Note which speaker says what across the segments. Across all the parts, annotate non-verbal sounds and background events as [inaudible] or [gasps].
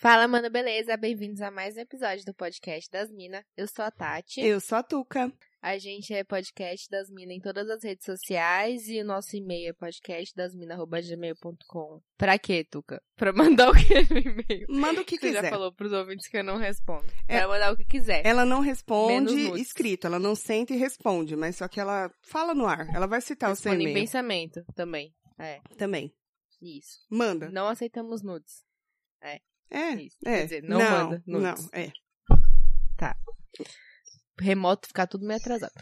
Speaker 1: Fala, mano, beleza? Bem-vindos a mais um episódio do podcast das Minas. Eu sou a Tati.
Speaker 2: Eu sou a Tuca.
Speaker 1: A gente é podcast das Minas em todas as redes sociais e o nosso e-mail é podcastdasmina.gmail.com. Pra quê, Tuca? Pra mandar o que no e-mail?
Speaker 2: Manda o que
Speaker 1: [laughs] Você
Speaker 2: quiser.
Speaker 1: já falou pros ouvintes que eu não respondo.
Speaker 2: É.
Speaker 1: Pra mandar o que quiser.
Speaker 2: Ela não
Speaker 1: Menos
Speaker 2: responde
Speaker 1: nudes.
Speaker 2: escrito, ela não senta e responde, mas só que ela fala no ar. Ela vai citar o seu
Speaker 1: Responde Tipo, em
Speaker 2: e-mail
Speaker 1: pensamento também.
Speaker 2: também.
Speaker 1: Isso.
Speaker 2: Manda.
Speaker 1: Não aceitamos nudes.
Speaker 2: Tá. É,
Speaker 1: Isso.
Speaker 2: é.
Speaker 1: Quer dizer, não manda nudes.
Speaker 2: Não, é.
Speaker 1: remoto ficar tudo meio atrasado.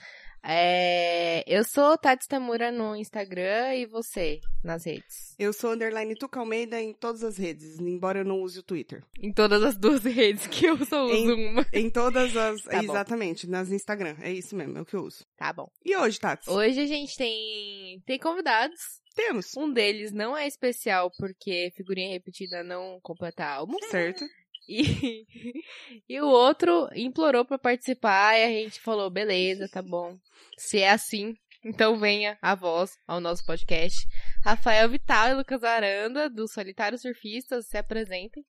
Speaker 1: É, eu sou Tati Tamura no Instagram e você nas redes.
Speaker 2: Eu sou underline Tuca Almeida em todas as redes, embora eu não use o Twitter.
Speaker 1: Em todas as duas [laughs] redes que eu só uso
Speaker 2: Em-
Speaker 1: uma.
Speaker 2: Em todas
Speaker 1: [laughs]
Speaker 2: as...
Speaker 1: Tá bom.
Speaker 2: exatamente, nas Instagram. É isso mesmo, é o que eu uso.
Speaker 1: Tá bom.
Speaker 2: E hoje, Tati?
Speaker 1: Hoje a gente tem tem convidados.
Speaker 2: Temos.
Speaker 1: Um deles não é especial porque figurinha repetida não completa álbum.
Speaker 2: um Certo.
Speaker 1: E, [laughs] e o outro implorou pra participar e a gente falou, beleza, tá bom. Se é assim, então venha a voz ao nosso podcast. Rafael Vital e Lucas Aranda, do Solitário Surfistas, se apresentem.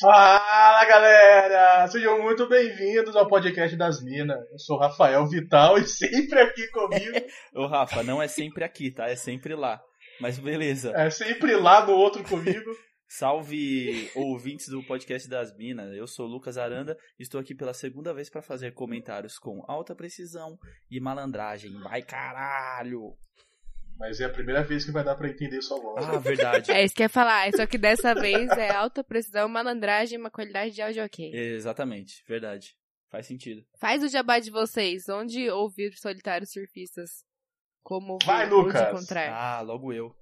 Speaker 3: Fala galera! Sejam muito bem-vindos ao podcast das Minas. Eu sou Rafael Vital e sempre aqui comigo,
Speaker 4: Ô, Rafa, não é sempre aqui, tá? É sempre lá. Mas beleza.
Speaker 3: é sempre lá no outro comigo.
Speaker 4: Salve, ouvintes do podcast das Minas. Eu sou o Lucas Aranda e estou aqui pela segunda vez para fazer comentários com alta precisão e malandragem. Vai caralho!
Speaker 3: Mas é a primeira vez que vai dar pra entender sua voz.
Speaker 4: Ah,
Speaker 1: [laughs]
Speaker 4: verdade.
Speaker 1: É isso que eu ia falar, só que dessa vez é alta precisão, malandragem e uma qualidade de áudio ok.
Speaker 4: Exatamente, verdade. Faz sentido.
Speaker 1: Faz o jabá de vocês, onde ouvir Solitário Surfistas? Como
Speaker 3: Vai,
Speaker 1: onde
Speaker 3: Lucas!
Speaker 1: encontrar?
Speaker 4: Ah, logo eu.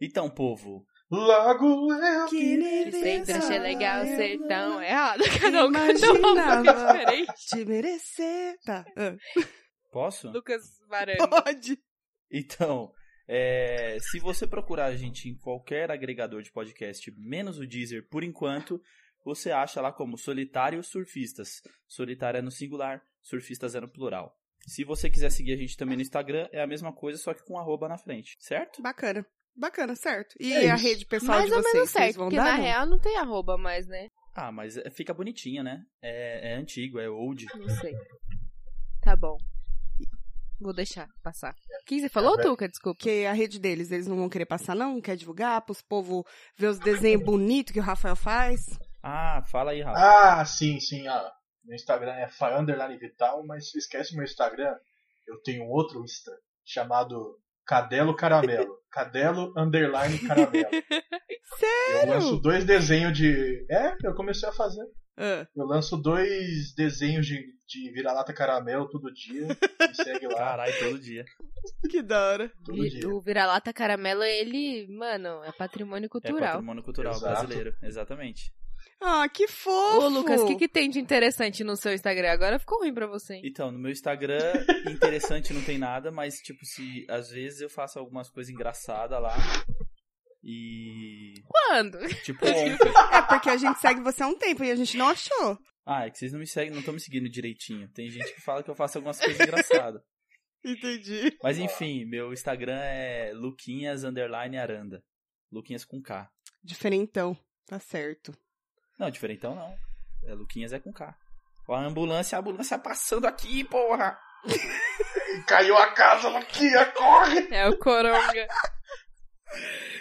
Speaker 4: Então, povo,
Speaker 3: Logo eu que
Speaker 1: Que sempre achei legal é. ser tão errado. [laughs] Cada um canta uma música
Speaker 2: Imaginava
Speaker 1: diferente.
Speaker 2: te merecer. Tá. ah,
Speaker 4: posso?
Speaker 1: Lucas Varanda.
Speaker 2: Pode.
Speaker 4: Então, é, se você procurar a gente em qualquer agregador de podcast, menos o Deezer, por enquanto, você acha lá como Solitário Surfistas. Solitário é no singular, Surfistas é no plural. Se você quiser seguir a gente também no Instagram, é a mesma coisa, só que com um arroba na frente, certo?
Speaker 2: Bacana. Bacana, certo. E
Speaker 3: É
Speaker 2: a
Speaker 3: isso.
Speaker 2: rede pessoal
Speaker 1: Mais
Speaker 2: de
Speaker 1: ou
Speaker 2: vocês?
Speaker 1: menos
Speaker 2: vocês
Speaker 1: certo,
Speaker 2: vão
Speaker 1: porque
Speaker 2: dar?
Speaker 1: na
Speaker 2: não?
Speaker 1: real não tem arroba mais, né?
Speaker 4: Ah, mas é- fica bonitinha, né? É, é antigo, é old.
Speaker 1: Não sei. Tá bom. Vou deixar passar. O que você falou,
Speaker 3: É,
Speaker 1: Tuca? Desculpa.
Speaker 2: Porque a rede deles, eles não vão querer passar, não? Quer divulgar pros povo ver os desenhos bonitos que o Rafael faz?
Speaker 4: Ah, fala aí, Rafa.
Speaker 3: Ah, sim, sim. Ah, meu Instagram é Fa- underline Vital, mas se esquece meu Instagram, eu tenho outro Insta chamado Cadelo Caramelo. Cadelo Underline Caramelo. Eu lanço dois desenhos de. É, eu comecei a fazer.
Speaker 2: Ah,
Speaker 3: Eu lanço dois desenhos de, de vira-lata caramelo todo
Speaker 4: [laughs]
Speaker 3: dia. Me segue lá
Speaker 4: Caralho, todo dia.
Speaker 2: que da hora.
Speaker 3: todo
Speaker 1: Vi-
Speaker 3: dia.
Speaker 1: O vira-lata caramelo, ele, mano, é patrimônio
Speaker 4: É
Speaker 1: cultural.
Speaker 4: patrimônio cultural
Speaker 3: Exato.
Speaker 4: brasileiro, exatamente.
Speaker 2: Ah, que fofo!
Speaker 1: Ô, Lucas, o que, que tem de interessante no seu Instagram? Agora ficou ruim pra você, hein?
Speaker 4: Então, no
Speaker 2: [laughs]
Speaker 4: meu Instagram, interessante não tem nada, mas, tipo, se às vezes eu faço algumas coisas engraçadas lá. E.
Speaker 1: Quando? [laughs]
Speaker 2: [laughs]
Speaker 4: Tipo, ontem.
Speaker 2: É porque a gente segue você há um tempo e a gente não achou.
Speaker 4: Ah, é que vocês não me seguem, não estão me seguindo direitinho. Tem gente que fala que eu faço algumas coisas engraçadas.
Speaker 2: Entendi.
Speaker 4: Mas enfim, meu Instagram é Luquinhas Underline Aranda. Luquinhas com K.
Speaker 2: Diferentão. Tá certo.
Speaker 4: Não, diferentão não. É, Luquinhas é com K. Ó, a ambulância, a ambulância passando aqui, porra!
Speaker 3: Caiu a casa, Luquinha, corre!
Speaker 1: É o Coronga.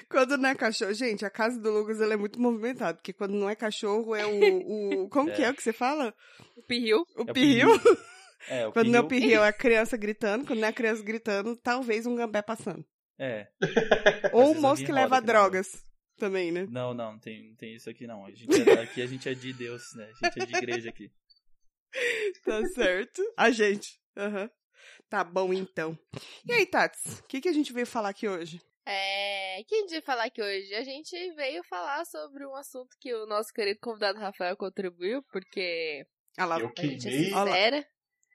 Speaker 2: Quando não é cachorro. Gente, a casa do Lucas ela é muito movimentada, porque quando não é cachorro é o. o- como que é o que você fala?
Speaker 1: O Pirril.
Speaker 2: O
Speaker 4: É o
Speaker 2: pirril.
Speaker 4: É, o
Speaker 2: Quando não é o
Speaker 4: Pinho-
Speaker 2: pirril é a criança gritando, quando não é a criança gritando, talvez um gambé passando.
Speaker 4: É.
Speaker 2: Ou o
Speaker 4: vezes
Speaker 2: moço
Speaker 4: alguém
Speaker 2: que
Speaker 4: roda
Speaker 2: leva
Speaker 4: aqui na rua.
Speaker 2: drogas também,
Speaker 4: [laughs]
Speaker 2: né?
Speaker 4: Não, não, não tem, não tem isso aqui não. A gente é- aqui a gente é de Deus, né? A gente é de igreja aqui.
Speaker 2: Tá certo. A gente. Aham. Tá bom, então. E aí, Tats? O que, que a gente veio falar aqui hoje?
Speaker 1: É. Quem devia falar aqui hoje? A gente veio falar sobre um assunto que o nosso querido convidado Rafael contribuiu, porque
Speaker 2: Ah lá,
Speaker 3: Eu
Speaker 1: a gente é
Speaker 3: queimei,
Speaker 2: Olha lá.
Speaker 1: sincera.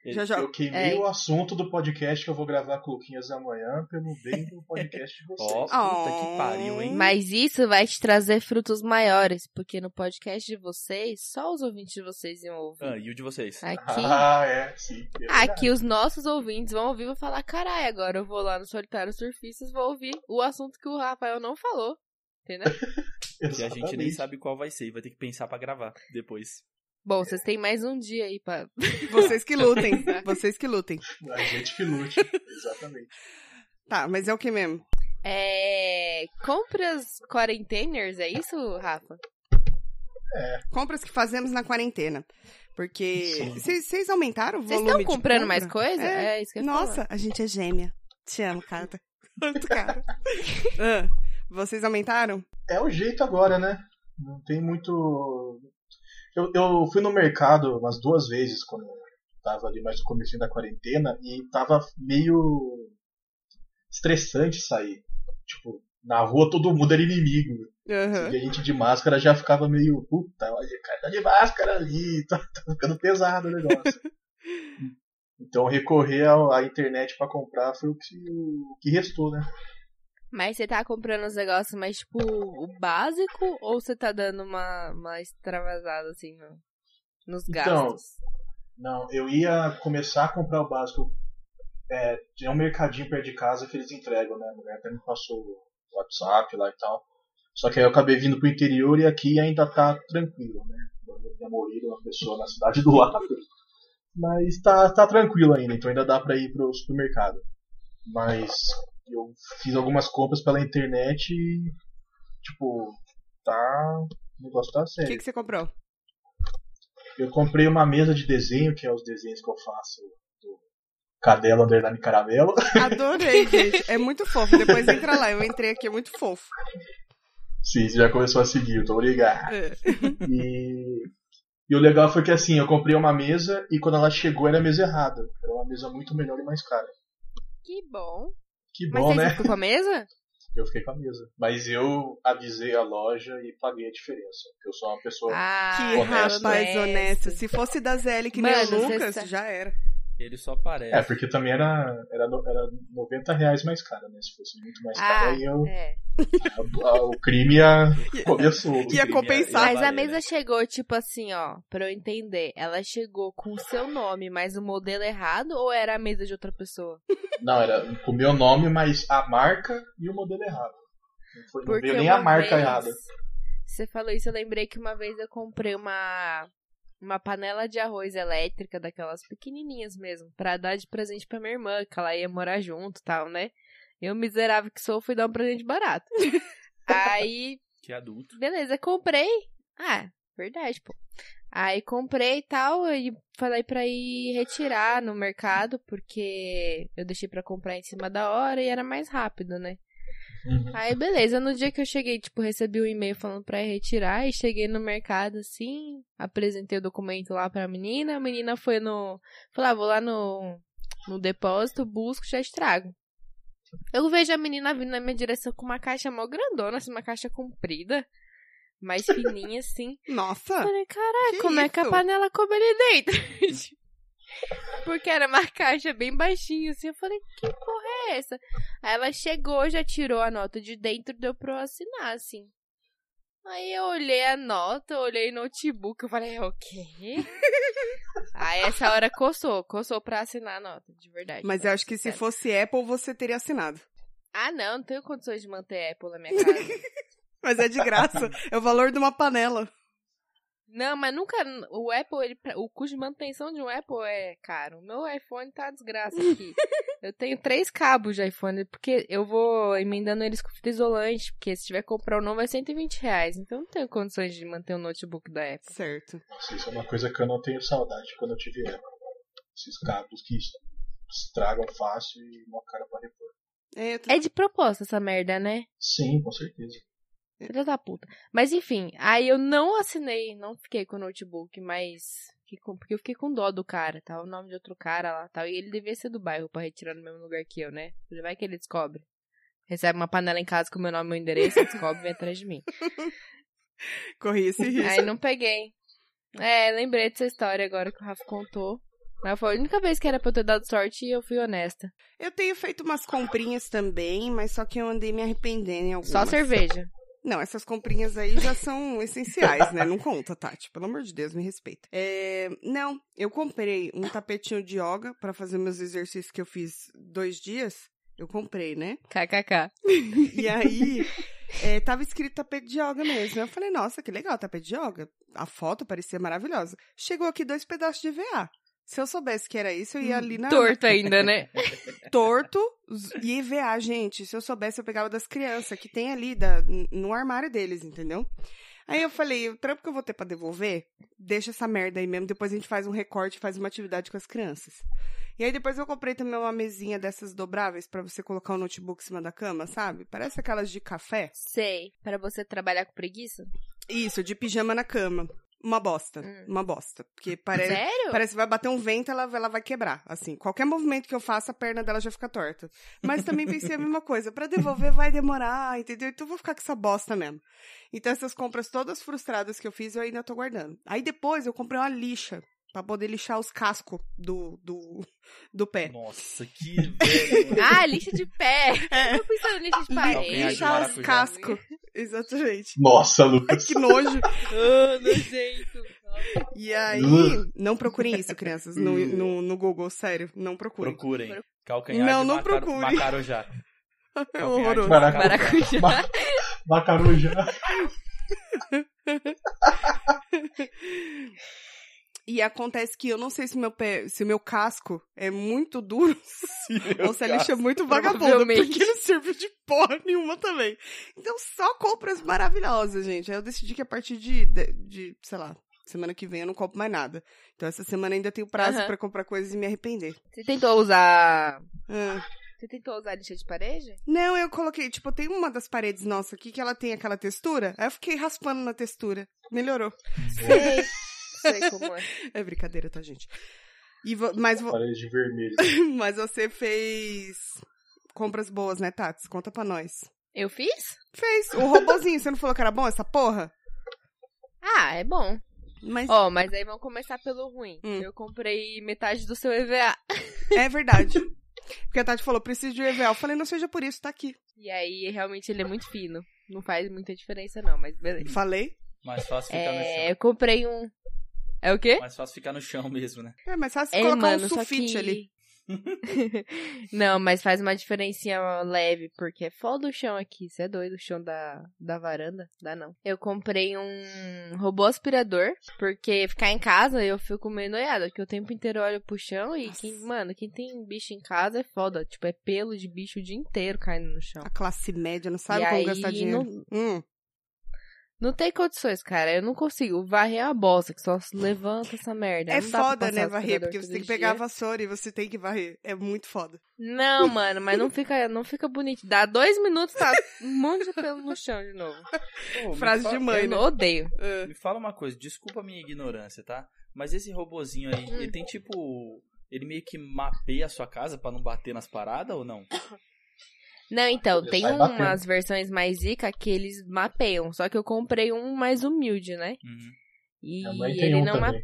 Speaker 2: já já.
Speaker 3: eu queimei
Speaker 1: É.
Speaker 3: o assunto do podcast que eu vou gravar com o Luquinhas amanhã, pelo bem do podcast
Speaker 4: [laughs]
Speaker 3: de vocês.
Speaker 2: [laughs]
Speaker 4: Ó, puta que pariu, hein?
Speaker 1: Mas isso vai te trazer frutos maiores, porque no podcast de vocês, só os ouvintes de vocês iam
Speaker 4: Ah,
Speaker 1: ouvir.
Speaker 4: e o de vocês?
Speaker 1: Aqui.
Speaker 3: [laughs] Ah, é, sim. é verdade.
Speaker 1: Aqui os nossos ouvintes vão ouvir e vão falar: caralho, agora eu vou lá no Solitário Surfistas, vou ouvir o assunto que o Rafael não falou. Entendeu?
Speaker 4: que a gente nem sabe qual vai ser e vai ter que pensar pra gravar depois.
Speaker 1: Bom, vocês têm mais um dia aí pra.
Speaker 2: [laughs] Vocês que lutem. vocês que lutem.
Speaker 3: A gente que
Speaker 4: [laughs]
Speaker 3: lute. Exatamente.
Speaker 2: Tá, mas é o que mesmo?
Speaker 1: É. Compras quarenteners, é isso, Rafa?
Speaker 2: Compras que fazemos na quarentena. Porque
Speaker 3: Sim.
Speaker 2: vocês aumentaram o
Speaker 1: Vocês
Speaker 2: volume
Speaker 1: estão
Speaker 2: de
Speaker 1: comprando
Speaker 2: compra?
Speaker 1: mais coisa?
Speaker 2: É.
Speaker 1: É, isso que eu ia falar.
Speaker 2: Nossa, a gente é gêmea. Te amo, Cata. Tanto cara. [laughs] Ah, vocês aumentaram?
Speaker 3: É o jeito agora, né? Não tem muito. Eu, eu fui no mercado umas duas vezes quando eu tava ali mais no começo da quarentena e tava meio estressante sair. Tipo, na rua todo mundo era inimigo.
Speaker 2: Aham.
Speaker 3: E a gente de máscara já ficava meio, puta, olha, o cara tá de máscara ali, [laughs] tá, tá ficando pesado o negócio. então recorrer ao- à internet pra comprar foi o que, o que restou, né?
Speaker 1: Mas você tá comprando os negócios mais, tipo, o básico ou você tá dando uma, uma extravasada, assim, no- nos
Speaker 3: Então,
Speaker 1: gastos?
Speaker 3: Não, eu ia começar a comprar o básico. É, tinha um mercadinho perto de casa que eles entregam, né? A mulher até me passou o WhatsApp lá e tal. Só que aí eu acabei vindo pro interior e aqui ainda tá tranquilo, né? Agora Tinha morrido uma pessoa na cidade do [laughs] lado. Mas tá, tá tranquilo ainda, então ainda dá pra ir pro supermercado. Mas eu fiz algumas compras pela internet e, tipo, tá. O negócio tá
Speaker 2: O
Speaker 3: sério.
Speaker 2: que, que você comprou?
Speaker 3: Eu comprei uma mesa de desenho, que é os desenhos que eu faço do Cadelo Underline Caramelo. [laughs]
Speaker 2: Adorei, gente. É muito fofo. Depois entra lá. Eu entrei aqui, é muito fofo.
Speaker 3: Sim, você já começou a seguir, eu tô ligado.
Speaker 2: É.
Speaker 3: [laughs] E, e o legal foi que assim, eu comprei uma mesa e quando ela chegou era a mesa errada. Era uma mesa muito melhor e mais cara.
Speaker 1: Que bom.
Speaker 3: Que
Speaker 1: Mas
Speaker 3: bom,
Speaker 1: você
Speaker 3: né?
Speaker 1: ficou com a
Speaker 3: [laughs]
Speaker 1: mesa?
Speaker 3: Eu fiquei com a mesa. Mas eu avisei a loja e paguei a diferença. Porque eu sou uma pessoa.
Speaker 1: Ah,
Speaker 2: Que
Speaker 3: Honesto.
Speaker 2: rapaz honesto. Se fosse da ZL que nem
Speaker 1: Mano,
Speaker 2: o
Speaker 1: você
Speaker 2: Lucas,
Speaker 1: sa-
Speaker 2: já era.
Speaker 4: Ele só parece.
Speaker 3: É, porque também era, era, no- era 90 reais mais cara, né? Se fosse muito mais
Speaker 1: Ah,
Speaker 3: cara, aí
Speaker 2: assim.
Speaker 3: eu,
Speaker 1: é.
Speaker 3: a- o crime
Speaker 1: [laughs]
Speaker 3: ia, começou.
Speaker 4: O
Speaker 2: Ia
Speaker 4: crime
Speaker 3: Tá
Speaker 2: compensar.
Speaker 4: ia
Speaker 1: Mas a
Speaker 4: valer, né?
Speaker 1: mesa chegou, tipo assim, ó, pra eu entender. Ela chegou com o seu nome, mas o modelo errado ou era a mesa de outra pessoa?
Speaker 3: Não, era com o meu nome, mas a marca e o modelo errado. Não, foi, não veio nem a
Speaker 1: uma
Speaker 3: marca
Speaker 1: vez-
Speaker 3: errada.
Speaker 1: Você falou isso, eu lembrei que uma vez eu comprei uma uma panela de arroz elétrica daquelas pequenininhas mesmo, pra dar de presente pra minha irmã, que ela ia morar junto, e tal, né? Eu miserável que sou, fui dar um presente
Speaker 3: [laughs]
Speaker 1: barato. Aí
Speaker 4: Que adulto.
Speaker 1: beleza, comprei. Ah, verdade, pô. Aí comprei e tal, e falei pra ir retirar no mercado, porque eu deixei pra comprar em cima da hora e era mais rápido, né?
Speaker 3: Uhum.
Speaker 1: Aí beleza, no dia que eu cheguei, tipo, recebi um e-mail falando pra ir retirar e cheguei no mercado assim, apresentei o documento lá pra menina, a menina foi no, falou, ah, vou lá no no depósito, busco, já estrago. Eu vejo a menina vindo na minha direção com uma caixa mó grandona, assim, uma caixa comprida, mais fininha assim. Eu
Speaker 2: Nossa.
Speaker 1: Falei, caralho,
Speaker 2: Ah, que
Speaker 1: como é que a
Speaker 2: isso?
Speaker 1: panela coube ali dentro? [laughs] Porque era uma caixa bem baixinha, assim. Eu falei, que porra é essa? Aí ela chegou, já tirou a nota de dentro, deu pra eu assinar, assim. Aí eu olhei a nota, eu olhei no notebook, eu falei, o
Speaker 2: [laughs]
Speaker 1: quê? Aí essa hora coçou, coçou pra assinar a nota, de verdade.
Speaker 2: Mas é eu acho que se fosse Apple, você teria assinado.
Speaker 1: Ah, não, não tenho condições de manter Apple na minha casa.
Speaker 2: Mas é de graça. É o valor de uma panela.
Speaker 1: Não, mas nunca. O Apple, ele, o custo de manutenção de um Apple é caro. O meu iPhone tá uma desgraça [laughs] aqui. eu tenho três cabos de iPhone, porque eu vou emendando eles com fita isolante, porque se tiver que comprar o novo é 120 reais. Então eu não tenho condições de manter o notebook da Apple.
Speaker 2: Certo.
Speaker 3: Nossa, isso é uma coisa que eu não tenho saudade quando eu tive época. Esses cabos que estragam fácil e uma cara pra repor.
Speaker 2: É, eu tô-
Speaker 1: É de proposta essa merda, né?
Speaker 3: Sim, com certeza.
Speaker 1: Filha da puta. Mas enfim, aí eu não assinei, não fiquei com o notebook, mas. fiquei com- Porque eu fiquei com dó do cara, tá? O nome de outro cara lá tal. E ele devia ser do bairro pra retirar no mesmo lugar que eu, né? Falei, Vai que ele descobre. Recebe uma panela em casa com o meu nome e meu endereço, descobre, vem atrás de [laughs] mim.
Speaker 2: Corri esse risco.
Speaker 1: Aí não peguei. É, lembrei dessa história agora que o Rafa contou. Mas foi a única vez que era pra eu ter dado sorte e eu fui honesta.
Speaker 2: Eu tenho feito umas comprinhas também, mas só que eu andei me arrependendo em algumas.
Speaker 1: Só cerveja.
Speaker 2: Não, essas comprinhas aí já são [laughs] essenciais, né? Não conta, Tati. Pelo amor de Deus, me respeita. É, Não, eu comprei um tapetinho de yoga pra fazer meus exercícios que eu fiz dois dias. Eu comprei, né?
Speaker 1: KKK.
Speaker 2: E aí, É, tava escrito tapete de yoga mesmo. Eu falei, nossa, que legal, tapete de yoga. A foto parecia maravilhosa. Chegou aqui dois pedaços de VA. Se eu soubesse que era isso, eu ia ali na
Speaker 1: Torto ainda, né?
Speaker 2: torto z- e EVA, gente. Se eu soubesse, eu pegava das crianças que tem ali da, n- no armário deles, entendeu? Aí eu falei, o trampo que eu vou ter pra devolver, deixa essa merda aí mesmo, depois a gente faz um recorte, faz uma atividade com as crianças. E aí depois eu comprei também uma mesinha dessas dobráveis pra você colocar o notebook em cima da cama, sabe? Parece aquelas de café.
Speaker 1: [laughs] Sei. Pra você trabalhar com preguiça?
Speaker 2: Isso, de pijama na cama. Uma bosta,
Speaker 1: Hum.
Speaker 2: uma bosta. Porque parece,
Speaker 1: Sério?
Speaker 2: Parece que vai bater um vento, ela, ela vai quebrar. Assim, qualquer movimento que eu faça, a perna dela já fica torta. Mas também pensei a mesma coisa. Pra devolver vai demorar, entendeu? Então eu vou ficar com essa bosta mesmo. Então essas compras todas frustradas que eu fiz, eu ainda tô guardando. Aí depois eu comprei uma lixa pra poder lixar os cascos do, do, do pé.
Speaker 4: Nossa,
Speaker 2: [laughs]
Speaker 4: que velho. mano.
Speaker 1: Ah, lixa de pé. é Eu tô pensando em lixa de
Speaker 4: Calcanhar de
Speaker 1: parede.
Speaker 2: Lixar os
Speaker 4: maracujá.
Speaker 2: cascos.
Speaker 3: [laughs]
Speaker 2: Exatamente.
Speaker 3: Nossa, Lucas.
Speaker 2: Que nojo.
Speaker 1: Ah, nojento. Nossa,
Speaker 2: E aí,
Speaker 3: Ugh.
Speaker 2: não procurem isso, crianças, no, no, no Google, sério, não procurem.
Speaker 4: Procurem. Calcanhar
Speaker 2: Não,
Speaker 4: de
Speaker 2: não
Speaker 4: macaru-
Speaker 2: procure. [laughs]
Speaker 4: macarujá.
Speaker 2: É
Speaker 4: Calcanhar de
Speaker 2: horroroso.
Speaker 3: Maraca-
Speaker 4: macarujá.
Speaker 1: Maracujá.
Speaker 3: Macaruja.
Speaker 2: E acontece que eu não sei se meu pé, se meu casco é muito duro ou se a lixa é muito vagabundo,
Speaker 1: Provavelmente.
Speaker 2: porque não serviu de porra nenhuma também. Então só compras maravilhosas, gente. Aí eu decidi que a partir de, de, de, sei lá, semana que vem eu não compro mais nada. Então essa semana ainda tenho prazo
Speaker 1: Aham.
Speaker 2: pra comprar coisas e me arrepender.
Speaker 1: Você tentou usar...
Speaker 2: Ah.
Speaker 1: Você tentou usar lixa de parede?
Speaker 2: Não, eu coloquei, tipo, tem uma das paredes nossa aqui que ela tem aquela textura. Aí eu fiquei raspando na textura. Melhorou.
Speaker 1: Sei. Sei como é.
Speaker 2: É brincadeira, tá, gente? E vo- mas, vo-
Speaker 3: Parede vermelha.
Speaker 2: [laughs] Mas você fez compras boas, né, Tats? Conta pra nós.
Speaker 1: Eu fiz?
Speaker 2: Fez. O robozinho, você não falou que era bom essa porra?
Speaker 1: Ah, é bom.
Speaker 2: Mas
Speaker 1: Ó, mas aí vamos começar pelo ruim.
Speaker 2: Hum.
Speaker 1: Eu comprei metade do seu EVA.
Speaker 2: é verdade. Porque a Tati falou, preciso de um EVA. Eu falei, não seja por isso, tá aqui.
Speaker 1: E aí, realmente, ele é muito fino. Não faz muita diferença, não, mas beleza.
Speaker 2: Falei.
Speaker 4: Mais fácil ficar no chão.
Speaker 1: É, eu comprei um. É o quê?
Speaker 4: Mais fácil ficar no chão mesmo, né?
Speaker 2: É, mas só se
Speaker 1: É,
Speaker 2: colocar
Speaker 1: mano,
Speaker 2: um
Speaker 1: só
Speaker 2: sulfite
Speaker 1: que... [laughs]
Speaker 2: ali.
Speaker 1: Não, mas faz uma diferencinha leve, porque é foda o chão aqui. Você é doido, o chão da, da varanda? Dá não. Eu comprei um robô aspirador, porque ficar em casa eu fico meio noiada, porque o tempo inteiro eu olho pro chão e,
Speaker 2: Nossa.
Speaker 1: quem, mano, quem tem bicho em casa é foda. Tipo, é pelo de bicho o dia inteiro caindo no chão.
Speaker 2: A classe média não sabe
Speaker 1: e
Speaker 2: como
Speaker 1: aí,
Speaker 2: gastar dinheiro.
Speaker 1: não,
Speaker 2: Hum.
Speaker 1: não tem condições, cara. Eu não consigo. Varrer é uma bosta, que só se levanta essa merda.
Speaker 2: É
Speaker 1: Não dá pra passar
Speaker 2: foda, né,
Speaker 1: aspirador
Speaker 2: varrer? Porque você
Speaker 1: todo
Speaker 2: tem que
Speaker 1: dia.
Speaker 2: pegar a vassoura e você tem que varrer. É muito foda.
Speaker 1: Não, mano, mas não fica, não fica bonito. Dá dois minutos, tá um monte de pelo no chão de novo.
Speaker 4: Pô, me
Speaker 2: Frase de
Speaker 4: fala-
Speaker 2: mãe,
Speaker 1: eu
Speaker 2: né?
Speaker 1: odeio.
Speaker 2: Ah.
Speaker 4: Me fala uma coisa, desculpa a minha ignorância, tá? Mas esse robozinho aí,
Speaker 1: Hum.
Speaker 4: ele tem tipo. Ele meio que mapeia a sua casa pra não bater nas paradas ou não?
Speaker 1: Não, então,
Speaker 3: Ele
Speaker 1: tem
Speaker 3: sai batendo.
Speaker 1: umas versões mais zica que eles mapeiam. Só que eu comprei um mais humilde, né?
Speaker 4: Uhum.
Speaker 1: E
Speaker 3: Minha mãe tem
Speaker 1: ele
Speaker 3: um
Speaker 1: não
Speaker 3: também.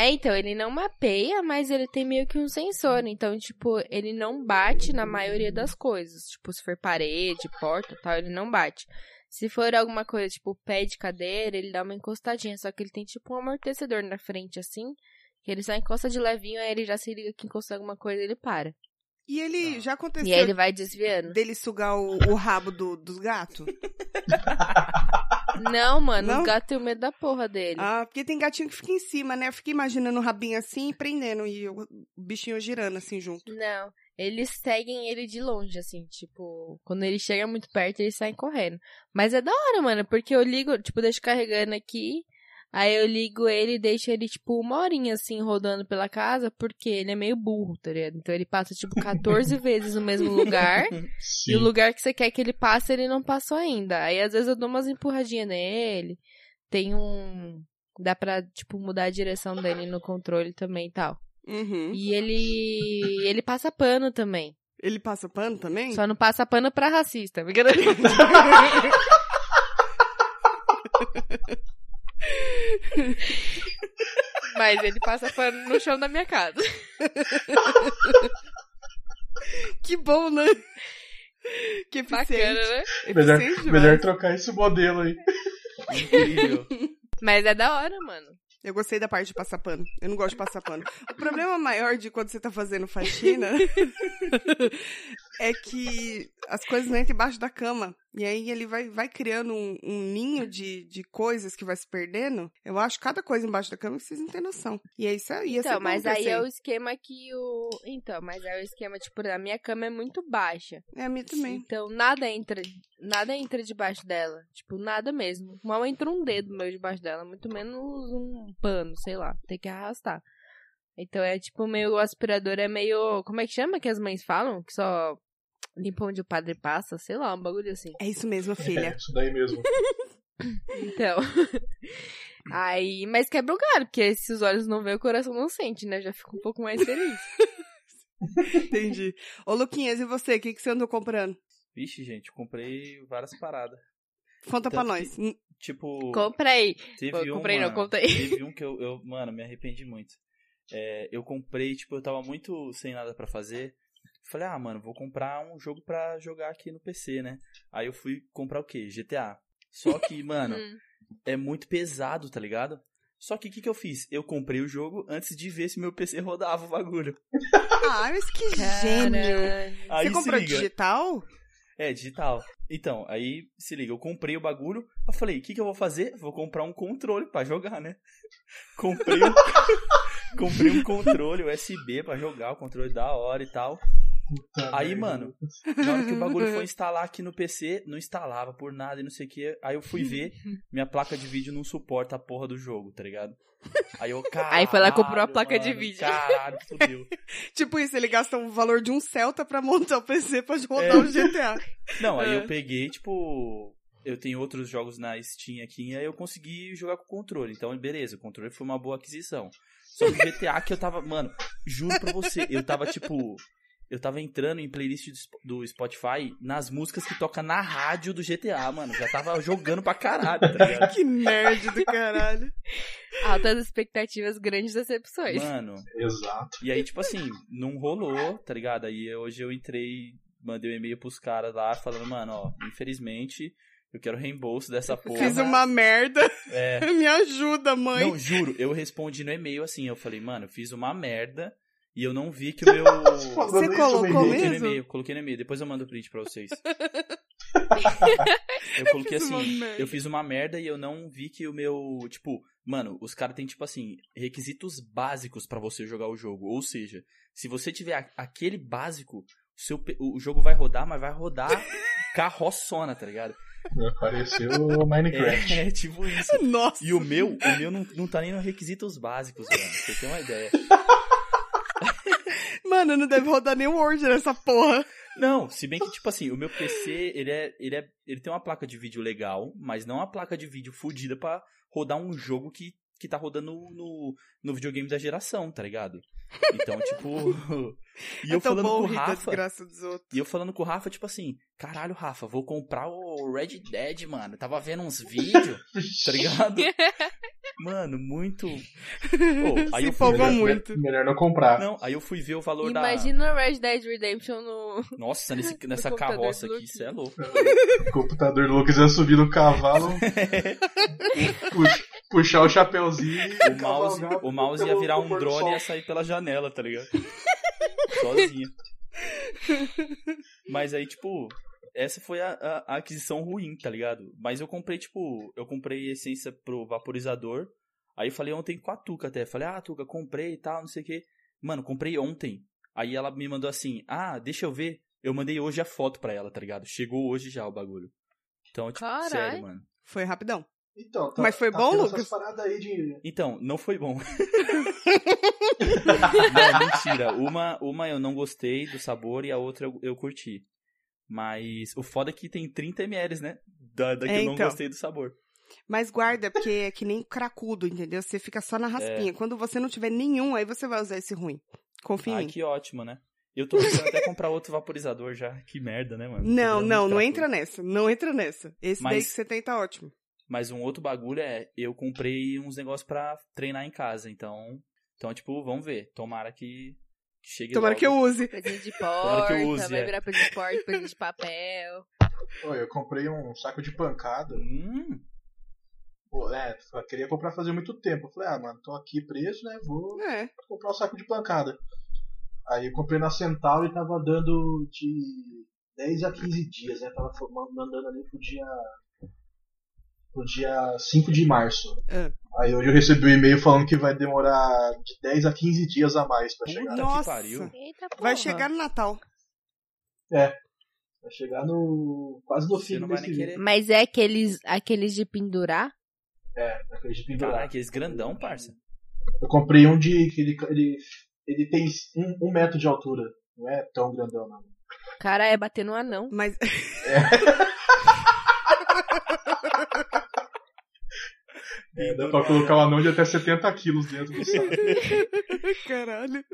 Speaker 1: É, então, ele não mapeia, mas ele tem meio que um sensor. Então, tipo, ele não bate na maioria das coisas. Tipo, se for parede, porta tal, ele não bate. Se for alguma coisa, tipo, pé de cadeira, ele dá uma encostadinha. Só que ele tem, tipo, um amortecedor na frente, assim. Que ele só encosta de levinho, aí ele já se liga que encostou alguma coisa e ele para.
Speaker 2: E ele
Speaker 4: Tá.
Speaker 2: já
Speaker 1: E
Speaker 2: aconteceu
Speaker 1: aí ele vai desviando.
Speaker 2: dele sugar o, o rabo do, dos gatos?
Speaker 1: Não, mano,
Speaker 2: Não?
Speaker 1: o gato tem medo da porra dele.
Speaker 2: Ah, porque tem gatinho que fica em cima, né? Eu fiquei imaginando o rabinho assim e prendendo e o bichinho girando assim junto.
Speaker 1: Não, eles seguem ele de longe, assim, tipo, quando ele chega muito perto, eles saem correndo. Mas é da hora, mano, porque eu ligo, tipo, deixo carregando aqui, aí eu ligo ele e deixo ele, tipo, uma horinha, assim, rodando pela casa, porque ele é meio burro, tá ligado? Então ele passa, tipo, 14 vezes no mesmo lugar,
Speaker 3: Sim.
Speaker 1: e o lugar que você quer que ele passe, ele não passou ainda. Aí às vezes eu dou umas empurradinhas nele. Tem um. Dá pra, tipo, mudar a direção dele no controle também e tal.
Speaker 2: Uhum.
Speaker 1: E ele. ele passa pano também.
Speaker 2: Ele passa pano também?
Speaker 1: Só não passa pano pra racista. [laughs] porque- Mas ele passa pano no chão da minha casa.
Speaker 2: [laughs] Que bom, né? Que eficiente.
Speaker 1: [laughs] Bacana, né?
Speaker 3: Melhor,
Speaker 2: Eficiente demais.
Speaker 3: melhor trocar esse modelo aí.
Speaker 4: Incrível.
Speaker 1: Mas é da hora, mano.
Speaker 2: Eu gostei da parte de passar pano. Eu não gosto de passar pano. O problema maior de quando você tá
Speaker 1: [laughs]
Speaker 2: fazendo faxina é que as coisas entram embaixo da cama. E aí ele vai, vai criando um, um ninho de, de coisas que vai se perdendo. Eu acho cada coisa embaixo da cama que vocês não têm noção. E é isso aí.
Speaker 1: Então, mas aí é o esquema que o. Então, mas aí é o esquema, tipo, a minha cama é muito baixa.
Speaker 2: É a minha também.
Speaker 1: Então nada entra. Nada entra debaixo dela. Tipo, nada mesmo. Mal entra um dedo meu debaixo dela. Muito menos um pano, sei lá. Tem que arrastar. Então é tipo meio. O aspirador é meio. Como é que chama que as mães falam? Que só limpa onde o padre passa, sei lá, um bagulho assim.
Speaker 2: É isso mesmo,
Speaker 3: É,
Speaker 4: [laughs]
Speaker 2: filha.
Speaker 3: isso daí mesmo.
Speaker 1: Então. [laughs] Aí, mas quebra o galho, porque se os olhos não veem, o coração não sente, né? Já fica um pouco mais
Speaker 4: [laughs]
Speaker 1: feliz.
Speaker 2: Entendi. Ô, Luquinhas, e você? O que, que você andou comprando?
Speaker 4: Vixe, gente, comprei várias paradas.
Speaker 2: Conta
Speaker 4: Tanto
Speaker 2: pra nós. Hum.
Speaker 4: Tipo,
Speaker 1: Compra aí.
Speaker 4: teve
Speaker 1: Eu
Speaker 4: um,
Speaker 1: comprei, não,
Speaker 4: mano,
Speaker 1: conta aí.
Speaker 4: Teve um que eu, eu, mano, me arrependi muito. É, eu comprei, tipo, eu tava muito sem nada pra fazer. Falei, ah, mano, vou comprar um jogo pra jogar aqui no PC, né? Aí eu fui comprar o quê? GTA. Só que, mano,
Speaker 1: Hum.
Speaker 4: é muito pesado, tá ligado? Só que o que, que eu fiz? Eu comprei o jogo antes de ver se meu PC rodava o bagulho.
Speaker 2: Ah, mas que gênio.
Speaker 1: Caralho.
Speaker 4: Aí
Speaker 2: você
Speaker 4: se
Speaker 2: comprou
Speaker 4: liga.
Speaker 2: digital?
Speaker 4: É, digital. Então, aí se liga, eu comprei o bagulho. Eu falei, o que, que eu vou fazer? Vou comprar um controle pra jogar, né? [laughs] Comprei um, [laughs] comprei um controle USB pra jogar, o controle da hora e tal.
Speaker 3: Puta
Speaker 4: Aí,
Speaker 3: merda.
Speaker 4: mano, [laughs] na hora que o
Speaker 1: [laughs]
Speaker 4: bagulho foi instalar aqui no PC, não instalava por nada e não sei o que. Aí eu
Speaker 1: [laughs]
Speaker 4: fui ver, minha placa de vídeo não suporta a porra do jogo, tá ligado? Aí eu, caralho,
Speaker 1: Aí foi lá e comprou a placa de
Speaker 4: mano,
Speaker 1: vídeo.
Speaker 4: Caralho, fudeu.
Speaker 2: Tipo isso, ele gasta o valor de um Celta pra montar o PC pra rodar
Speaker 4: É.
Speaker 2: o GTA.
Speaker 4: Não, aí
Speaker 1: É.
Speaker 4: eu peguei, tipo. Eu tenho outros jogos na Steam aqui, e aí eu consegui jogar com o controle. Então, beleza, o controle foi uma boa aquisição. Só que o GTA que eu tava. Mano, juro pra você, eu tava tipo. Eu tava entrando em playlist do Sp- do Spotify nas músicas que toca na rádio do GTA, mano. Já tava jogando pra caralho, tá
Speaker 2: [laughs]
Speaker 4: ligado?
Speaker 2: Que nerd do caralho.
Speaker 1: Altas expectativas, grandes decepções.
Speaker 4: Mano,
Speaker 3: Exato.
Speaker 4: E aí, tipo assim, não rolou, tá ligado? Aí hoje eu entrei, mandei um e-mail pros caras lá, falando, mano, ó, infelizmente, eu quero reembolso dessa porra.
Speaker 2: Fiz um uma merda.
Speaker 4: É.
Speaker 2: [laughs] Me ajuda, mãe.
Speaker 4: Não, juro, eu respondi no e-mail assim, eu falei, mano, eu fiz uma merda e eu não vi que
Speaker 2: [laughs]
Speaker 4: o meu. Coloquei
Speaker 2: Você colocou
Speaker 3: mesmo?
Speaker 4: no
Speaker 2: mesmo?
Speaker 4: e-mail, coloquei no e-mail, depois eu mando o print
Speaker 2: [laughs]
Speaker 4: pra vocês. eu coloquei
Speaker 2: Fiz uma
Speaker 4: assim,
Speaker 2: merda.
Speaker 4: eu fiz uma merda e eu não vi que o meu. Tipo, mano, os caras têm, tipo assim, requisitos básicos pra você jogar o jogo. Ou seja, se você tiver a- aquele básico, o, seu, pe- o jogo vai rodar, mas
Speaker 2: [laughs]
Speaker 4: vai rodar carroçona, tá ligado?
Speaker 3: Apareceu o Minecraft.
Speaker 4: [laughs] É, é tipo isso.
Speaker 2: Nossa.
Speaker 4: E o meu, o meu não, não tá nem nos requisitos básicos, mano. pra Você tem uma ideia.
Speaker 2: Mano, não deve rodar nem o Word nessa porra.
Speaker 4: Não, se bem que, tipo assim, o meu PC, ele é. Ele, é, ele tem uma placa de vídeo legal, mas não uma placa de vídeo fodida pra rodar um jogo que, que tá rodando no, no videogame da geração, tá ligado? Então, tipo.
Speaker 2: [laughs]
Speaker 4: e eu
Speaker 2: é tão
Speaker 4: falando
Speaker 2: bom
Speaker 4: com o
Speaker 2: rir da
Speaker 4: Rafa.
Speaker 2: desgraça dos outros.
Speaker 4: E eu falando com o Rafa, tipo assim, caralho, Rafa, vou comprar o Red Dead, mano. Eu Tava vendo uns vídeos,
Speaker 2: [laughs]
Speaker 4: tá ligado? Mano, muito. Pô, aí
Speaker 2: Se
Speaker 4: eu fui
Speaker 2: empolgou
Speaker 4: ver-
Speaker 2: muito.
Speaker 3: Melhor não comprar.
Speaker 4: Não, aí eu fui ver o valor da.
Speaker 1: Imagina o Red Dead Redemption no. [laughs]
Speaker 4: Nossa, nesse, nessa
Speaker 1: computador
Speaker 4: carroça
Speaker 1: do
Speaker 4: aqui, isso é louco.
Speaker 3: O computador do Lucas ia subir no
Speaker 2: [laughs]
Speaker 3: cavalo, pu- puxar o chapéuzinho e [laughs]
Speaker 4: O mouse,
Speaker 3: cavalgar
Speaker 4: o mouse ia
Speaker 3: pelo-
Speaker 4: virar
Speaker 3: pelo
Speaker 4: um
Speaker 3: pôr do
Speaker 4: drone e ia
Speaker 3: sol.
Speaker 4: sair pela janela,
Speaker 3: [laughs]
Speaker 4: tá ligado? Sozinho. Mas aí, tipo, essa foi a, a- a aquisição ruim, tá ligado? Mas eu comprei, tipo, eu comprei essência pro vaporizador. Aí eu falei ontem com a Tuca até. Falei, ah, Tuca, comprei e tal, não sei o quê. Mano, comprei ontem. Aí ela me mandou assim, ah, deixa eu ver. Eu mandei hoje a foto pra ela, tá ligado? Chegou hoje já o bagulho. Então, tipo,
Speaker 1: Carai.
Speaker 4: sério, mano.
Speaker 2: Foi rapidão.
Speaker 3: Então, tá,
Speaker 2: Mas foi
Speaker 3: tá
Speaker 2: bom,
Speaker 3: tendo
Speaker 2: Lucas?
Speaker 3: Essas paradas aí de...
Speaker 4: Então, não foi
Speaker 2: [laughs]
Speaker 4: bom. não, é mentira. Uma, uma eu não gostei do sabor e a outra eu, eu curti. Mas o foda é que tem 30 ml, né? Da, da que
Speaker 2: É,
Speaker 4: eu não
Speaker 2: então.
Speaker 4: gostei do sabor.
Speaker 2: Mas guarda, porque é que nem cracudo, entendeu? Você fica só na
Speaker 4: É.
Speaker 2: raspinha. Quando você não tiver nenhum, aí você vai usar esse ruim. Confia
Speaker 4: Ah,
Speaker 2: em mim.
Speaker 4: que ótimo, né? Eu tô pensando até comprar outro vaporizador já. Que merda, né, mano?
Speaker 2: Não,
Speaker 4: Tô
Speaker 2: não, não
Speaker 4: virando
Speaker 2: entra
Speaker 4: cracudo.
Speaker 2: nessa. Não entra nessa. Esse daí
Speaker 4: Mas-
Speaker 2: que você tem tá ótimo.
Speaker 4: Mas um outro bagulho é, eu comprei uns negócios pra treinar em casa, então... Então, tipo, vamos ver. Tomara que, que chegue
Speaker 2: Tomara
Speaker 4: logo.
Speaker 2: que eu use.
Speaker 1: Presente de
Speaker 4: Tomara que
Speaker 1: porta,
Speaker 4: eu use,
Speaker 1: vai
Speaker 4: é.
Speaker 1: virar presente de porta, presente de papel.
Speaker 3: Pô, eu comprei um saco de pancada
Speaker 4: Hum,
Speaker 3: Pô, é, eu queria comprar fazia muito tempo. Eu falei, ah, mano, tô aqui preso, né? Vou
Speaker 2: É.
Speaker 3: comprar um saco de pancada. Aí eu comprei na Centauro e tava dando de 10 a 15 dias, né? Tava for- mandando ali pro dia. pro dia 5 de março.
Speaker 2: É.
Speaker 3: Aí hoje eu recebi um e-mail falando que vai demorar de 10 a 15 dias a mais pra chegar.
Speaker 4: Puta que
Speaker 2: Nossa.
Speaker 4: pariu.
Speaker 1: Eita porra.
Speaker 2: Vai chegar no Natal.
Speaker 3: Vai chegar no. quase no
Speaker 4: Você
Speaker 3: fim
Speaker 4: não vai
Speaker 3: desse
Speaker 4: nem
Speaker 3: mês.
Speaker 4: querer.
Speaker 1: Mas é aqueles, aqueles de pendurar?
Speaker 3: É, daquele de pendurar.
Speaker 4: Caraca, aqueles grandão, parça.
Speaker 3: Eu comprei um de. que ele, ele, ele tem um, um metro de altura. Não é tão grandão, não.
Speaker 1: Cara, é bater no anão.
Speaker 2: Mas. [laughs]
Speaker 3: É, dá pra colocar um anão de até 70 quilos dentro do saco.
Speaker 2: Caralho.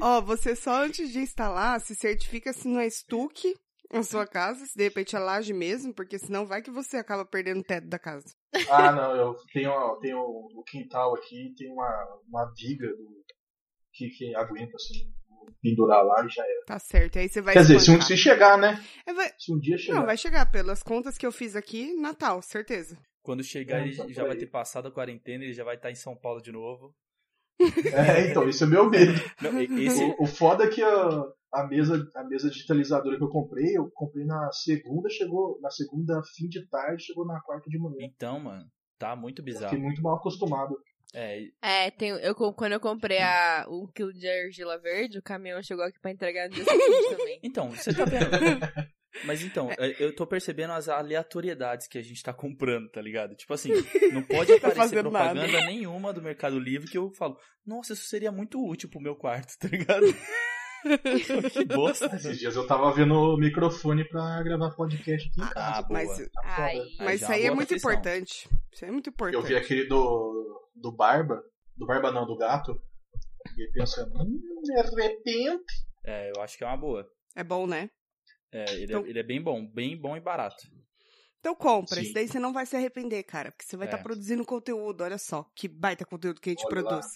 Speaker 2: Ó, você só antes de instalar, se certifica se não é estuque na sua casa, se de repente é laje mesmo, porque senão vai que você acaba perdendo o teto da casa.
Speaker 3: Ah, não, eu tenho, eu tenho o quintal aqui, tem uma, uma viga do- que, que aguenta, assim, pendurar lá e já era.
Speaker 2: Tá certo. Aí você vai.
Speaker 3: Quer dizer, se, um,
Speaker 2: espancar.
Speaker 3: se chegar, né?
Speaker 2: É, vai-
Speaker 3: Se um dia chegar.
Speaker 2: Não, vai chegar. Pelas contas que eu fiz aqui, Natal, certeza.
Speaker 4: Quando chegar,
Speaker 2: É,
Speaker 4: ele
Speaker 3: Nossa,
Speaker 4: já vai
Speaker 3: peraí.
Speaker 4: ter passado a quarentena, ele já vai estar em São Paulo de novo.
Speaker 3: É, então, isso é meu medo.
Speaker 4: Não,
Speaker 2: [laughs]
Speaker 4: e- esse,
Speaker 3: O, o foda é que a, a mesa, a mesa digitalizadora que eu comprei, eu comprei na segunda, chegou na segunda, fim de tarde, chegou na quarta de manhã.
Speaker 4: Então, mano, tá muito
Speaker 3: Fiquei
Speaker 4: bizarro.
Speaker 3: muito mal acostumado.
Speaker 4: É, e-
Speaker 1: É, tem, eu, co- quando eu comprei a, um quilo de argila verde, o caminhão chegou aqui pra entregar no dia seguinte
Speaker 4: [laughs]
Speaker 1: também.
Speaker 4: então, você tá vendo.
Speaker 2: [laughs]
Speaker 4: Mas então, é, eu tô percebendo as aleatoriedades que a gente tá comprando, tá ligado?
Speaker 2: [laughs]
Speaker 4: Tipo assim, não pode
Speaker 2: Tá
Speaker 4: aparecer
Speaker 2: fazendo nada.
Speaker 4: propaganda nenhuma do Mercado Livre que eu falo, nossa, isso seria muito útil pro meu quarto, [laughs]
Speaker 2: [laughs]
Speaker 4: tá ligado? que bosta.
Speaker 2: é
Speaker 3: Esses dias eu tava vendo o microfone pra gravar podcast aqui em casa.
Speaker 4: Ah, boa.
Speaker 2: Mas,
Speaker 1: Ai,
Speaker 4: Aí
Speaker 2: mas
Speaker 4: já é
Speaker 2: isso
Speaker 4: uma
Speaker 2: aí é
Speaker 4: boa
Speaker 2: muito
Speaker 4: refeição.
Speaker 2: importante. Isso aí é muito
Speaker 3: Eu
Speaker 2: importante.
Speaker 3: vi aquele do, do Barba, do Barba não, do Gato, e pensando, hum, de repente...
Speaker 4: É, eu acho que é uma boa.
Speaker 2: É bom, né?
Speaker 4: É, ele,
Speaker 2: Então-
Speaker 4: é, ele é bem bom, bem bom e barato.
Speaker 2: Então compra,
Speaker 3: Sim.
Speaker 2: isso daí você não vai se arrepender, cara, porque você vai
Speaker 4: É.
Speaker 2: estar produzindo conteúdo, olha só, que baita conteúdo que a gente
Speaker 3: Olha lá.
Speaker 2: produz.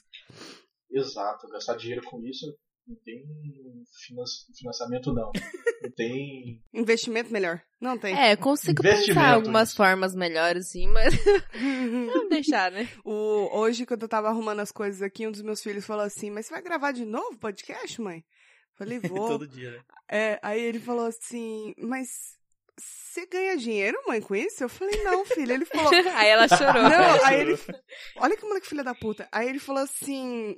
Speaker 3: Exato, gastar dinheiro com isso não tem finan- financiamento não. Não tem...
Speaker 2: Investimento melhor. Não tem.
Speaker 1: É, consigo pensar
Speaker 3: Investimento,
Speaker 1: algumas
Speaker 3: isso.
Speaker 1: formas melhores, sim, mas [laughs] vamos deixar, né?
Speaker 2: [laughs] O, hoje, quando eu tava arrumando as coisas aqui, um dos meus filhos falou assim: Mas você vai gravar de novo podcast, mãe?
Speaker 4: [laughs]
Speaker 2: Falei, vou.
Speaker 4: Todo dia, né?
Speaker 2: É, aí ele falou assim: Mas você ganha dinheiro, mãe, com isso? Eu falei, [laughs] não, filho. Ele falou.
Speaker 1: Aí ela chorou.
Speaker 2: Não, aí ele. Olha que moleque filha da puta. Aí ele falou assim.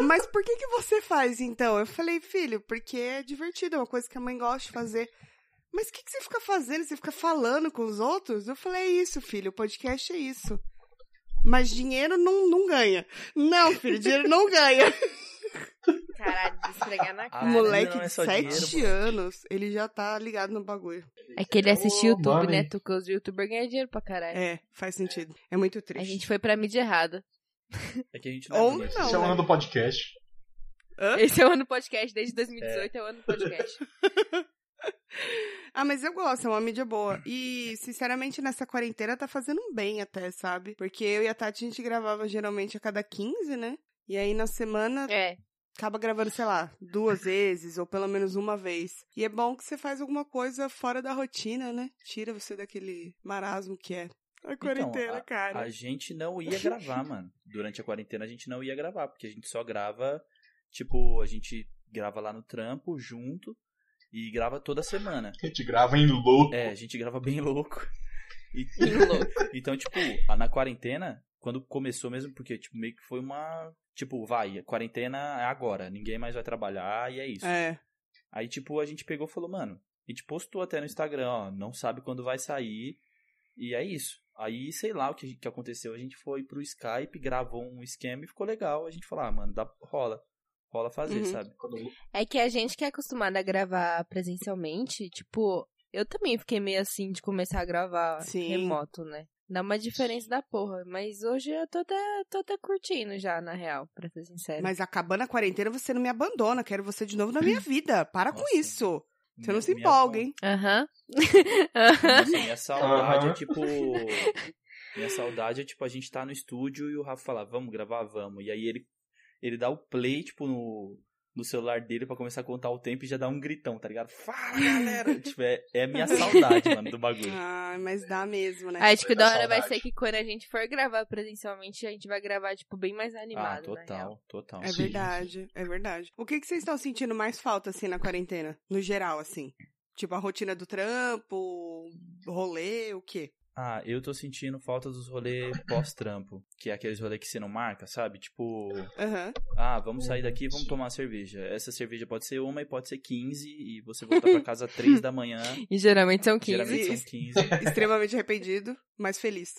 Speaker 2: Mas por que que você faz então? Eu falei, filho, porque é divertido, é uma coisa que a mãe gosta de fazer. Mas o que, que você fica fazendo? Você fica falando com os outros? Eu falei, é isso, filho, o podcast é isso. Mas dinheiro não, não ganha. Não, filho, dinheiro não ganha.
Speaker 1: Caralho, de esfregar na
Speaker 4: [laughs] Ah,
Speaker 2: O
Speaker 1: cara.
Speaker 2: moleque
Speaker 4: não é
Speaker 2: de
Speaker 4: só
Speaker 2: sete
Speaker 4: dinheiro,
Speaker 2: anos, ele já tá ligado no bagulho.
Speaker 1: É que ele assiste YouTube,
Speaker 3: Mano,
Speaker 1: né? Tu que os youtubers ganham dinheiro pra caralho.
Speaker 2: É, faz sentido. É muito triste.
Speaker 1: A gente foi pra mídia errada.
Speaker 4: É que a gente não
Speaker 2: Ou
Speaker 4: é bonito.
Speaker 2: não. né?
Speaker 3: Isso é o ano do podcast.
Speaker 1: Esse é o ano podcast, desde 2018 é, o ano [laughs] podcast.
Speaker 2: Ah, mas eu gosto, é uma mídia boa. E, sinceramente, nessa quarentena tá fazendo um bem até, sabe? Porque eu e a Tati, a gente gravava geralmente a cada 15, né? E aí, na semana,
Speaker 1: É.
Speaker 2: acaba gravando, sei lá, duas vezes, ou pelo menos uma vez. E é bom que você faz alguma coisa fora da rotina, né? Tira você daquele marasmo que é a quarentena,
Speaker 4: Então, a-
Speaker 2: cara.
Speaker 4: A gente não ia gravar, mano. Durante a quarentena a gente não ia gravar, porque a gente só grava, tipo, a gente grava lá no trampo junto e grava toda semana.
Speaker 3: A gente grava em louco.
Speaker 4: É, a gente grava bem louco. E-
Speaker 1: louco.
Speaker 4: então, tipo, a- na quarentena, quando começou mesmo, porque tipo, meio que foi uma. Tipo, vai, a quarentena é agora, ninguém mais vai trabalhar e é isso.
Speaker 2: É.
Speaker 4: Aí, tipo, a gente pegou e falou, mano, a gente postou até no Instagram, ó, não sabe quando vai sair, e é isso. Aí, sei lá o que, que aconteceu, a gente foi pro Skype, gravou um esquema e ficou legal. A gente falou, ah, mano, dá, rola, rola fazer,
Speaker 2: Uhum.
Speaker 4: sabe?
Speaker 3: Quando eu
Speaker 1: É que a gente que é acostumada a gravar presencialmente, tipo, eu também fiquei meio assim de começar a gravar
Speaker 2: Sim.
Speaker 1: remoto, né? Dá uma diferença da porra, mas hoje eu tô até, tô até curtindo já, na real, pra ser sincera.
Speaker 2: Mas acabando a quarentena, você não me abandona. Quero você de novo na minha
Speaker 4: [laughs]
Speaker 2: vida. Para
Speaker 4: Nossa.
Speaker 2: com isso. Você não
Speaker 4: Minha-
Speaker 2: se
Speaker 4: minha-
Speaker 2: empolga, hein?
Speaker 1: [laughs] Aham.
Speaker 4: Nossa, minha saudade é
Speaker 3: Aham.
Speaker 4: tipo. Minha saudade é tipo, a gente tá no estúdio e o Rafa fala, vamos gravar, vamos. E aí ele, ele dá o play, tipo, no, no celular dele pra começar a contar o tempo e já dar um gritão, tá ligado? Fala, galera! tipo, é, é a minha saudade, mano, do bagulho.
Speaker 2: Ah, mas dá mesmo, né?
Speaker 1: Acho que
Speaker 3: Vai
Speaker 1: da
Speaker 3: dar
Speaker 1: hora vai
Speaker 3: saudade.
Speaker 1: ser que quando a gente for gravar presencialmente, a gente vai gravar, tipo, bem mais animado, na
Speaker 4: Ah,
Speaker 1: real.
Speaker 4: total, total.
Speaker 2: É
Speaker 3: Sim.
Speaker 2: verdade, é verdade. O que, que vocês estão sentindo mais falta, assim, na quarentena? No geral, assim? Tipo, a rotina do trampo, rolê, o quê?
Speaker 4: Ah, eu tô sentindo falta dos rolês pós-trampo, que é aqueles rolês que você não marca, sabe? Tipo,
Speaker 2: Aham.
Speaker 4: ah, vamos sair daqui, vamos tomar uma cerveja. Essa cerveja pode ser uma e pode ser 15, e você voltar pra casa às 3 da manhã,
Speaker 1: E geralmente são 15.
Speaker 4: geralmente são
Speaker 2: [laughs]
Speaker 4: 15. [laughs]
Speaker 2: Extremamente arrependido, mas feliz.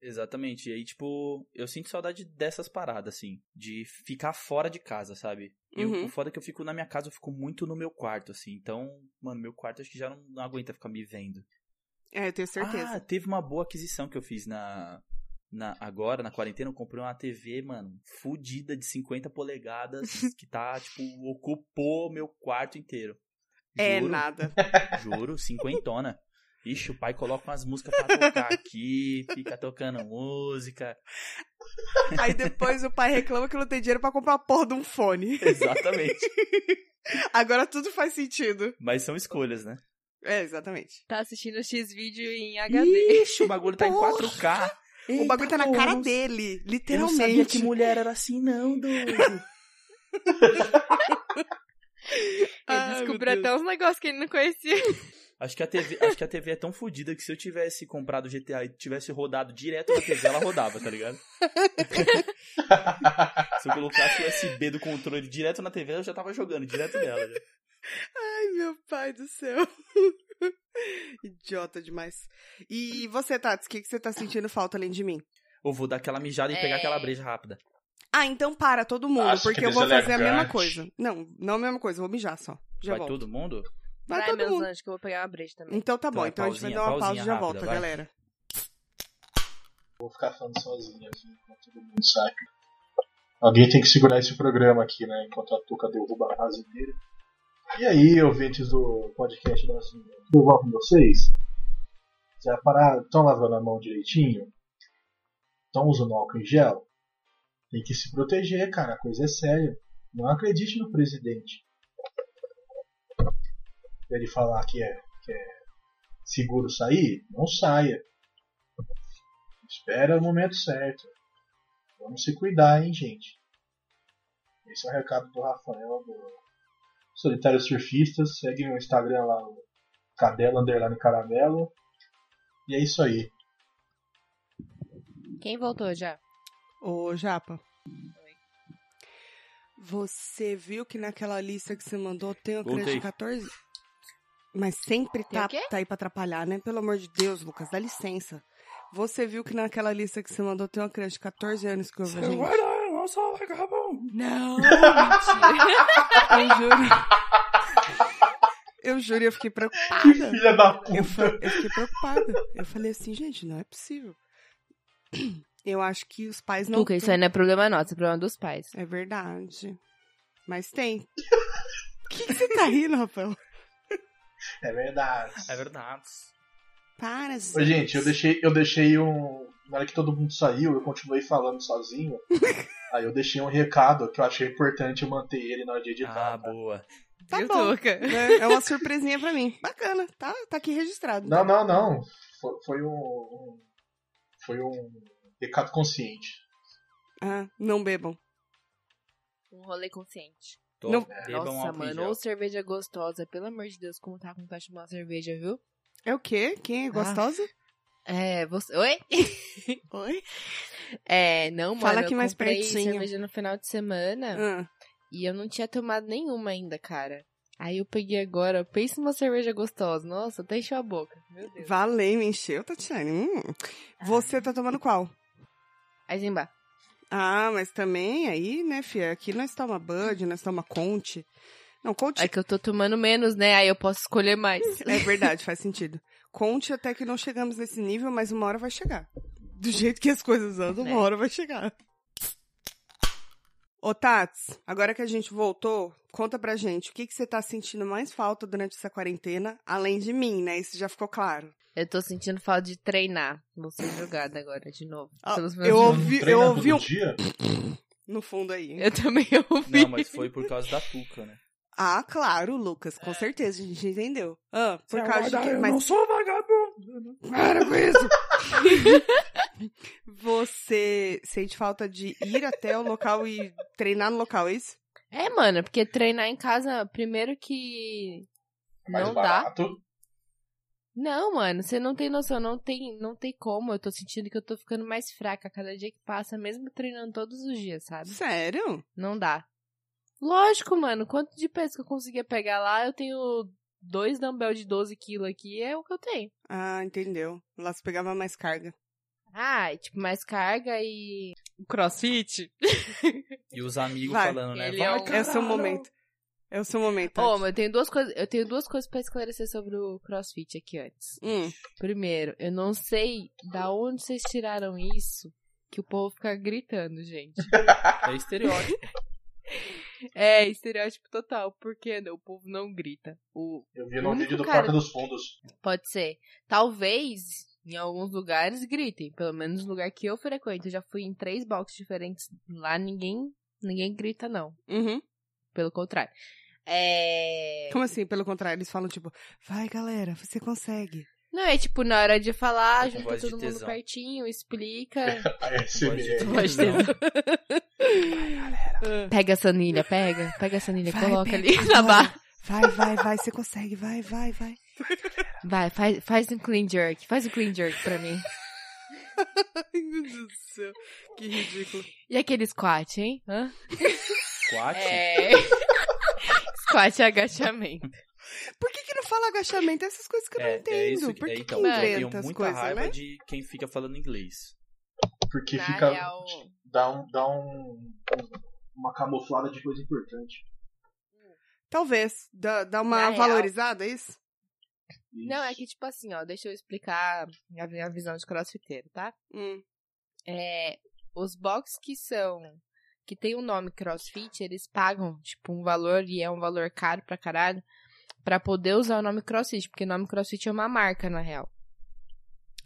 Speaker 4: Exatamente. E aí, tipo, eu sinto saudade dessas paradas, assim. De ficar fora de casa, sabe? E o-
Speaker 2: Uhum.
Speaker 4: o foda é que eu fico na minha casa, eu fico muito no meu quarto, assim. Então, mano, meu quarto acho que já não, não aguenta ficar me vendo.
Speaker 2: É, eu tenho certeza.
Speaker 4: Ah, teve uma boa aquisição que eu fiz na. Na, agora, na quarentena, eu comprei uma TV, mano, fudida de
Speaker 2: [laughs]
Speaker 4: 50 polegadas, que tá, tipo, ocupou meu quarto inteiro.
Speaker 2: é
Speaker 4: Ah, Juro,
Speaker 2: nada.
Speaker 4: Juro, cinquentona. Ixi, o pai coloca umas músicas pra tocar aqui, fica tocando música. [laughs]
Speaker 2: Aí depois o pai reclama que não tem dinheiro pra comprar a porra de um fone.
Speaker 4: Exatamente.
Speaker 2: Agora tudo faz sentido.
Speaker 4: Mas são escolhas, né?
Speaker 2: É, exatamente.
Speaker 1: Tá assistindo X vídeo em HD.
Speaker 4: Ixi, o bagulho tá em
Speaker 2: Porra!
Speaker 4: 4K.
Speaker 2: o bagulho tá na
Speaker 4: Eita,
Speaker 2: cara
Speaker 4: porra.
Speaker 2: dele,
Speaker 4: Eu não sabia
Speaker 2: literalmente.
Speaker 4: que mulher era assim, não, doido.
Speaker 2: Ai,
Speaker 1: Ele
Speaker 2: meu
Speaker 1: descobriu
Speaker 2: Deus.
Speaker 1: até uns negócios que ele não conhecia.
Speaker 4: [laughs]
Speaker 1: [laughs]
Speaker 4: Acho que, a TV, acho que a TV é tão fodida que se eu tivesse comprado GTA e tivesse rodado direto na TV, ela rodava, tá [laughs] ligado? se eu colocasse o USB do controle direto na TV, eu já tava jogando direto nela. já.
Speaker 2: Ai, meu pai do céu. [laughs] Idiota demais. E você, Tati, o que, que você tá sentindo falta além de mim?
Speaker 4: Ou vou dar aquela mijada e pegar
Speaker 1: É.
Speaker 4: aquela breja rápida.
Speaker 2: Ah, então para todo mundo,
Speaker 3: Acho
Speaker 2: porque
Speaker 3: que
Speaker 2: eu vou fazer a mesma
Speaker 3: deselegante.
Speaker 2: coisa. Não, não a mesma coisa, eu vou mijar só. Já
Speaker 4: Vai
Speaker 2: volto.
Speaker 4: todo mundo?
Speaker 2: Vai,
Speaker 1: Vai,
Speaker 2: todo
Speaker 1: meus
Speaker 2: mundo.
Speaker 1: anjos, que eu vou pegar uma breja também.
Speaker 2: Então tá bom,
Speaker 4: Então
Speaker 2: então
Speaker 4: é
Speaker 2: a gente vai dar
Speaker 4: pausinha,
Speaker 2: uma pausa e
Speaker 4: pausinha
Speaker 2: já
Speaker 4: rápida,
Speaker 2: volta,
Speaker 4: vai.
Speaker 2: galera.
Speaker 3: Vou ficar falando sozinho aqui, enquanto assim, todo mundo saca. Alguém tem que segurar esse programa aqui, né? Enquanto a Tuca derruba a base dele. E aí, ouvintes do podcast da Assim, tudo bom com vocês? Já pararam? Estão lavando a mão direitinho? Estão usando álcool em gel? Tem que se proteger, cara. A coisa é séria. Não acredite no presidente. Ele falar que é, que é seguro sair, não saia. Espera o momento certo. Vamos se cuidar, hein, gente. Esse é o recado do Rafael do Solitário Surfista. Segue o Instagram lá, o Cadela Underline Caramelo. E é isso aí.
Speaker 2: Hum.
Speaker 1: Quem voltou já?
Speaker 2: Ô, Japa. Você viu que naquela lista que você mandou tem uma criança de
Speaker 4: Voltei.
Speaker 2: 14? Mas sempre
Speaker 1: Tem
Speaker 2: tá,
Speaker 1: o quê?
Speaker 2: tá aí pra atrapalhar, né? Pelo amor de Deus, Lucas, dá licença. Você viu que naquela lista que você mandou tem uma criança de 14 anos que ouve a gente? Não, mentira. [laughs] Eu juro. Eu juro, eu fiquei preocupada.
Speaker 3: Filha da puta!
Speaker 2: Eu, fa- eu fiquei preocupada. Eu falei assim, gente, não é possível. Eu acho que os pais não.
Speaker 1: Tuca, isso aí não é problema nosso, é problema dos pais.
Speaker 2: É verdade. Mas tem. O que, que você tá rindo, Rafael?
Speaker 3: É verdade.
Speaker 4: É verdade.
Speaker 2: Para, gente.
Speaker 3: Ô, gente, eu deixei, eu deixei um. Na hora que todo mundo saiu, eu continuei falando sozinho. aí eu deixei um recado que eu achei importante eu manter ele na hora de editar.
Speaker 4: Ah, boa.
Speaker 2: Tá
Speaker 1: Viu,
Speaker 2: bom.
Speaker 1: Tuca?
Speaker 2: É é uma surpresinha pra mim. Bacana, tá, tá aqui registrado.
Speaker 3: Não, não, não. Foi, foi um- um. Foi um recado consciente.
Speaker 2: Ah, não bebam.
Speaker 1: Um rolê consciente.
Speaker 4: Tô,
Speaker 2: Não-
Speaker 4: beba um
Speaker 1: Nossa,
Speaker 4: álcool em
Speaker 1: mano,
Speaker 4: gel.
Speaker 1: ou cerveja gostosa. Pelo amor de Deus, como tá com vontade de tomar uma cerveja, viu?
Speaker 2: É o quê? Quem é
Speaker 1: Ah.
Speaker 2: gostosa?
Speaker 1: É, você... Oi?
Speaker 2: Oi?
Speaker 1: É, não, mano.
Speaker 2: Fala aqui
Speaker 1: eu
Speaker 2: mais
Speaker 1: comprei
Speaker 2: pertinho.
Speaker 1: cerveja no final de semana.
Speaker 2: Ah,
Speaker 1: E eu não tinha tomado nenhuma ainda, cara. Aí eu peguei agora, pensa numa cerveja gostosa. Nossa, até encheu a boca. Meu Deus.
Speaker 2: valeu, me encheu, Tatiane. Hum. Você tá tomando qual?
Speaker 1: Aí Zimba.
Speaker 2: Ah, mas também aí, né, fia? Aqui nós toma Bud, nós toma Conte. Não, Conte
Speaker 1: É que eu tô tomando menos, né? Aí eu posso escolher mais. [laughs]
Speaker 2: É verdade, faz sentido. Conte até que não chegamos nesse nível, mas uma hora vai chegar. Do jeito que as coisas andam,
Speaker 1: É.
Speaker 2: uma hora vai chegar. Ô, Tats, agora que a gente voltou, conta pra gente o que, que você tá sentindo mais falta durante essa quarentena, além de mim, né? Isso já ficou claro.
Speaker 1: Eu tô sentindo falta de treinar. Vou ser jogada agora de novo.
Speaker 2: Ah,
Speaker 1: Pelos meus
Speaker 2: eu
Speaker 1: nomes.
Speaker 2: ouvi,
Speaker 3: Treina
Speaker 2: eu
Speaker 3: todo
Speaker 2: ouvi um.
Speaker 3: dia?
Speaker 2: no fundo aí.
Speaker 1: Eu também [laughs] ouvi.
Speaker 4: Não, mas foi por causa da Tuca, né?
Speaker 2: Ah, claro, Lucas, com certeza, a gente entendeu. Ah, por
Speaker 4: é
Speaker 2: causa de que. Mas
Speaker 4: sou vagabundo.
Speaker 2: para com isso! [laughs] Você sente falta de ir até o local e treinar no local, é isso?
Speaker 1: É, mano, porque treinar em casa, primeiro que.
Speaker 3: é Mais
Speaker 1: Não dá.
Speaker 3: barato.
Speaker 1: Não, mano, você não tem noção, não tem, não tem como. Eu tô sentindo que eu tô ficando mais fraca a cada dia que passa, mesmo treinando todos os dias, sabe?
Speaker 2: Sério?
Speaker 1: Não dá. Lógico, mano, quanto de peso que eu conseguia pegar lá, eu tenho dois dumbbell de 12 quilos aqui, é o que eu tenho.
Speaker 2: Ah, entendeu. Lá você pegava mais carga.
Speaker 1: Ah, e, tipo, mais carga e. Crossfit?
Speaker 4: E os amigos
Speaker 2: Vai,
Speaker 4: falando, né?
Speaker 1: ele
Speaker 4: "Vai,
Speaker 1: é um-
Speaker 2: É o seu
Speaker 4: caralho."
Speaker 2: momento. É o seu momento.
Speaker 1: Ô,
Speaker 2: Tati.
Speaker 1: mas eu tenho duas coisas. Eu tenho duas coisas pra esclarecer sobre o crossfit aqui antes.
Speaker 2: Hum,
Speaker 1: Primeiro, eu não sei da onde vocês tiraram isso que o povo fica gritando,
Speaker 4: [laughs]
Speaker 1: gente.
Speaker 4: É estereótipo.
Speaker 1: É, estereótipo total, porque não, o povo não grita. O,
Speaker 3: Eu vi
Speaker 1: O
Speaker 3: no
Speaker 1: único
Speaker 3: vídeo do
Speaker 1: cara-
Speaker 3: Porta dos Fundos.
Speaker 1: pode ser. Talvez em alguns lugares gritem, pelo menos no lugar que eu frequento. Eu já fui em três boxes diferentes lá, ninguém, ninguém grita, não.
Speaker 2: uhum.
Speaker 1: Pelo contrário. É.
Speaker 2: Como assim? Pelo contrário, eles falam tipo, vai galera, você consegue.
Speaker 1: Não, é tipo, na hora de falar,
Speaker 4: Com
Speaker 1: junta
Speaker 4: voz de
Speaker 1: todo mundo
Speaker 4: tesão.
Speaker 1: pertinho, explica.
Speaker 4: [laughs]
Speaker 3: ASMR.
Speaker 4: Tipo,
Speaker 1: Voz de tesão. Pega a sanilha, pega. Pega a sanilha,
Speaker 2: Vai,
Speaker 1: coloca
Speaker 2: pega
Speaker 1: ali na
Speaker 2: agora.
Speaker 1: barra.
Speaker 2: Vai, vai, vai, você consegue, vai, vai, vai.
Speaker 1: Vai, faz, faz um clean jerk. Faz um clean jerk pra mim.
Speaker 2: Ai, meu Deus do céu. Que ridículo.
Speaker 1: E aquele squat, hein? Hã?
Speaker 4: Quatro?
Speaker 1: É. [laughs] squat e agachamento.
Speaker 2: Por que que não fala agachamento? Essas coisas que eu não
Speaker 4: É,
Speaker 2: entendo.
Speaker 4: é isso
Speaker 2: Por
Speaker 4: é,
Speaker 2: que
Speaker 4: então,
Speaker 2: que
Speaker 1: eu tenho
Speaker 4: eu
Speaker 2: inventa
Speaker 4: tenho
Speaker 2: as
Speaker 4: muita
Speaker 2: coisas,
Speaker 4: raiva
Speaker 2: né?
Speaker 4: de quem fica falando inglês.
Speaker 3: Porque
Speaker 1: Na
Speaker 3: fica.
Speaker 1: real-
Speaker 3: Dá, um, dá um, uma camuflada de coisa importante.
Speaker 2: Talvez. Dá, dá
Speaker 1: Na
Speaker 2: uma
Speaker 1: real.
Speaker 2: valorizada, é isso?
Speaker 3: E
Speaker 1: Não, é que tipo assim, ó, deixa eu explicar a minha visão de crossfiteiro, tá?
Speaker 2: Hum.
Speaker 1: É, os box que são que tem o nome CrossFit, eles pagam tipo um valor e é um valor caro pra caralho pra poder usar o nome CrossFit, porque o nome CrossFit é uma marca na real.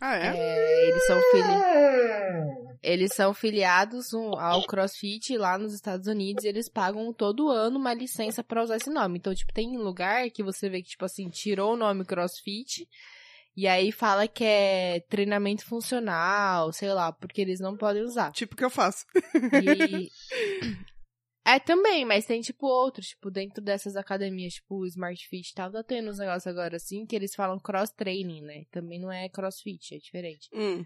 Speaker 2: Ah, é?
Speaker 1: É, eles são fili-
Speaker 3: Hum,
Speaker 1: eles são filiados um- ao CrossFit lá nos Estados Unidos, e eles pagam todo ano uma licença pra usar esse nome. Então, tipo, tem lugar que você vê que tipo assim, tirou o nome CrossFit e aí fala que é treinamento funcional, sei lá, porque eles não podem usar.
Speaker 2: Tipo o que eu faço. [laughs]
Speaker 1: E... É também, mas tem tipo outros, tipo, dentro dessas academias, tipo o Smart Fit e tal, tá tendo uns negócios agora assim que eles falam cross training, né? Também não é crossfit, é diferente.
Speaker 2: Hum.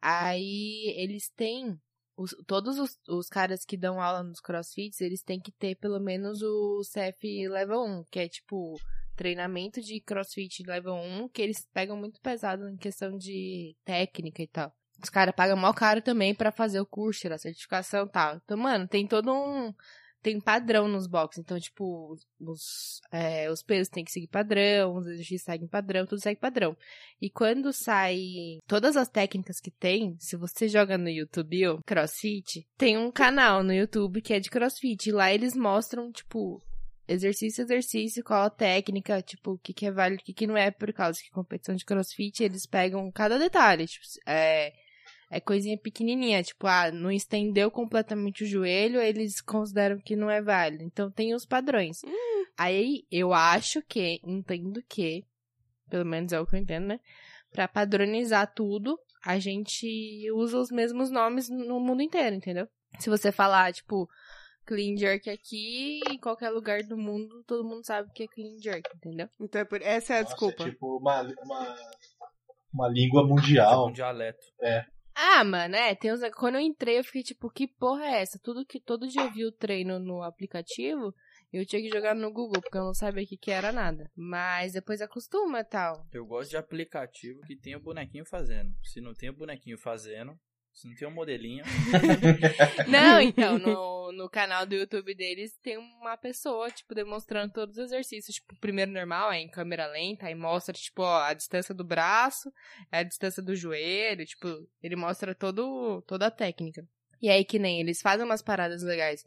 Speaker 1: Aí eles têm. os- todos os, os caras que dão aula nos crossfits, eles têm que ter pelo menos o CF Level 1, que é tipo treinamento de crossfit level 1, que eles pegam muito pesado em questão de técnica e tal. Os caras pagam mal caro também pra fazer o curso, tirar a certificação e tal. Então, mano, tem todo um. Tem padrão nos boxes. Então, tipo, os, é, os pesos têm que seguir padrão, os exercícios seguem padrão, tudo segue padrão. E quando sai todas as técnicas que tem, se você joga no YouTube, ó, CrossFit, tem um canal no YouTube que é de CrossFit. E lá eles mostram, tipo, exercício, exercício, qual a técnica, tipo, o que, que é válido, o que, que não é, por causa que competição de crossfit, eles pegam cada detalhe, tipo, é, é coisinha pequenininha, tipo, ah, não estendeu completamente o joelho, eles consideram que não é válido. Então, tem os padrões. Aí, eu acho que, entendo que, pelo menos é o que eu entendo, né, pra padronizar tudo, a gente usa os mesmos nomes no mundo inteiro, entendeu? Se você falar, tipo, clean jerk aqui, em qualquer lugar do mundo, todo mundo sabe o que é clean jerk, entendeu?
Speaker 2: Então é por... essa é a
Speaker 3: nossa,
Speaker 2: desculpa.
Speaker 3: É tipo uma, uma, uma língua
Speaker 4: É um
Speaker 3: mundial.
Speaker 4: dialeto.
Speaker 1: Ah, mano, é, tem uns... quando eu entrei eu fiquei tipo, que porra é essa? Tudo que todo dia eu vi o treino no aplicativo, eu tinha que jogar no Google, porque eu não sabia o que que era nada. Mas depois acostuma e tal.
Speaker 4: Eu gosto de aplicativo que tenha bonequinho fazendo. Se não tem o bonequinho fazendo, se não tem o modelinho,
Speaker 1: Não, então, no, no canal do YouTube deles tem uma pessoa, tipo, demonstrando todos os exercícios. Tipo, o primeiro normal é em câmera lenta, aí mostra, tipo, ó, a distância do braço, a distância do joelho, tipo, ele mostra todo, toda a técnica. E aí que nem eles fazem umas paradas legais.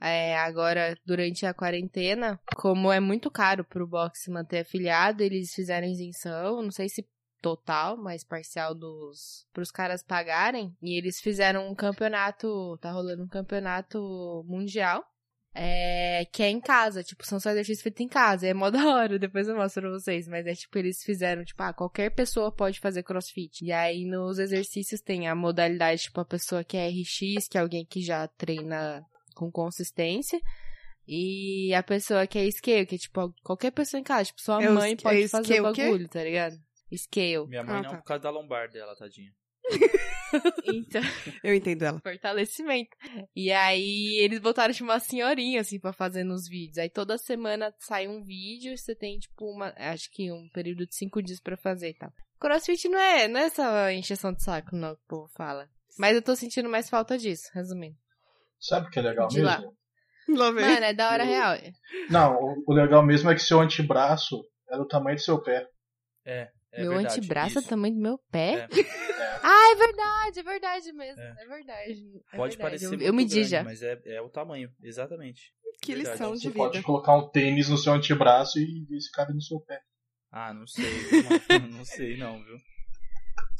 Speaker 1: É, agora, durante a quarentena, como é muito caro pro boxe manter afiliado, eles fizeram isenção, não sei se total, mas parcial dos pros caras pagarem. E eles fizeram um campeonato, tá rolando um campeonato mundial. É, que é em casa, tipo, são só exercícios feitos em casa, é mó da hora, [laughs] depois eu mostro pra vocês, mas é tipo, eles fizeram, tipo, ah, qualquer pessoa pode fazer crossfit, e aí nos exercícios tem a modalidade, tipo, a pessoa que é RX, que é alguém que já treina com consistência, e a pessoa que é scale, que é tipo, qualquer pessoa em casa, tipo, sua
Speaker 2: É o
Speaker 1: mãe
Speaker 2: sca-
Speaker 1: pode
Speaker 2: é
Speaker 1: fazer o
Speaker 2: scale o quê?
Speaker 1: bagulho, tá ligado?
Speaker 4: [laughs]
Speaker 1: Scale.
Speaker 4: Minha mãe
Speaker 2: Ah,
Speaker 4: não,
Speaker 2: tá.
Speaker 4: por causa da lombar dela, tadinha.
Speaker 1: Então, [laughs]
Speaker 2: Eu entendo ela.
Speaker 1: fortalecimento. E aí eles botaram tipo, uma senhorinha assim pra fazer nos vídeos. Aí toda semana sai um vídeo e você tem tipo uma, acho que um período de cinco dias pra fazer e tal. CrossFit não é, não é essa encheção de saco não que o povo fala. Mas eu tô sentindo mais falta disso, resumindo.
Speaker 3: Sabe o que é legal
Speaker 1: De lá.
Speaker 3: mesmo?
Speaker 2: [laughs] Lá vem.
Speaker 1: Mano, é da
Speaker 4: Uhum.
Speaker 1: hora real.
Speaker 3: Não, o, o legal mesmo é que seu antebraço é do tamanho do seu pé.
Speaker 4: É
Speaker 1: meu
Speaker 4: verdade,
Speaker 1: antebraço é
Speaker 4: isso.
Speaker 1: do tamanho do meu pé.
Speaker 4: É.
Speaker 1: [laughs] Ah, é verdade, é verdade mesmo.
Speaker 4: É.
Speaker 1: É, verdade. é
Speaker 4: Pode
Speaker 1: verdade.
Speaker 4: parecer
Speaker 1: Eu,
Speaker 4: muito
Speaker 1: eu medi
Speaker 4: grande,
Speaker 1: já.
Speaker 4: mas é, é o tamanho, exatamente.
Speaker 2: que
Speaker 4: verdade,
Speaker 2: lição
Speaker 4: você
Speaker 2: de
Speaker 3: Você
Speaker 2: vida.
Speaker 3: pode colocar um tênis no seu antebraço e ver se cabe no seu pé.
Speaker 4: Ah,
Speaker 2: [laughs]
Speaker 4: não sei, viu, mano? [laughs] não sei não, viu?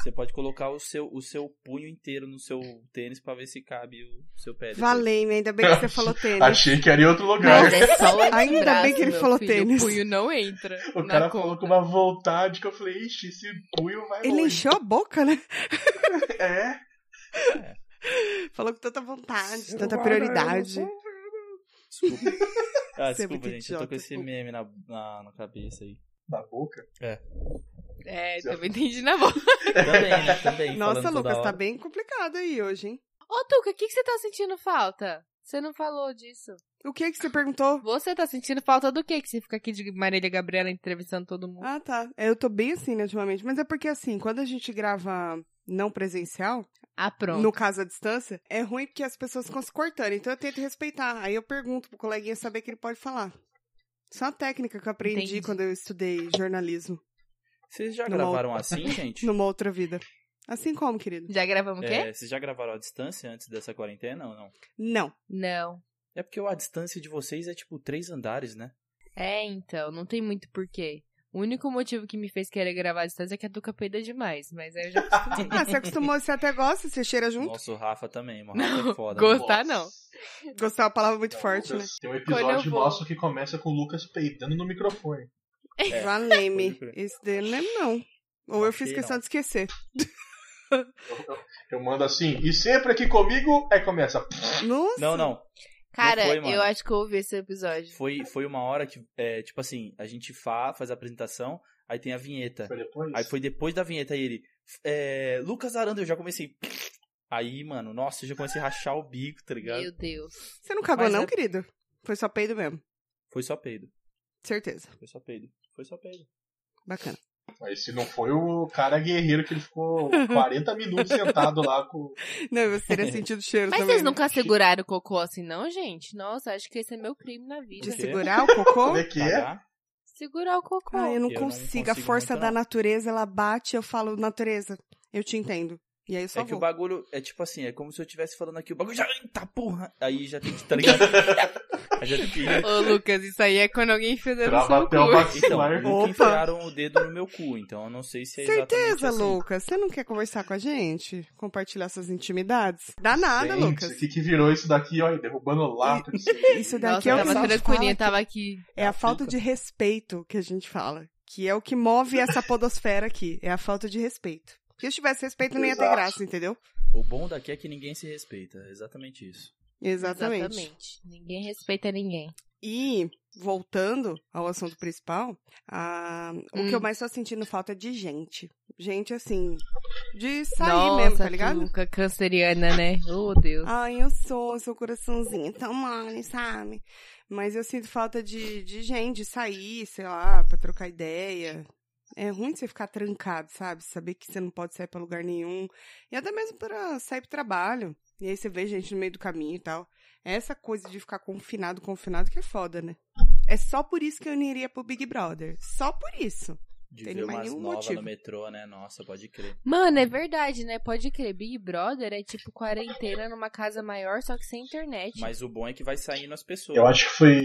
Speaker 4: Você pode colocar o seu, o seu punho inteiro no seu tênis pra ver se cabe o seu pé. depois.
Speaker 2: Valei-me, ainda bem que você
Speaker 4: [laughs]
Speaker 2: falou tênis.
Speaker 3: Achei que era em outro lugar.
Speaker 1: Mas é só o
Speaker 2: Ainda
Speaker 1: antebraço,
Speaker 2: bem que ele
Speaker 1: meu
Speaker 2: falou
Speaker 1: filho.
Speaker 2: tênis.
Speaker 1: O punho não entra.
Speaker 3: O
Speaker 1: é na
Speaker 3: cara
Speaker 1: conta.
Speaker 3: falou com uma vontade que eu falei, ixi, esse punho vai
Speaker 2: Ele
Speaker 3: longe.
Speaker 2: encheu a boca, né? [laughs]
Speaker 3: É.
Speaker 2: Falou com tanta vontade, tanta prioridade.
Speaker 4: Desculpa.
Speaker 1: [laughs]
Speaker 4: Ah,
Speaker 2: Você é
Speaker 4: desculpa,
Speaker 2: muito
Speaker 4: gente. Eu tô
Speaker 2: idiota,
Speaker 4: com esse
Speaker 2: desculpa.
Speaker 4: meme na, na, na cabeça
Speaker 2: [laughs]
Speaker 4: aí.
Speaker 3: Na boca.
Speaker 1: É,
Speaker 3: Certo.
Speaker 1: também entendi na boca.
Speaker 4: Também, né? Também.
Speaker 2: Nossa,
Speaker 4: falando toda
Speaker 2: Lucas, tá
Speaker 4: hora.
Speaker 2: bem complicado aí hoje, hein?
Speaker 1: Ô, Tuca, o que, que você tá sentindo falta? Você não falou disso.
Speaker 2: O que que você perguntou?
Speaker 1: Você tá sentindo falta do quê? Que você fica aqui de Marília Gabriela entrevistando todo mundo.
Speaker 2: Ah, tá. É, Eu tô bem assim, né, ultimamente. Mas é porque, assim, quando a gente grava não presencial,
Speaker 1: Ah, pronto.
Speaker 2: no caso à distância, é ruim porque as pessoas ficam se cortando. Então eu tento respeitar. Aí eu pergunto pro coleguinha saber que ele pode falar. Isso é uma técnica que eu aprendi
Speaker 1: Entendi.
Speaker 2: quando eu estudei jornalismo
Speaker 4: Vocês já
Speaker 2: Numa
Speaker 4: gravaram assim,
Speaker 2: [laughs]
Speaker 4: gente?
Speaker 2: numa outra vida. Assim como, querido?
Speaker 1: Já gravamos o quê?
Speaker 4: É, vocês já gravaram à distância antes dessa quarentena ou não?
Speaker 2: Não.
Speaker 1: Não.
Speaker 4: É porque a distância de vocês é tipo três andares, né?
Speaker 1: É, então, não tem muito porquê. O único motivo que me fez querer gravar a distância é que a Tuca peida demais, mas aí eu já
Speaker 2: [laughs] Ah, você acostumou, você até gosta, você cheira junto.
Speaker 4: Nossa, o Rafa também. O Rafa é foda.
Speaker 1: gosto.
Speaker 4: né?
Speaker 1: Gostar,
Speaker 2: Gostar é uma palavra muito
Speaker 3: Não,
Speaker 2: forte, né?
Speaker 3: Lucas, Tem um
Speaker 1: Quando
Speaker 3: episódio
Speaker 1: eu vou.
Speaker 3: nosso que começa com o Lucas peidando no microfone.
Speaker 4: É,
Speaker 2: Valeme.
Speaker 4: pode crer.
Speaker 2: Esse daí eu não lembro, não. Ou eu fiz
Speaker 4: Achei,
Speaker 2: questão
Speaker 4: não.
Speaker 2: de esquecer.
Speaker 3: Eu mando assim, e sempre aqui comigo, aí começa.
Speaker 2: Nossa.
Speaker 4: Não, não.
Speaker 1: Cara,
Speaker 4: foi, mano.
Speaker 1: eu acho que eu ouvi esse episódio.
Speaker 4: Foi, foi uma hora que, é, tipo assim, a gente fa, faz a apresentação, aí tem a vinheta.
Speaker 3: Foi depois?
Speaker 4: Aí foi depois da vinheta aí ele. é, Lucas Aranda, eu já comecei. Aí, mano, nossa, eu já comecei a rachar o bico, tá ligado?
Speaker 1: Meu Deus.
Speaker 2: Você não cagou,
Speaker 4: Mas
Speaker 2: não,
Speaker 4: é-
Speaker 2: querido? Foi só peido mesmo.
Speaker 4: Foi só peido.
Speaker 2: Certeza.
Speaker 4: Foi só peido. Foi só peido.
Speaker 1: [laughs]
Speaker 2: Bacana.
Speaker 3: Aí se não foi o cara guerreiro que ele ficou 40 minutos sentado lá
Speaker 1: [laughs]
Speaker 3: com.
Speaker 2: Não, você teria sentido o cheiro
Speaker 1: Mas
Speaker 2: também.
Speaker 1: vocês
Speaker 2: né?
Speaker 1: nunca seguraram o cocô assim, não, gente? Nossa, acho que esse é meu crime na vida.
Speaker 2: De
Speaker 4: O quê?
Speaker 2: segurar o cocô?
Speaker 3: Como é que é?
Speaker 4: Pagar?
Speaker 1: Segurar o cocô.
Speaker 2: Ah, eu não
Speaker 4: Eu não
Speaker 2: consigo. a
Speaker 4: consigo
Speaker 2: força
Speaker 4: muito,
Speaker 2: da
Speaker 4: não.
Speaker 2: natureza, ela bate, eu falo, natureza, eu te entendo. E aí eu só
Speaker 4: É que o
Speaker 2: vou.
Speaker 4: bagulho é tipo assim, é como se eu estivesse falando aqui, o bagulho já. Eita porra! Aí já tem que. Tá
Speaker 2: [laughs]
Speaker 4: ligado? aí já tem que.
Speaker 1: Ô, Lucas, isso aí é quando alguém fez no
Speaker 3: Trava
Speaker 1: seu
Speaker 3: até o
Speaker 1: cu.
Speaker 4: Então,
Speaker 3: maxilar.
Speaker 4: nunca
Speaker 2: Opa.
Speaker 4: enfiaram o dedo no meu cu, então eu não sei se é exatamente
Speaker 2: Certeza,
Speaker 4: assim.
Speaker 2: Lucas. Você não quer conversar com a gente? Compartilhar suas intimidades? Dá nada,
Speaker 3: Gente,
Speaker 2: Lucas.
Speaker 3: O que, que virou isso daqui, ó? Derrubando lata. não sei.
Speaker 2: Isso
Speaker 1: Nossa,
Speaker 2: daqui
Speaker 1: eu
Speaker 2: é
Speaker 1: tava
Speaker 2: o que a gente fala
Speaker 1: tranquilinha, tava aqui.
Speaker 2: É a falta de respeito que a gente fala. Que é o que move
Speaker 4: [laughs]
Speaker 2: essa podosfera aqui. É a falta de respeito. Se eu tivesse respeito, não ia ter
Speaker 3: Exato.
Speaker 2: graça, entendeu?
Speaker 4: O bom daqui é que ninguém se respeita, é exatamente isso.
Speaker 2: Exatamente.
Speaker 1: Ninguém respeita ninguém.
Speaker 2: E, voltando ao assunto principal, a- o
Speaker 1: Hum.
Speaker 2: que eu mais tô sentindo falta é de gente. Gente, assim, de sair
Speaker 1: Nossa,
Speaker 2: mesmo, tá ligado?
Speaker 1: Tuca, canceriana, né? Ô, Deus.
Speaker 2: Ai, eu sou, seu coraçãozinho tão mole, sabe? Mas eu sinto falta de, de gente, de sair, sei lá, pra trocar ideia. É ruim você ficar trancado, sabe? Saber que você não pode sair pra lugar nenhum. E até mesmo pra sair pro trabalho. E aí você vê gente no meio do caminho e tal. É Essa coisa de ficar confinado, confinado que é foda, né? É só por isso que eu não iria pro Big Brother. Só por isso.
Speaker 4: De
Speaker 2: Tem
Speaker 4: ver
Speaker 2: mais
Speaker 4: umas
Speaker 1: um
Speaker 2: nenhum
Speaker 4: novas
Speaker 2: motivo.
Speaker 4: no metrô, né? Nossa, pode crer.
Speaker 1: Mano, é verdade, né? Pode crer. Big Brother é tipo quarentena numa casa maior, só que sem internet.
Speaker 4: Mas o bom é que vai saindo as pessoas.
Speaker 3: Eu acho que foi.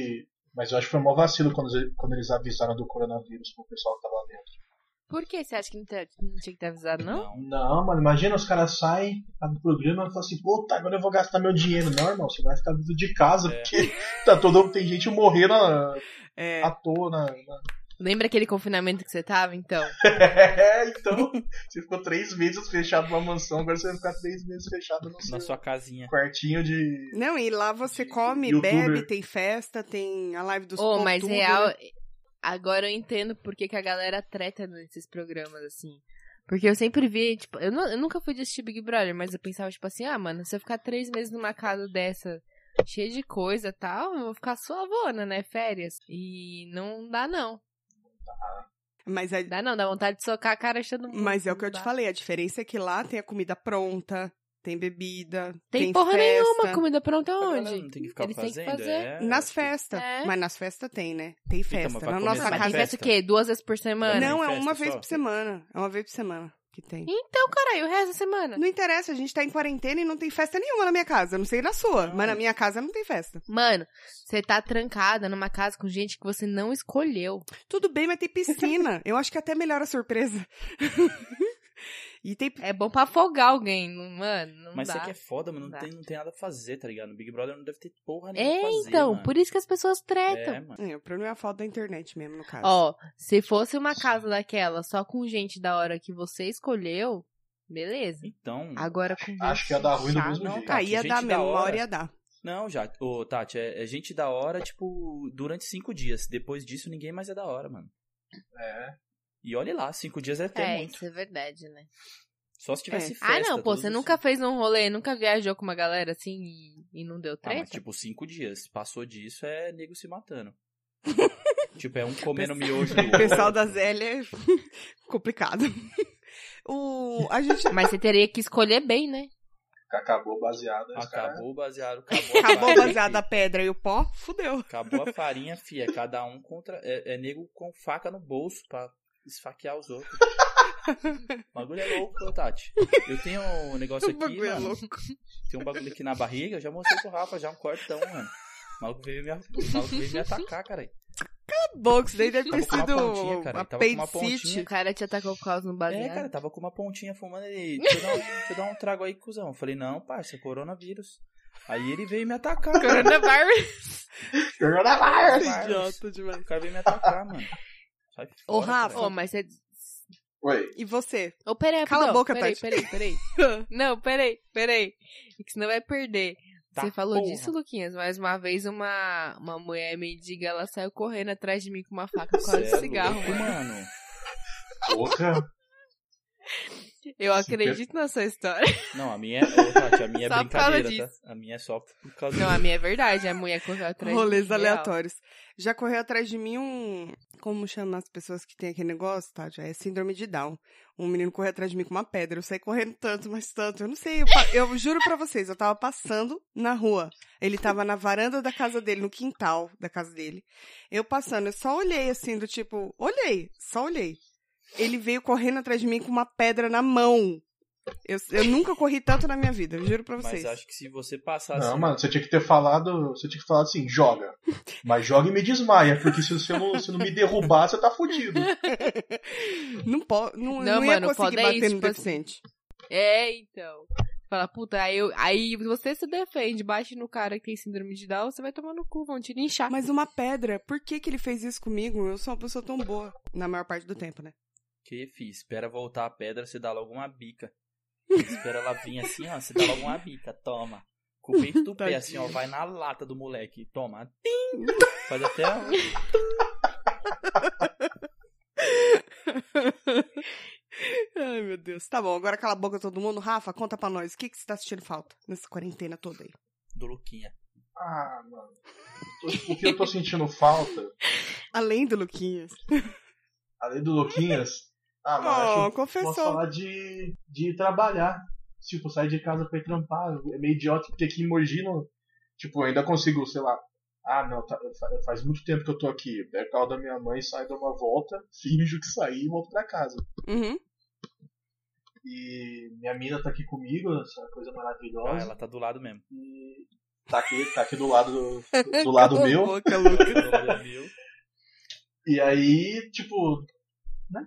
Speaker 3: Mas eu acho que foi mó vacilo quando, eles- quando eles avisaram do coronavírus pro pessoal que tava lá dentro.
Speaker 1: Por que você acha que não, te- não tinha que ter avisado, não?
Speaker 3: Não, mano, imagina os caras saem tá, do programa e falam assim, puta, agora eu vou gastar meu dinheiro. Não, irmão, você vai ficar dentro de casa,
Speaker 4: É.
Speaker 3: porque [laughs] tá todo tem gente morrendo ah,
Speaker 2: É,
Speaker 3: à toa [laughs] na. na-
Speaker 1: Lembra aquele confinamento que você tava, então?
Speaker 3: É, então, você ficou três meses fechado numa mansão, agora você vai ficar três meses fechado no
Speaker 4: Na
Speaker 3: seu
Speaker 4: sua casinha.
Speaker 3: quartinho de.
Speaker 2: Não, e lá você come,
Speaker 3: Youtuber.
Speaker 2: bebe, tem festa, tem a live dos
Speaker 1: Ô, mas
Speaker 2: pontudos,
Speaker 1: real,
Speaker 2: né?
Speaker 1: agora eu entendo por que, que a galera treta nesses programas, assim. Porque eu sempre vi, tipo, eu, nu- eu nunca fui tipo de assistir Big Brother, mas eu pensava, tipo assim, ah, mano, se eu ficar três meses numa casa dessa, cheia de coisa e tal, eu vou ficar suavona, né? Férias. E não dá, não.
Speaker 2: Mas, é,
Speaker 1: Dá não, dá vontade de socar a cara de todo mundo.
Speaker 2: mas é o que eu
Speaker 1: Não
Speaker 2: te
Speaker 1: dá.
Speaker 2: falei, a diferença é que lá tem a comida pronta, tem bebida,
Speaker 1: Tem,
Speaker 2: tem,
Speaker 1: porra
Speaker 2: festa.
Speaker 1: nenhuma, comida pronta
Speaker 4: A
Speaker 1: onde?
Speaker 4: galera Não tem que ficar
Speaker 1: Eles têm
Speaker 4: fazendo.
Speaker 1: que fazer.
Speaker 4: é. Então,
Speaker 2: Nas festas.
Speaker 1: É.
Speaker 2: Mas nas festas tem, né? Tem
Speaker 4: mas
Speaker 2: festa.
Speaker 4: pra
Speaker 2: Na
Speaker 4: comer
Speaker 2: nossa
Speaker 4: essa
Speaker 1: Mas
Speaker 2: casa.
Speaker 1: tem festa o quê? Duas vezes por semana?
Speaker 2: Não,
Speaker 4: Não, tem
Speaker 2: é
Speaker 4: festa
Speaker 2: uma vez
Speaker 4: só?
Speaker 2: por semana. É uma vez por semana que tem.
Speaker 1: Então, caralho, o resto da semana.
Speaker 2: Não interessa, a gente tá em quarentena e não tem festa nenhuma na minha casa. Eu Não sei na sua, mas na minha casa não tem festa.
Speaker 1: Mano, você tá trancada numa casa com gente que você não escolheu.
Speaker 2: Tudo bem, mas tem
Speaker 1: [laughs]
Speaker 2: piscina. Eu acho que é até melhora a surpresa. [laughs] e tem.
Speaker 1: É bom pra afogar alguém, não- mano. Não
Speaker 4: Mas
Speaker 1: dá.
Speaker 4: isso aqui é foda, mano. Não
Speaker 1: Não
Speaker 4: tem, não tem nada a fazer, tá ligado? No Big Brother não deve ter porra nenhuma.
Speaker 1: É,
Speaker 4: pra fazer,
Speaker 1: então,
Speaker 4: mano.
Speaker 1: por isso então. que as pessoas tretam.
Speaker 4: É, mano.
Speaker 2: É, o problema é a falta da internet mesmo, no caso.
Speaker 1: Ó, se fosse uma casa daquela só com gente da hora que você escolheu, beleza.
Speaker 4: Então.
Speaker 1: Agora com gente
Speaker 3: Acho que ia dar ruim do
Speaker 1: chata-
Speaker 3: mesmo
Speaker 4: não,
Speaker 3: jeito.
Speaker 4: tá.
Speaker 2: Aí ia
Speaker 4: gente
Speaker 2: dar
Speaker 4: da
Speaker 2: mesmo, uma
Speaker 4: hora.
Speaker 2: hora ia dar.
Speaker 4: Não, já. Ô, Tati, é, é gente da hora, tipo, durante cinco dias. Depois disso, ninguém mais é da hora, mano.
Speaker 3: É.
Speaker 4: E olha lá, cinco dias é até
Speaker 1: É,
Speaker 4: muito.
Speaker 1: isso é verdade, né?
Speaker 4: Só se tivesse
Speaker 2: É.
Speaker 4: festa.
Speaker 1: ah, não, pô,
Speaker 4: todos
Speaker 1: você
Speaker 4: os-
Speaker 1: nunca fez um rolê, nunca viajou com uma galera assim e, e não deu
Speaker 4: Ah,
Speaker 1: treta?
Speaker 4: mas tipo, cinco dias. Passou disso, é nego
Speaker 2: [laughs]
Speaker 4: se matando. tipo, é um comendo miojo.
Speaker 2: O [laughs] pessoal da Zélia é [laughs] complicado. O, a gente
Speaker 1: Mas você teria que escolher bem, né?
Speaker 3: Acabou baseado. os caras-
Speaker 4: Acabou
Speaker 2: [laughs]
Speaker 4: o baseado, acabou. a
Speaker 2: acabou
Speaker 4: farinha,
Speaker 2: baseado
Speaker 4: fi.
Speaker 2: a
Speaker 4: [laughs]
Speaker 2: pedra e o pó, fudeu.
Speaker 4: Acabou a farinha, fia. Cada um contra. É, é nego com faca no bolso pra esfaquear os
Speaker 2: [laughs]
Speaker 4: outros. O bagulho é louco, Tati. Eu tenho um negócio
Speaker 2: O
Speaker 4: aqui,
Speaker 2: bagulho é
Speaker 4: mano.
Speaker 2: louco.
Speaker 4: Tem um bagulho aqui na barriga, eu já mostrei pro Rafa, já um cortão, mano. O maluco veio me, a- o maluco
Speaker 2: [laughs]
Speaker 4: veio me atacar, cara.
Speaker 2: Box, daí deve ter
Speaker 4: Tava com uma
Speaker 2: sido
Speaker 4: pontinha, cara, tava com uma
Speaker 2: apendicite.
Speaker 1: O cara te atacou por causa do baseado. [laughs]
Speaker 4: É, cara, tava com uma pontinha fumando ele. Deixa eu dar um, [laughs] deixa eu dar um trago aí, cuzão. Eu falei, não, parça, coronavírus. Aí ele veio me atacar.
Speaker 2: [laughs]
Speaker 4: cara.
Speaker 1: Coronavírus.
Speaker 3: Coronavirus!
Speaker 2: Idiota demais.
Speaker 4: O cara veio me atacar, mano. Sai
Speaker 2: Ô,
Speaker 4: fora,
Speaker 2: Rafa,
Speaker 1: Ô,
Speaker 4: cara.
Speaker 1: mas você
Speaker 3: Oi.
Speaker 2: E você?
Speaker 1: Ô, Oh, peraí,
Speaker 2: Cala a
Speaker 1: rapidão.
Speaker 2: boca,
Speaker 1: peraí,
Speaker 2: Tati.
Speaker 1: peraí, peraí.
Speaker 2: [laughs]
Speaker 1: Não, peraí, peraí. É Que senão vai perder.
Speaker 4: Tá,
Speaker 1: Você falou
Speaker 4: porra.
Speaker 1: disso, Luquinhas, mas uma vez uma, uma mulher mendiga, ela saiu correndo atrás de mim com uma faca por causa
Speaker 4: Cê é
Speaker 1: de cigarro.
Speaker 4: louco,
Speaker 2: [laughs]
Speaker 4: mano.
Speaker 3: Porra.
Speaker 1: Eu acredito na sua história.
Speaker 4: Não, a minha é. Ô, Tati, a minha é
Speaker 1: Só por causa
Speaker 4: brincadeira, tá? A minha é só por causa
Speaker 1: [laughs] Não, a
Speaker 4: disso.
Speaker 1: minha é verdade, a mulher correu atrás
Speaker 2: Rolês
Speaker 1: de mim. real.
Speaker 2: aleatórios. Já correu atrás de mim um. Como chama as pessoas que tem aquele negócio, Tati? É síndrome de Down. Um menino correu atrás de mim com uma pedra. Eu saí correndo tanto, mas tanto. Eu não sei. Eu, pa- eu juro pra vocês, eu tava passando na rua. Ele tava na varanda da casa dele, no quintal da casa dele. Eu passando, eu só olhei assim, do tipo, olhei, só olhei. Ele veio correndo atrás de mim com uma pedra na mão. Eu, eu nunca corri tanto na minha vida, eu juro pra vocês.
Speaker 4: Mas acho que se você passasse.
Speaker 3: Não, mano, você tinha que ter falado. Você tinha que falar assim, joga. Mas joga e me desmaia, porque se você não, se não me derrubar, você tá fudido.
Speaker 2: Não, po, não,
Speaker 1: Não,
Speaker 2: não, ia
Speaker 1: mano, o
Speaker 2: conseguir
Speaker 1: foda é
Speaker 2: bater
Speaker 1: isso,
Speaker 2: no
Speaker 1: tipo assim,
Speaker 2: deficiente.
Speaker 1: É, então. Fala, puta, aí, eu, aí você se defende, bate no cara que tem síndrome de Down, você vai tomar no cu, vão te linchar.
Speaker 2: Mas uma pedra, por que que ele fez isso comigo? Eu sou uma pessoa tão boa, na maior parte do tempo, né?
Speaker 4: Que, fi, espera voltar a pedra, você dá logo uma bica. espera ela vir assim, ó, você dá logo uma bica, toma. Com o peito do pé,
Speaker 2: Tadinho.
Speaker 4: assim, ó, vai na lata do moleque, toma. Tim! Faz até.
Speaker 2: Ai, meu Deus. Tá bom, agora cala a boca todo mundo. Rafa, conta pra nós, o que que você tá sentindo falta nessa quarentena toda aí?
Speaker 4: Do Luquinha.
Speaker 3: Ah, mano. Tô- O que eu tô sentindo falta,
Speaker 2: Além do Luquinhas.
Speaker 3: além do Louquinhas. Ah, mano, acho
Speaker 2: Oh,
Speaker 3: que eu posso
Speaker 2: confessou.
Speaker 3: falar de, de trabalhar. Tipo, sair de casa pra ir trampar. É meio idiota, porque aqui em Mogi, não- tipo, eu ainda consigo, sei lá. Ah, não, tá- fa- faz muito tempo que eu tô aqui. Eu Pego o carro da minha mãe, saio, dou uma volta, [laughs] finjo que saí e volto pra casa.
Speaker 2: Uhum.
Speaker 3: E minha mina tá aqui comigo, essa coisa
Speaker 4: Ah,
Speaker 3: maravilhosa.
Speaker 4: ela tá do lado mesmo.
Speaker 3: E tá aqui, tá aqui do lado do, do lado
Speaker 2: Cala a
Speaker 3: meu.
Speaker 2: boca, Lucas.
Speaker 4: Do lado meu.
Speaker 3: E aí, tipo, né?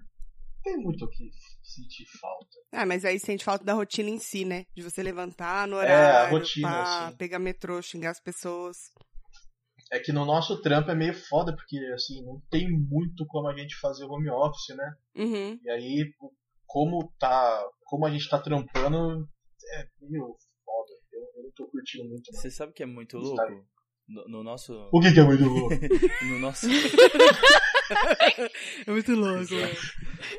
Speaker 3: tem muito o que sentir falta.
Speaker 2: [laughs] Ah, mas aí sente falta da rotina em si, né? De você levantar no
Speaker 3: É, a
Speaker 2: horário,
Speaker 3: rotina,
Speaker 2: pá,
Speaker 3: assim.
Speaker 2: pegar metrô, xingar as pessoas.
Speaker 3: É que no nosso trampo é meio foda, porque assim, não tem muito como a gente fazer home office, né?
Speaker 2: Uhum.
Speaker 3: E aí, como tá. Como a gente tá trampando, é meio foda. Eu, eu não tô curtindo muito, não.
Speaker 4: Você sabe que é muito
Speaker 3: Está
Speaker 4: louco? No, no nosso.
Speaker 3: O que, que é muito louco?
Speaker 4: No nosso.
Speaker 2: É muito louco.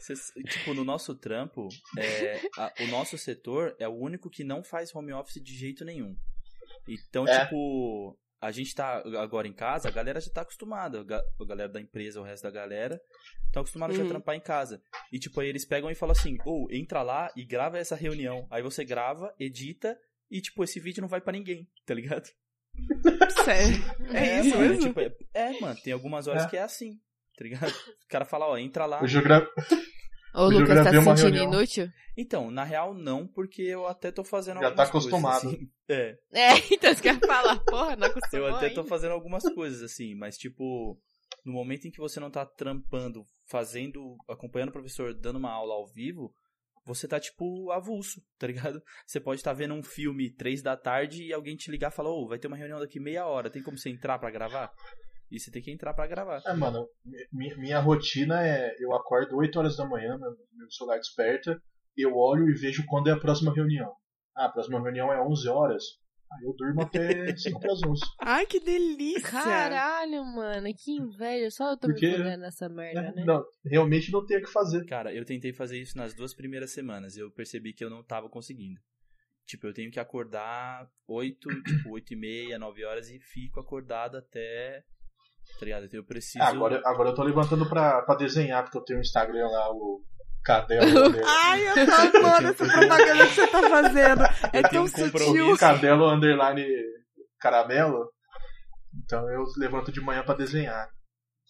Speaker 4: Cês- tipo, no nosso trampo, é, a- o nosso setor é o único que não faz home office de jeito nenhum. Então,
Speaker 3: É.
Speaker 4: tipo, a gente tá agora em casa, a galera já tá acostumada. a ga- A galera da empresa, o resto da galera, tá acostumada já a
Speaker 2: Uhum.
Speaker 4: trampar em casa. E, tipo, aí eles pegam e falam assim: ou entra lá e grava essa reunião. Aí você grava, edita. E, tipo, esse vídeo não vai pra ninguém, tá ligado?
Speaker 2: Sério. É, isso
Speaker 4: mano,
Speaker 2: mesmo?
Speaker 4: tipo, é, é, mano, tem algumas horas
Speaker 3: É.
Speaker 4: que é assim, tá [laughs] ligado? O cara fala, ó, entra lá,
Speaker 3: Hoje eu gra-
Speaker 1: Ô,
Speaker 3: Eu já
Speaker 1: Lucas, tá
Speaker 3: gravei
Speaker 1: se
Speaker 3: uma
Speaker 1: sentindo
Speaker 3: reunião.
Speaker 1: inútil?
Speaker 4: Então, na real, não, porque eu até tô fazendo
Speaker 3: Já tá
Speaker 4: algumas coisas,
Speaker 3: acostumado.
Speaker 4: assim. [laughs] É,
Speaker 1: É, [laughs] então você quer falar, porra, não é acostumou
Speaker 4: eu até
Speaker 1: Tá ainda.
Speaker 4: tô fazendo algumas coisas, assim, mas tipo, no momento em que você não tá trampando, fazendo, acompanhando o professor, dando uma aula ao vivo, você tá, tipo, avulso, tá ligado? [laughs] Você pode estar vendo um filme três da tarde e alguém te ligar e falar, ô, vai ter uma reunião daqui meia hora, tem como você entrar pra gravar? E você tem que entrar pra gravar.
Speaker 3: É, mano, mi- mi- minha rotina é: eu acordo 8 horas da manhã, meu, meu celular desperta, eu olho e vejo quando é a próxima reunião. Ah, a próxima reunião é 11 horas. Aí eu durmo
Speaker 4: [laughs]
Speaker 3: até 5 para as 11.
Speaker 2: Ai, que delícia.
Speaker 1: Caralho, mano, que inveja. Só eu tô
Speaker 3: Porque-
Speaker 1: me fudendo nessa
Speaker 4: É,
Speaker 1: merda, né?
Speaker 3: Não, realmente não tenho o que fazer. Ah,
Speaker 4: Cara, eu tentei fazer isso nas duas primeiras semanas. Eu percebi que eu não tava conseguindo. Tipo, eu tenho que acordar 8, [coughs] tipo, 8 e meia, 9 horas e fico acordado até. Tá ligado? Então Eu preciso.
Speaker 3: Ah, agora, agora eu tô levantando pra, pra desenhar, porque eu tenho um Instagram lá, o
Speaker 4: [laughs]
Speaker 3: Cadelo. Under-
Speaker 2: Ai, eu tô amando Tá essa propaganda que você tá fazendo. É
Speaker 4: Eu tenho
Speaker 2: tão
Speaker 4: um
Speaker 2: sutil.
Speaker 4: compromisso.
Speaker 3: Cadelo Underline Caramelo. Então eu levanto de manhã pra desenhar.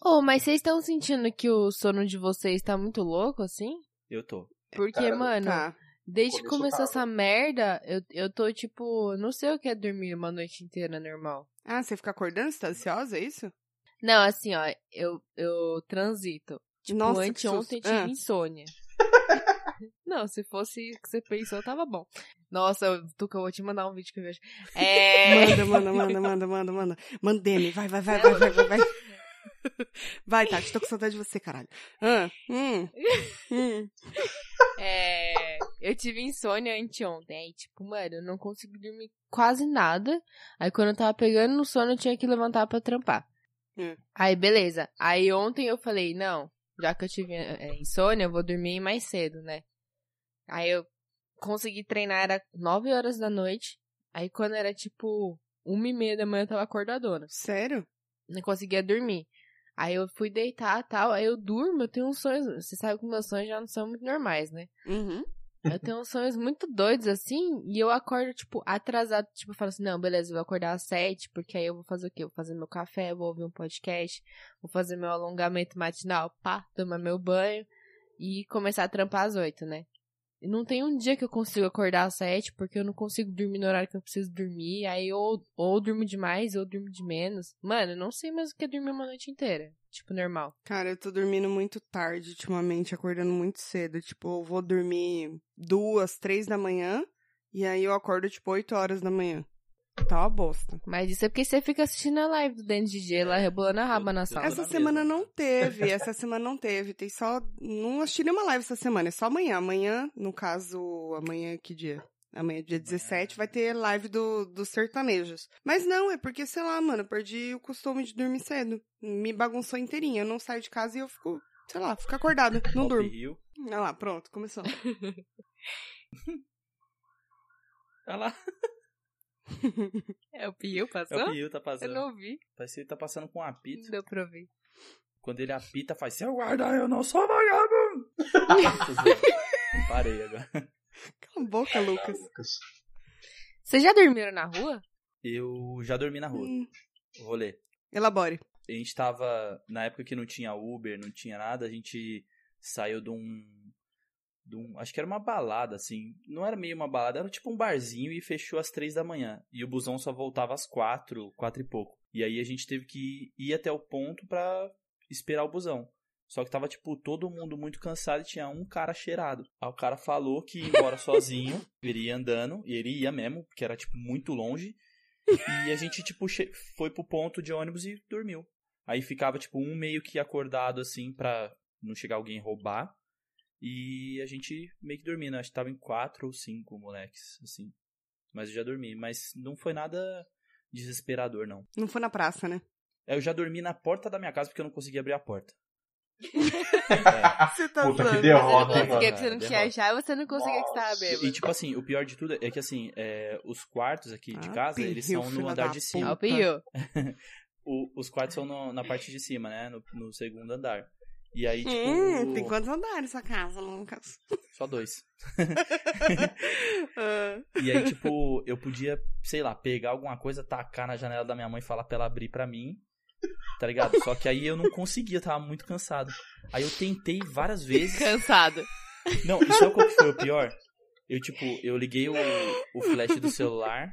Speaker 1: Ô, mas vocês estão sentindo que o sono de vocês tá muito louco, assim?
Speaker 4: Eu tô.
Speaker 1: Porque,
Speaker 3: Cara,
Speaker 1: mano,
Speaker 2: Tá.
Speaker 1: desde que
Speaker 3: começo
Speaker 1: começou
Speaker 3: tava.
Speaker 1: essa merda, eu, eu tô, tipo, não sei o que é dormir uma noite inteira normal.
Speaker 2: Ah, você fica acordando? Você tá ansiosa, é isso?
Speaker 1: Não, assim, ó, eu, eu transito. Tipo,
Speaker 2: Nossa, que
Speaker 1: anteontem eu
Speaker 2: susto.
Speaker 1: tive
Speaker 2: Ah. [laughs]
Speaker 1: insônia. Não, se fosse o que você pensou, tava bom. Nossa, Tuca, eu vou te mandar um vídeo que eu
Speaker 2: [laughs]
Speaker 1: vejo. É.
Speaker 2: Manda, manda, manda, manda, manda, manda. Mandeme, vai, vai, vai, vai, vai, vai, vai. Vai, Tati, tô com saudade de você, caralho. Ah, hum, hum.
Speaker 1: É, eu tive insônia anteontem. Aí, tipo, mano, eu não consegui dormir quase nada. Aí, quando eu tava pegando no sono, eu tinha que levantar pra trampar.
Speaker 2: Hum.
Speaker 1: Aí, beleza. Aí, ontem eu falei, não, já que eu tive é, insônia, eu vou dormir mais cedo, né? Aí, eu consegui treinar, era 9 horas da noite. Aí, quando era, tipo, uma e meia da manhã, eu tava acordadona
Speaker 2: Sério?
Speaker 1: não conseguia dormir. Aí eu fui deitar tal, aí eu durmo, eu tenho uns sonhos. Você sabe que meus sonhos já não são muito normais, né?
Speaker 2: Uhum.
Speaker 1: Eu tenho uns sonhos muito doidos, assim, e eu acordo, tipo, atrasado. Tipo, eu falo assim, não, beleza, eu vou acordar às sete, porque aí eu vou fazer o quê? Eu Vou fazer meu café, vou ouvir um podcast, vou fazer meu alongamento matinal, pá, tomar meu banho e começar a trampar às oito, né? E não tem um dia que eu consigo acordar às sete, porque eu não consigo dormir no horário que eu preciso dormir. Aí ou, ou durmo demais, ou durmo de menos. Mano, eu não sei mais o que é dormir uma noite inteira. Tipo, normal.
Speaker 2: Cara, eu tô dormindo muito tarde ultimamente, acordando muito cedo. Tipo, eu vou dormir duas, três da manhã, e aí eu acordo, tipo, oito horas da manhã. Tá uma bosta.
Speaker 1: Mas isso é porque você fica assistindo a live do Dente DJ lá, rebolando a raba na sala.
Speaker 4: Tava
Speaker 2: Essa
Speaker 4: na
Speaker 2: semana
Speaker 4: mesa.
Speaker 2: não [laughs] teve, essa semana não teve. Tem só. Não assisti nenhuma live essa semana, é só amanhã. Amanhã, no caso, amanhã é que dia? Amanhã, dia 17, vai ter live do, dos sertanejos. Mas não, é porque, sei lá, mano, eu perdi o costume de dormir cedo. Me bagunçou inteirinha. Eu não saio de casa e eu fico, sei lá, fico acordada, não
Speaker 4: Alto
Speaker 2: durmo.
Speaker 4: Rio.
Speaker 2: Olha lá, pronto, [laughs] começou.
Speaker 4: Ah lá,
Speaker 1: É o Pio
Speaker 4: é
Speaker 1: passou?
Speaker 4: o Rio tá
Speaker 1: Eu
Speaker 4: passando.
Speaker 1: não vi,
Speaker 4: Parece que ele tá passando com um
Speaker 1: não
Speaker 4: apito.
Speaker 1: deu pra ouvir.
Speaker 4: Quando ele apita, faz: Seu guarda, eu não sou vagabundo! Parei agora.
Speaker 2: Cala a boca,
Speaker 3: Ah,
Speaker 2: Lucas.
Speaker 3: Lucas.
Speaker 1: Vocês já dormiram na rua?
Speaker 4: Eu já dormi na rua.
Speaker 2: Hum,
Speaker 4: Rolê.
Speaker 2: elabore.
Speaker 4: a gente tava. Na época que não tinha Uber, não tinha nada, a gente saiu de um. De um acho que era uma balada, assim. Não era meio uma balada, era tipo um barzinho e fechou às três da manhã. E o busão só voltava às quatro, quatro e pouco. E aí a gente teve que ir até o ponto pra esperar o busão. Só que tava, tipo, todo mundo muito cansado e tinha um cara cheirado. Aí o cara falou que ia embora [laughs] sozinho, ele ia andando, e ele ia mesmo, porque era, tipo, muito longe. E a gente, tipo, che- foi pro ponto de ônibus e dormiu. Aí ficava, tipo, um meio que acordado, assim, pra não chegar alguém roubar. E a gente meio que dormindo. Acho que tava em quatro ou cinco moleques, assim. Mas eu já dormi. Mas não foi nada desesperador, não.
Speaker 2: Não foi na praça, né?
Speaker 4: Eu já dormi na porta da minha casa porque eu não conseguia abrir a porta.
Speaker 2: Você tá
Speaker 3: Ah, Puta, que
Speaker 2: zoando.
Speaker 1: Você não
Speaker 3: derrota, hein, mano.
Speaker 1: conseguia que você não
Speaker 4: Derrota.
Speaker 1: tinha já, você não conseguia que você tava
Speaker 3: Nossa.
Speaker 4: E,
Speaker 1: bêbado.
Speaker 4: tipo assim, o pior de tudo é que, assim, é, os quartos aqui de
Speaker 2: Ah,
Speaker 4: casa, eles
Speaker 2: pirril,
Speaker 4: são no
Speaker 2: filha
Speaker 4: andar
Speaker 2: da
Speaker 4: de
Speaker 1: Ah,
Speaker 4: cima.
Speaker 1: o Pio.
Speaker 4: O- os quartos são no- na parte de cima, né? No, no segundo andar. E aí, tipo.
Speaker 2: Hum, tem quantos andares sua casa, Lucas?
Speaker 4: Só dois.
Speaker 2: [laughs] Ah,
Speaker 4: E aí, tipo, eu podia, sei lá, pegar alguma coisa, tacar na janela da minha mãe e falar pra ela abrir pra mim. Tá ligado? Só que aí eu não conseguia, eu tava muito cansado. Aí eu tentei várias vezes.
Speaker 1: Cansado.
Speaker 4: Não, e sabe qual que foi o pior? Eu, tipo, eu liguei o, o flash do celular,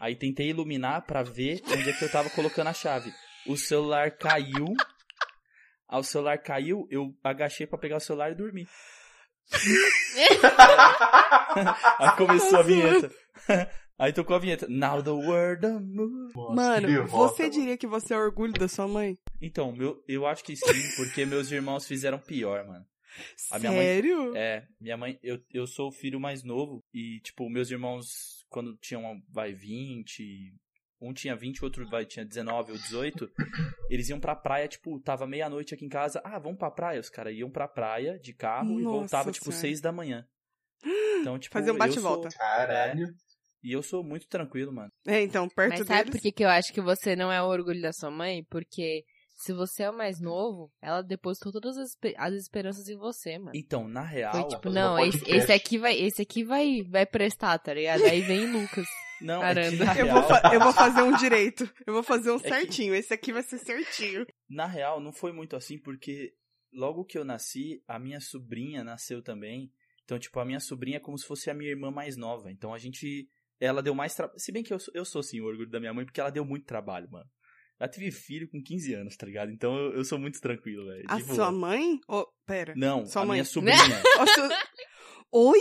Speaker 4: aí tentei iluminar pra ver onde é que eu tava colocando a chave. O celular caiu. Ao celular caiu, eu agachei pra pegar o celular e dormi. aí começou a vinheta. [laughs] Aí tocou a vinheta. Now the world moves.
Speaker 2: Mano,
Speaker 3: derrota,
Speaker 2: você
Speaker 3: mano.
Speaker 2: diria que você é orgulho da sua mãe?
Speaker 4: Então, meu, eu acho que sim, porque meus irmãos fizeram pior, mano. A minha mãe-
Speaker 2: Sério?
Speaker 4: É, minha mãe, eu, eu sou o filho mais novo e, tipo, meus irmãos, quando tinham, vai, 20, um tinha 20, outro vai, tinha 19 ou 18, eles iam pra praia, tipo, tava meia-noite aqui em casa, ah, vamos pra praia, os caras iam pra praia de carro e
Speaker 2: Nossa
Speaker 4: voltava, tipo,
Speaker 2: Senhora.
Speaker 4: 6 da manhã.
Speaker 2: [gasps]
Speaker 4: Então, tipo,
Speaker 2: Fazer um
Speaker 4: eu
Speaker 2: bate-volta.
Speaker 4: sou- É,
Speaker 3: Caralho.
Speaker 4: E eu sou muito tranquilo, mano.
Speaker 2: É, então, perto
Speaker 1: Mas sabe
Speaker 2: deles.
Speaker 1: por que, que eu acho que você não é o orgulho da sua mãe? Porque se você é o mais novo, ela depositou todas as, espe- as esperanças em você, mano.
Speaker 4: Então, na real,
Speaker 1: Foi tipo,
Speaker 3: fazer
Speaker 1: não,
Speaker 3: um
Speaker 1: esse,
Speaker 3: podcast.
Speaker 1: esse aqui vai, esse aqui vai, vai prestar, tá ligado? Aí vem o Lucas.
Speaker 4: não, é que,
Speaker 1: Caramba.
Speaker 4: na
Speaker 2: Eu
Speaker 4: real, É
Speaker 2: vou, fa- eu vou fazer um direito. Eu vou fazer um
Speaker 4: que-
Speaker 2: certinho. Esse aqui vai ser certinho.
Speaker 4: Na real, não foi muito assim, porque logo que eu nasci, a minha sobrinha nasceu também. Então, tipo, a minha sobrinha é como se fosse a minha irmã mais nova. Então a gente. Ela deu mais trabalho. Se bem que eu, sou- eu sou, sim, o orgulho da minha mãe, porque ela deu muito trabalho, mano. Ela teve filho com 15 anos, tá ligado? Então eu, eu sou muito tranquilo, velho.
Speaker 2: A
Speaker 4: de boa.
Speaker 2: sua mãe? Ô, pera.
Speaker 4: Não,
Speaker 2: Sua
Speaker 4: a
Speaker 2: mãe.
Speaker 4: minha sobrinha. [laughs]
Speaker 2: A sua- [laughs] Oi?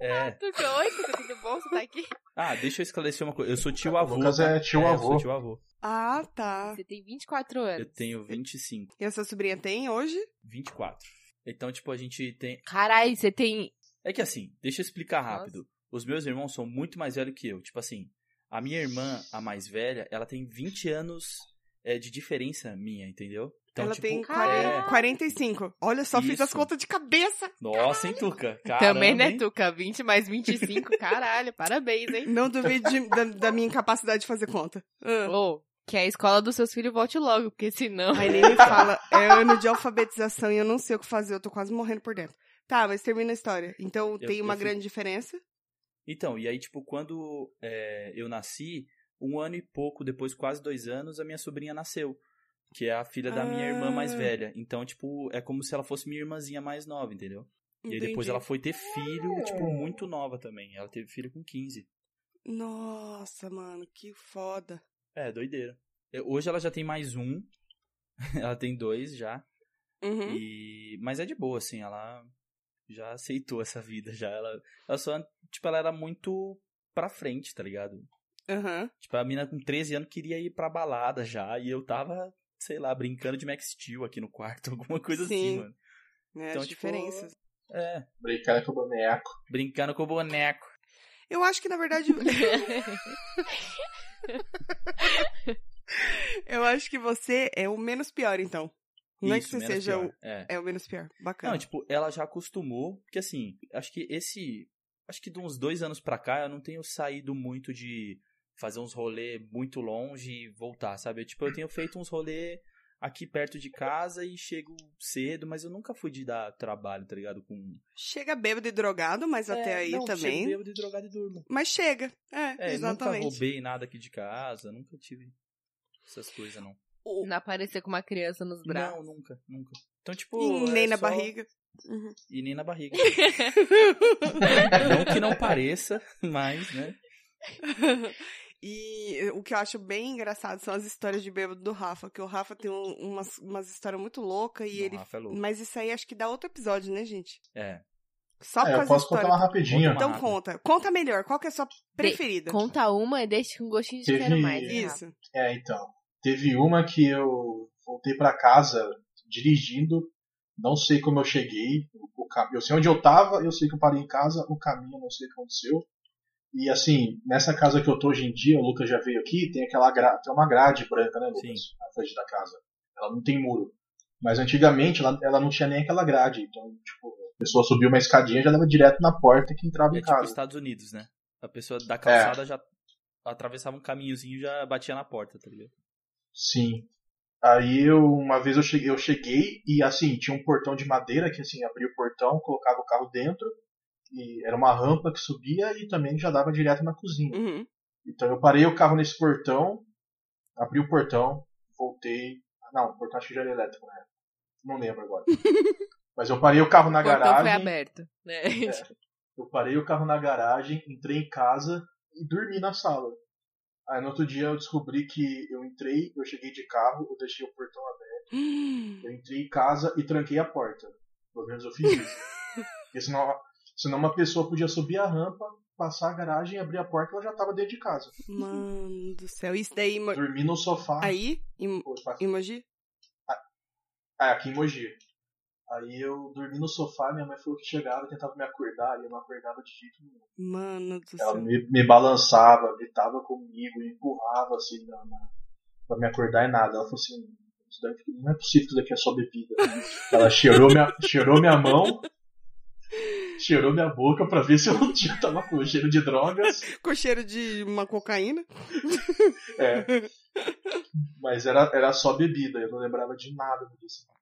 Speaker 4: é.
Speaker 1: Oi, Tuca, tudo bom? Você tá aqui?
Speaker 4: Ah, deixa eu esclarecer uma coisa. Eu sou tio
Speaker 3: O
Speaker 4: avô.
Speaker 3: Lucas
Speaker 4: tá?
Speaker 3: é tio
Speaker 4: eu sou
Speaker 3: avô.
Speaker 4: tio avô.
Speaker 2: Ah, tá.
Speaker 1: Você tem 24
Speaker 4: Eu
Speaker 1: anos.
Speaker 4: tenho 25,
Speaker 2: E a sua sobrinha tem hoje?
Speaker 4: 24. Então, tipo, a gente tem.
Speaker 1: Caralho, você tem.
Speaker 4: É que assim, deixa eu explicar rápido. Os meus irmãos são muito mais velhos que eu. Tipo assim, a minha irmã, a mais velha, ela tem 20 anos é, de diferença minha, entendeu? Então,
Speaker 2: Ela
Speaker 4: tipo,
Speaker 2: tem
Speaker 1: Caralho.
Speaker 2: 40 45. Olha só, fiz as
Speaker 4: Isso.
Speaker 2: contas de cabeça.
Speaker 4: Nossa, hein,
Speaker 2: [laughs]
Speaker 4: Tuca?
Speaker 1: Também,
Speaker 2: é
Speaker 4: Caramba,
Speaker 1: né,
Speaker 4: hein?
Speaker 1: Tuca? 20 mais [laughs] 25, caralho, parabéns, [laughs] hein?
Speaker 2: Não duvide de- da, da minha incapacidade de fazer conta. Ah.
Speaker 1: Ou que a escola dos seus filhos volte logo, porque senão. [laughs]
Speaker 2: Aí nem me fala. É ano de alfabetização e eu não sei o que fazer. Eu tô quase morrendo por dentro. Tá, mas termina a história. Então tem
Speaker 4: eu
Speaker 2: uma
Speaker 4: fico-
Speaker 2: grande diferença.
Speaker 4: Então, e aí, tipo, quando é, eu nasci, um ano e pouco depois, quase dois anos, a minha sobrinha nasceu. Que é a filha da minha irmã mais
Speaker 2: Ah.
Speaker 4: velha. Então, tipo, é como se ela fosse minha irmãzinha mais nova, entendeu? E aí depois
Speaker 2: Entendi.
Speaker 4: ela foi ter filho, tipo, muito nova também. Ela teve filho com 15.
Speaker 2: Nossa, mano, que foda.
Speaker 4: É, doideira. É, Hoje ela já tem mais um. [laughs] ela tem dois já.
Speaker 2: Uhum.
Speaker 4: E... Mas é de boa, assim, ela já aceitou essa vida já. Ela, ela só, tipo, ela era muito pra frente, tá ligado?
Speaker 2: Aham.
Speaker 4: Tipo, a mina com 13 anos queria ir pra balada já. E eu tava, sei lá, brincando de Max Steel aqui no quarto, [laughs] alguma coisa assim,
Speaker 2: Sim.
Speaker 4: mano.
Speaker 2: Né,
Speaker 4: Então,
Speaker 2: as
Speaker 4: tipo,
Speaker 2: diferenças.
Speaker 4: É,
Speaker 3: Brincar com o boneco.
Speaker 4: brincando com o boneco.
Speaker 2: Eu acho que, na
Speaker 4: [laughs]
Speaker 2: verdade, eu acho que você é o menos pior, então. Não é que
Speaker 4: Isso,
Speaker 2: você
Speaker 4: menos
Speaker 2: seja
Speaker 4: pior.
Speaker 2: o.
Speaker 4: É.
Speaker 2: É o menos pior. Bacana.
Speaker 4: Não, tipo, ela já acostumou, porque assim, acho que esse. Acho que de uns dois anos pra cá eu não tenho saído muito de fazer uns rolê muito longe e voltar, sabe? Eu, tipo, eu tenho feito uns rolê aqui perto de casa e chego cedo, mas eu nunca fui de dar trabalho, tá ligado? Com.
Speaker 2: Chega bêbado e drogado, mas até
Speaker 4: É,
Speaker 2: aí
Speaker 4: não,
Speaker 2: também.
Speaker 4: Chego bêbado e drogado e durmo.
Speaker 2: Mas chega. É,
Speaker 4: É,
Speaker 2: exatamente.
Speaker 4: nunca roubei nada aqui de casa, nunca tive essas coisas, não.
Speaker 1: Não aparecer com uma criança nos braços.
Speaker 4: Não, nunca, nunca. Então, tipo.
Speaker 2: E nem
Speaker 4: é
Speaker 2: na
Speaker 4: só-
Speaker 2: barriga. Uhum.
Speaker 4: E nem
Speaker 1: [laughs]
Speaker 4: na barriga. não que não pareça, mas, né?
Speaker 2: [laughs] E eh, o que eu acho bem engraçado são as histórias de bêbado do Rafa, que o Rafa tem um- umas, umas histórias muito loucas e
Speaker 4: Não,
Speaker 2: ele.
Speaker 4: Rafa é louco.
Speaker 2: Mas isso aí acho que dá outro episódio, né, gente?
Speaker 4: É.
Speaker 2: Só por
Speaker 3: É, eu
Speaker 2: causa da
Speaker 3: posso contar
Speaker 2: história.
Speaker 3: uma rapidinha.
Speaker 4: Conta
Speaker 2: Então conta. Conta melhor. Qual que é a sua preferida?
Speaker 1: Conta uma e deixa com gostinho de
Speaker 3: Teve-
Speaker 1: quero mais. né, Rafa?
Speaker 2: Isso.
Speaker 3: É, então. Teve uma que eu voltei pra casa dirigindo, não sei como eu cheguei, o, o cam- eu sei onde eu tava, eu sei que eu parei em casa, o caminho não sei o que aconteceu. E assim, nessa casa que eu tô hoje em dia, o Lucas já veio aqui, tem aquela gra- tem uma grade branca, né, Lucas?
Speaker 4: Sim.
Speaker 3: Na frente da casa. Ela não tem muro. Mas antigamente ela, ela não tinha nem aquela grade. Então, tipo, a pessoa subia uma escadinha já dava direto na porta que entrava
Speaker 4: É
Speaker 3: em
Speaker 4: tipo
Speaker 3: casa.
Speaker 4: Estados Unidos, né? A pessoa
Speaker 2: É.
Speaker 4: da calçada já atravessava um caminhozinho e já batia na porta, tá ligado?
Speaker 3: Sim. Aí eu, uma vez eu cheguei, eu cheguei e assim, tinha um portão de madeira que assim, abria o portão, colocava o carro dentro, e era uma rampa que subia e também já dava direto na cozinha.
Speaker 2: Uhum. [gasps]
Speaker 3: Então eu parei o carro nesse portão, abri o portão, voltei. ah, Não, o portão acho que já era elétrico, né? Não
Speaker 1: [laughs]
Speaker 3: lembro agora. Mas eu parei o carro na
Speaker 1: O portão foi
Speaker 3: garagem.
Speaker 1: aberto,
Speaker 4: É.
Speaker 1: né?
Speaker 3: É, Eu parei o carro na garagem, entrei em casa e dormi na sala. Aí no outro dia eu descobri que eu entrei, eu cheguei de carro, eu deixei o portão aberto. Eu entrei em casa e tranquei a porta. Pelo menos eu fiz isso. Porque senão, senão uma pessoa podia subir a rampa, passar a garagem, abrir a porta e ela já tava dentro de casa.
Speaker 2: Mano do céu. Isso daí. em Mo-
Speaker 3: Dormi no sofá.
Speaker 2: Aí? Em,
Speaker 3: Pô, fa-
Speaker 2: em Mogi?
Speaker 3: Ah, aqui em Mogi. Aí eu dormi no sofá, minha mãe falou que chegava e tentava me acordar, e eu não acordava de jeito nenhum.
Speaker 2: Mano do
Speaker 3: Ela
Speaker 2: céu.
Speaker 3: me, me balançava, gritava comigo, me empurrava assim na, na, pra me acordar e nada. Ela falou assim, isso daqui não é possível que isso daqui é
Speaker 2: [laughs]
Speaker 3: só bebida. Ela cheirou minha, cheirou minha mão, cheirou minha boca pra ver se eu não tinha tava com cheiro de drogas.
Speaker 2: Com cheiro de uma cocaína?
Speaker 3: É. Mas era, era só bebida, eu não lembrava de nada do dia seguinte.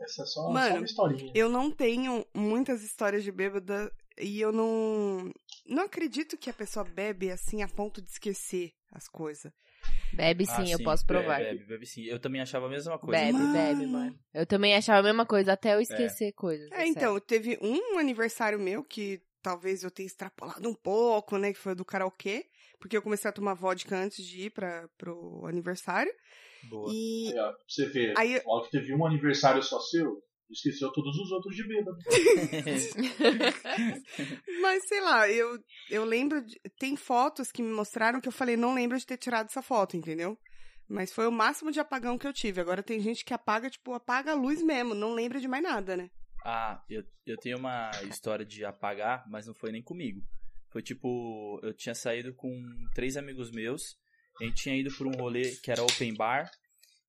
Speaker 3: Essa é só, só
Speaker 2: Mano,
Speaker 3: uma historinha.
Speaker 2: Eu não tenho muitas histórias de bêbada e eu não. Não acredito que a pessoa bebe assim a ponto de esquecer as coisas.
Speaker 1: [laughs] Bebe sim,
Speaker 4: Ah,
Speaker 1: eu posso provar.
Speaker 4: Bebe, bebe, bebe sim. Eu também achava a mesma coisa.
Speaker 1: Bebe,
Speaker 2: Mano.
Speaker 1: bebe, mano. Eu também achava a mesma coisa, até eu esquecer coisas. tá
Speaker 2: É, então, teve um aniversário meu que talvez eu tenha extrapolado um pouco, né? Que foi o do karaokê. Porque eu comecei a tomar vodka antes de ir para pro aniversário.
Speaker 4: Boa.
Speaker 2: E
Speaker 3: Aí, ó, É, pra você ver,
Speaker 2: aí eu-
Speaker 3: logo que teve um aniversário só seu, esqueceu todos os outros de bêbado.
Speaker 4: [laughs]
Speaker 2: Mas sei lá, eu, eu lembro. de- tem fotos que me mostraram que eu falei, não lembro de ter tirado essa foto, entendeu? Mas foi o máximo de apagão que eu tive. Agora tem gente que apaga, tipo, apaga a luz mesmo, não lembra de mais nada, né?
Speaker 4: Ah, eu, eu tenho uma história de apagar, mas não foi nem comigo. Foi tipo, eu tinha saído com três amigos meus, a gente tinha ido pra um rolê que era open bar,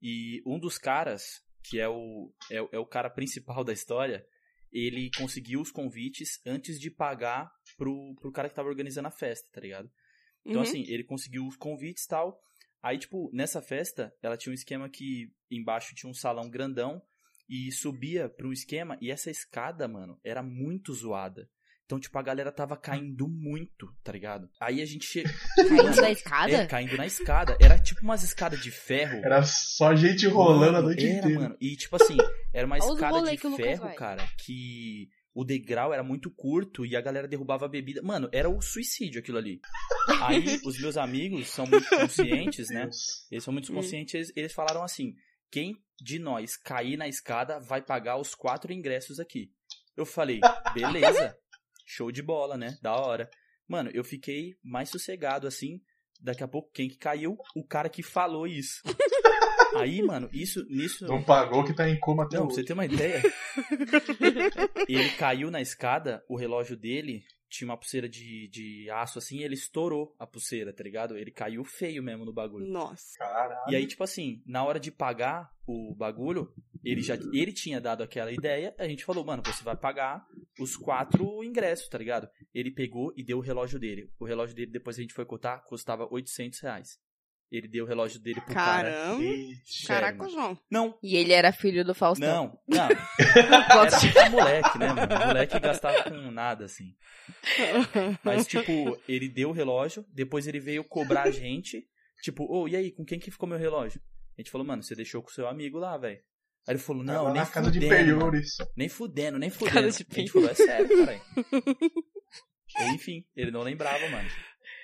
Speaker 4: e um dos caras, que é o, é, o- é o cara principal da história, ele conseguiu os convites antes de pagar pro, pro cara que tava organizando a festa, tá ligado? Então,
Speaker 2: Uhum.
Speaker 4: assim, ele conseguiu os convites e tal. Aí, tipo, nessa festa, ela tinha um esquema que embaixo tinha um salão grandão e subia pra um esquema. E essa escada, mano, era muito zoada. Então, tipo, a galera tava caindo muito, tá ligado? Aí a gente chegou.
Speaker 1: [laughs] Caindo da escada?
Speaker 4: [laughs] É, caindo na escada. Era tipo umas escadas de ferro.
Speaker 3: Era só gente rolando a
Speaker 4: Mano,
Speaker 3: noite
Speaker 4: era,
Speaker 3: inteira.
Speaker 4: mano. E tipo assim, era uma
Speaker 1: Olha os
Speaker 4: escada
Speaker 1: rolê
Speaker 4: de
Speaker 1: que o Lucas
Speaker 4: ferro,
Speaker 1: vai.
Speaker 4: cara, que o degrau era muito curto e a galera derrubava a bebida. Mano, era o suicídio aquilo ali. Aí os meus amigos são
Speaker 3: [laughs]
Speaker 4: muito conscientes, né?
Speaker 3: Deus.
Speaker 4: Eles são muito
Speaker 2: Hum.
Speaker 4: conscientes, eles, eles falaram assim: quem de nós cair na escada vai pagar os quatro ingressos aqui. Eu falei, beleza, show de bola, né? Da hora. Mano, eu fiquei mais sossegado assim. Daqui a pouco, quem que caiu? O cara que falou isso. Aí, mano, isso, nisso.
Speaker 3: Não pagou que tá em coma até
Speaker 4: Não, pra
Speaker 3: hoje.
Speaker 4: você ter uma ideia. ele caiu na escada, o relógio dele tinha uma pulseira de, de aço assim, e ele estourou a pulseira, tá ligado? Ele caiu feio mesmo no bagulho.
Speaker 2: Nossa.
Speaker 3: Caralho.
Speaker 4: E aí, tipo assim, na hora de pagar o bagulho, ele já ele tinha dado aquela ideia, a gente falou, mano, você vai pagar os quatro ingressos, tá ligado? Ele pegou e deu o relógio dele. O relógio dele, depois a gente foi cotar, custava 800 reais. Ele deu o relógio dele pro cara. né?
Speaker 2: Caramba.
Speaker 3: Eita.
Speaker 4: sério,
Speaker 2: Caraca,
Speaker 4: mano.
Speaker 2: João.
Speaker 4: Não,
Speaker 1: E ele era filho do Faustão. [laughs]
Speaker 4: não, não. Era moleque, né, mano? Moleque gastava com nada, assim. Mas, tipo, ele deu o relógio, depois ele veio cobrar a gente. Tipo, ô, e aí, com quem que ficou meu relógio? A gente falou, mano, você deixou com o seu amigo lá, velho. Aí ele falou, não,
Speaker 3: Vai
Speaker 4: nem
Speaker 3: na casa de
Speaker 4: fudendo, mano.
Speaker 3: perores.
Speaker 4: nem fudendo, nem fudendo.
Speaker 1: Casa de
Speaker 4: A gente falou, é sério, caralho. Enfim, ele não lembrava, mano.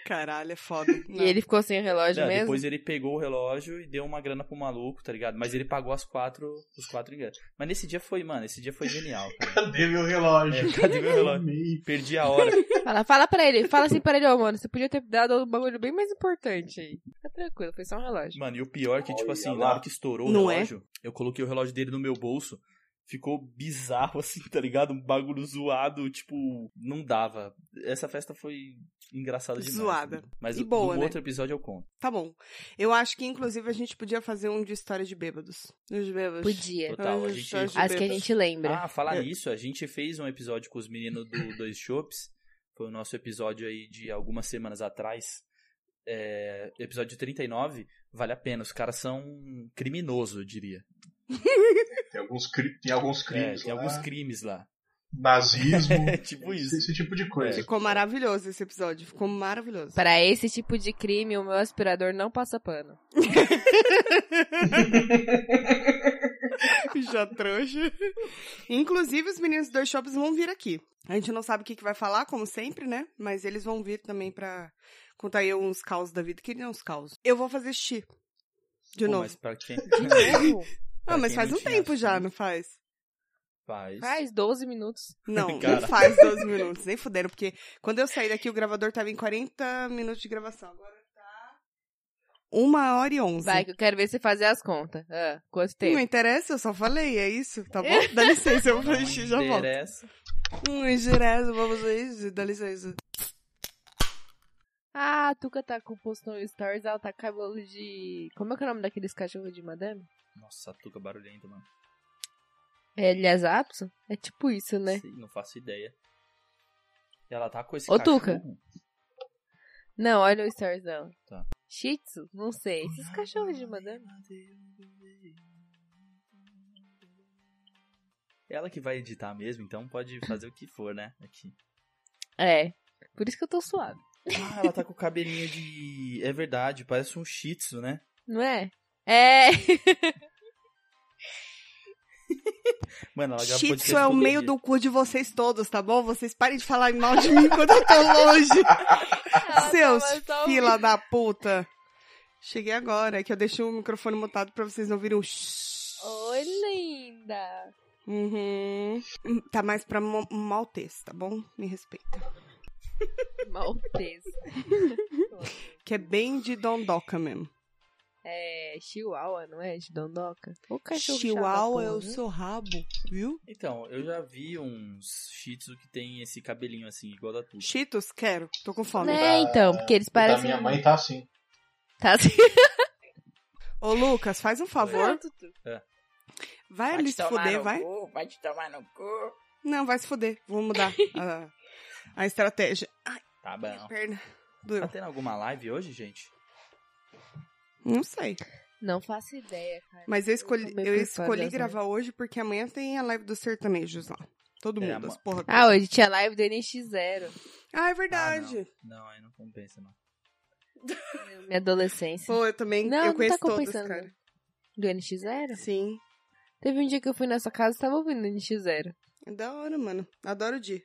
Speaker 2: Caralho, é
Speaker 4: [laughs]
Speaker 2: foda. Não.
Speaker 1: E ele ficou sem o relógio
Speaker 4: Não,
Speaker 1: É mesmo?
Speaker 4: depois ele pegou o relógio e deu uma grana pro maluco, tá ligado? Mas ele pagou as quatro, os quatro enganos. Mas nesse dia foi, mano, esse dia foi genial, cara.
Speaker 1: [laughs]
Speaker 3: Cadê meu relógio?
Speaker 4: É, cadê meu relógio?
Speaker 3: Amei.
Speaker 4: Perdi a hora.
Speaker 1: Fala, fala pra ele, fala assim pra ele, ô mano, você podia ter dado um bagulho bem mais importante aí. Fica tranquilo, foi só um relógio.
Speaker 4: Mano, e o pior é que, tipo
Speaker 3: Olha
Speaker 4: assim,
Speaker 3: lá.
Speaker 4: na hora que estourou o
Speaker 2: Não é?
Speaker 4: relógio, eu coloquei o relógio dele no meu bolso. Ficou bizarro, [laughs] assim, tá ligado? Um bagulho zoado, tipo, não dava. Essa festa foi engraçada demais.
Speaker 2: Zoada.
Speaker 4: né? Mas
Speaker 2: E
Speaker 4: o-
Speaker 2: boa,
Speaker 4: no
Speaker 2: né?
Speaker 4: outro episódio eu conto.
Speaker 2: Tá bom. Eu acho que, inclusive, a gente podia fazer um de história de bêbados. Dos bêbados.
Speaker 3: É.
Speaker 1: Podia.
Speaker 4: Total, a
Speaker 2: Olha
Speaker 4: gente...
Speaker 2: só, gente.
Speaker 1: As que a gente lembra.
Speaker 4: Ah, falar
Speaker 2: É.
Speaker 4: nisso, a gente fez um episódio com os meninos do [laughs] Dois Shops. Foi o nosso episódio aí de algumas semanas atrás. É, episódio 39, vale a pena. Os caras são criminosos, eu diria.
Speaker 3: Tem alguns, cri- tem alguns
Speaker 4: É,
Speaker 3: crimes.
Speaker 4: tem
Speaker 3: lá.
Speaker 4: alguns crimes lá.
Speaker 3: Nazismo.
Speaker 4: [laughs] É tipo isso. É,
Speaker 3: esse, esse tipo de coisa.
Speaker 2: Ficou maravilhoso esse episódio. Ficou maravilhoso.
Speaker 1: Pra esse tipo de crime, o meu aspirador não passa pano.
Speaker 4: [laughs]
Speaker 2: Já trouxa. Inclusive, os meninos dos dois shops vão vir aqui. A gente não sabe o que, que vai falar, como sempre, né? Mas eles vão vir também pra contar aí uns caos da vida. Queria uns caos. Eu vou fazer xixi. [laughs] De
Speaker 4: Pô,
Speaker 2: novo.
Speaker 4: Mas é, pra quem... pra
Speaker 2: ah, mas
Speaker 4: quem
Speaker 2: faz
Speaker 4: não
Speaker 2: um
Speaker 4: tinha
Speaker 2: tempo já,
Speaker 4: assunto,
Speaker 2: não faz?
Speaker 4: Faz.
Speaker 1: Faz 12 minutos.
Speaker 4: [laughs]
Speaker 2: Não,
Speaker 4: Cara.
Speaker 2: não faz 12 minutos. Nem fuderam, porque quando eu saí daqui, o gravador tava em 40 minutos de gravação. Agora tá... Uma hora e 11.
Speaker 1: Vai, que eu quero ver você fazer as contas. Ah, quanto
Speaker 2: Não
Speaker 1: tempo?
Speaker 2: interessa, eu só falei, é isso, tá bom? Dá licença, eu vou fazer xixi e já
Speaker 4: Não
Speaker 2: volto.
Speaker 4: interessa.
Speaker 2: Não interessa, vou fazer isso, dá licença.
Speaker 1: Ah, a Tuca tá com postou no stories, ela tá com cabelo de... Como é que é o nome daqueles cachorros de madame?
Speaker 4: Nossa, tuca barulhento, mano.
Speaker 1: É Elias Apso? É tipo isso, né?
Speaker 4: Sei, não faço ideia. E ela tá com esse
Speaker 1: Ô,
Speaker 4: cachorro.
Speaker 1: Tuca. Não, olha o stories dela.
Speaker 4: Tá. Ah.
Speaker 1: Shih Tzu? Não sei. Esses cachorros de madame.
Speaker 4: Ela que vai editar mesmo, então
Speaker 2: [coughs]
Speaker 4: pode fazer o que for, né? Aqui.
Speaker 1: É. Por isso que eu tô suave.
Speaker 4: Ah, ela tá com o cabelinho de. É verdade, parece um shih tzu, né?
Speaker 1: Não é? É.
Speaker 4: Mano, ela grava
Speaker 2: Shih
Speaker 4: podcast
Speaker 2: Tzu é o
Speaker 4: todo
Speaker 2: meio
Speaker 4: dia.
Speaker 2: do cu de vocês todos, tá bom? Vocês parem de falar mal de mim quando eu tô
Speaker 1: [laughs]
Speaker 2: longe, [laughs]
Speaker 1: Ah,
Speaker 2: seus
Speaker 1: tá
Speaker 2: fila da puta. Cheguei agora, é que eu deixei o microfone mutado pra vocês não ouvirem o shhh.
Speaker 1: Oi, linda.
Speaker 2: Uhum. Tá mais pra mo- maltês, tá bom? Me respeita.
Speaker 1: Maltesa.
Speaker 2: Que é bem de dondoca mesmo.
Speaker 1: É chihuahua, não é? De dondoca. O cachorro
Speaker 2: Chihuahua é
Speaker 1: eu
Speaker 2: o seu rabo, viu?
Speaker 4: Então, eu já vi uns shih tzu que tem esse cabelinho assim, igual da Tuca.
Speaker 2: Cheetos, quero. Tô com fome.
Speaker 1: Né, então, porque eles
Speaker 3: Da
Speaker 1: parecem...
Speaker 2: um
Speaker 3: minha mãe tá assim.
Speaker 1: [laughs] Tá assim.
Speaker 2: Ô, Lucas, faz um favor. Vai ali se fuder, vai.
Speaker 1: Vai te tomar no cu.
Speaker 2: Não, vai se fuder. Vou mudar a, a estratégia. Ai,
Speaker 4: Tá
Speaker 2: minha
Speaker 4: bom.
Speaker 2: perna.
Speaker 4: Tá
Speaker 2: Doeu.
Speaker 4: tendo alguma live hoje, gente?
Speaker 2: Não sei.
Speaker 1: Não faço ideia, cara.
Speaker 2: Mas eu escolhi,
Speaker 1: tô meio
Speaker 2: eu
Speaker 1: preocupada
Speaker 2: escolhi
Speaker 1: dessa
Speaker 2: gravar hoje porque amanhã tem a live dos sertanejos lá. Todo
Speaker 4: É,
Speaker 2: mundo,
Speaker 4: ama-
Speaker 2: as porra.
Speaker 1: Ah, hoje tinha live do NX0.
Speaker 2: Ah, é verdade.
Speaker 4: Não, aí não compensa, não.
Speaker 1: Minha adolescência.
Speaker 2: Pô, eu também
Speaker 1: Não,
Speaker 2: eu
Speaker 1: não
Speaker 2: conheço
Speaker 1: tá
Speaker 2: todos,
Speaker 1: compensando.
Speaker 2: cara.
Speaker 1: Do NX0?
Speaker 2: Sim.
Speaker 1: Teve um dia que eu fui na sua casa e tava ouvindo NX0.
Speaker 2: É da hora, mano. Adoro o Di.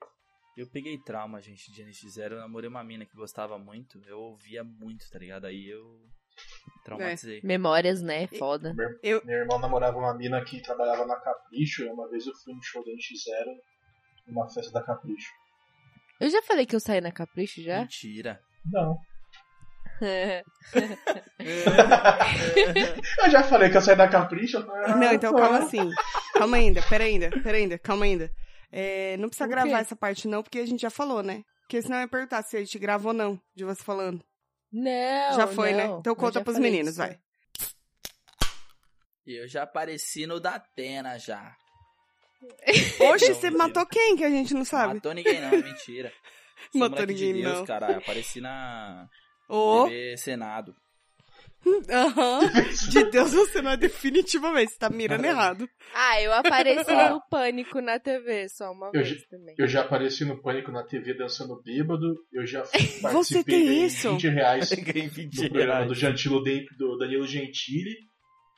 Speaker 4: Eu peguei trauma, gente, de NX0. Eu namorei uma mina que gostava muito. Eu ouvia muito, tá ligado? Aí eu traumatizei.
Speaker 1: Memórias, né? Foda.
Speaker 3: Meu irmão namorava uma mina que trabalhava na Capricho. E uma vez eu fui no show da NX0 numa festa da Capricho.
Speaker 1: Eu já falei que eu saí na Capricho [laughs] já?
Speaker 2: [laughs]
Speaker 4: Mentira.
Speaker 3: Não. Eu já falei que eu saí da Capricho. eu falei, ah,
Speaker 2: Não, então
Speaker 3: pô.
Speaker 2: calma assim. Calma ainda, pera ainda, pera ainda, calma ainda. É, não precisa
Speaker 1: O
Speaker 2: gravar
Speaker 1: quê?
Speaker 2: essa parte não, porque a gente já falou, né? Porque senão eu ia perguntar se a gente gravou ou não, de você falando.
Speaker 1: Não.
Speaker 2: Já foi, né?
Speaker 1: não.
Speaker 2: Então
Speaker 1: Eu
Speaker 2: conta
Speaker 1: já
Speaker 2: pros
Speaker 1: falei
Speaker 2: meninos,
Speaker 1: disso.
Speaker 2: vai.
Speaker 4: Eu já apareci no da Atena já.
Speaker 2: Hoje
Speaker 4: Não,
Speaker 2: você
Speaker 4: mentira.
Speaker 2: matou quem que a gente não sabe?
Speaker 4: Matou ninguém não,
Speaker 2: [laughs]
Speaker 4: é mentira. Sou
Speaker 2: Matou
Speaker 4: moleque de
Speaker 2: ninguém
Speaker 4: Deus,
Speaker 2: não.
Speaker 4: caralho. Apareci na
Speaker 2: Ô,
Speaker 4: TV
Speaker 3: [laughs]
Speaker 4: Senado.
Speaker 2: aham. de Deus você não é definitivamente, você tá mirando errado.
Speaker 1: Ah, eu apareci [laughs]
Speaker 3: Ah.
Speaker 1: no Pânico na TV só uma
Speaker 3: Eu
Speaker 1: vez também.
Speaker 3: Eu já apareci no Pânico na TV dançando bêbado. Eu já fui-
Speaker 2: [laughs]
Speaker 3: participei
Speaker 2: Você tem
Speaker 3: ganhei
Speaker 2: isso?
Speaker 3: 20
Speaker 4: [laughs]
Speaker 3: reais
Speaker 4: Ganhei 20
Speaker 3: do programa do,
Speaker 4: reais.
Speaker 3: Gentilo, Den- do Danilo Gentili.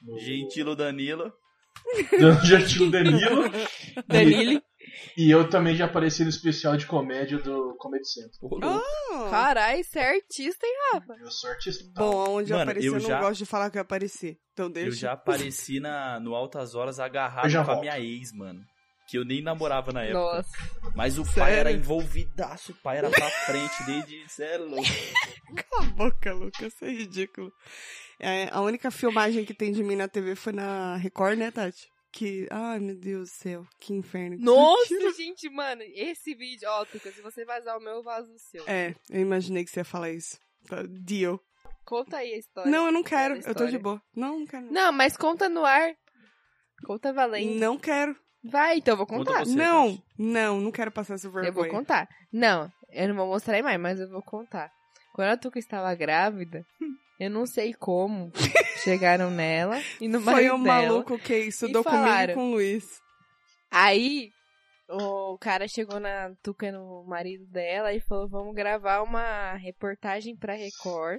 Speaker 3: Do [laughs]
Speaker 4: Gentilo Danilo.
Speaker 3: do Gentilo Danilo.
Speaker 1: Danilo.
Speaker 3: E eu também já apareci no especial de comédia do Comedy Central.
Speaker 4: Ô, louco.
Speaker 2: Ah,
Speaker 1: Carai, você é artista, hein, Rafa?
Speaker 3: Eu sou artista.
Speaker 2: Bom, onde eu
Speaker 4: Mano,
Speaker 2: apareci,
Speaker 4: eu
Speaker 2: eu não
Speaker 4: já-
Speaker 2: gosto de falar que eu apareci. Então deixa.
Speaker 4: Eu já apareci na, no Altas Horas agarrado
Speaker 3: Eu já
Speaker 4: com a
Speaker 3: volto.
Speaker 4: minha ex, mano. Que eu nem namorava na época.
Speaker 1: Nossa.
Speaker 4: Mas o pai
Speaker 2: Sério?
Speaker 4: era envolvidaço, o pai era pra frente desde. Cê é louco.
Speaker 2: [laughs] Cala a boca, Lucas, isso é ridículo. É, a única filmagem que tem de mim na TV foi na Record, né, Tati? Que, ai meu Deus do céu, que inferno.
Speaker 1: [laughs] Nossa, gente, mano, esse vídeo, ó, Tuca, se você vazar o meu, eu vazo o seu.
Speaker 2: É, eu imaginei que você ia falar isso. Tá, Deal.
Speaker 1: Conta aí a história.
Speaker 2: Não, eu não quero,
Speaker 1: Essa
Speaker 2: eu tô de
Speaker 1: história.
Speaker 2: boa. Não, não quero.
Speaker 1: Não, mas conta no ar. Conta valendo.
Speaker 2: Não quero.
Speaker 1: Vai, então eu vou
Speaker 4: Conta
Speaker 1: contar.
Speaker 4: Você,
Speaker 2: não,
Speaker 4: Tati.
Speaker 2: não, não quero passar essa vergonha.
Speaker 1: Eu vou contar. Não, eu não vou mostrar mais, mas eu vou contar. Quando a Tuca estava grávida, eu não sei como chegaram nela e [laughs] no
Speaker 2: Foi
Speaker 1: marido
Speaker 2: um
Speaker 1: dela.
Speaker 2: maluco que estudou
Speaker 1: E
Speaker 2: comigo e
Speaker 1: falaram.
Speaker 2: com o Luiz.
Speaker 1: Aí o cara chegou na Tuca no marido dela e falou: "Vamos gravar uma reportagem pra Record".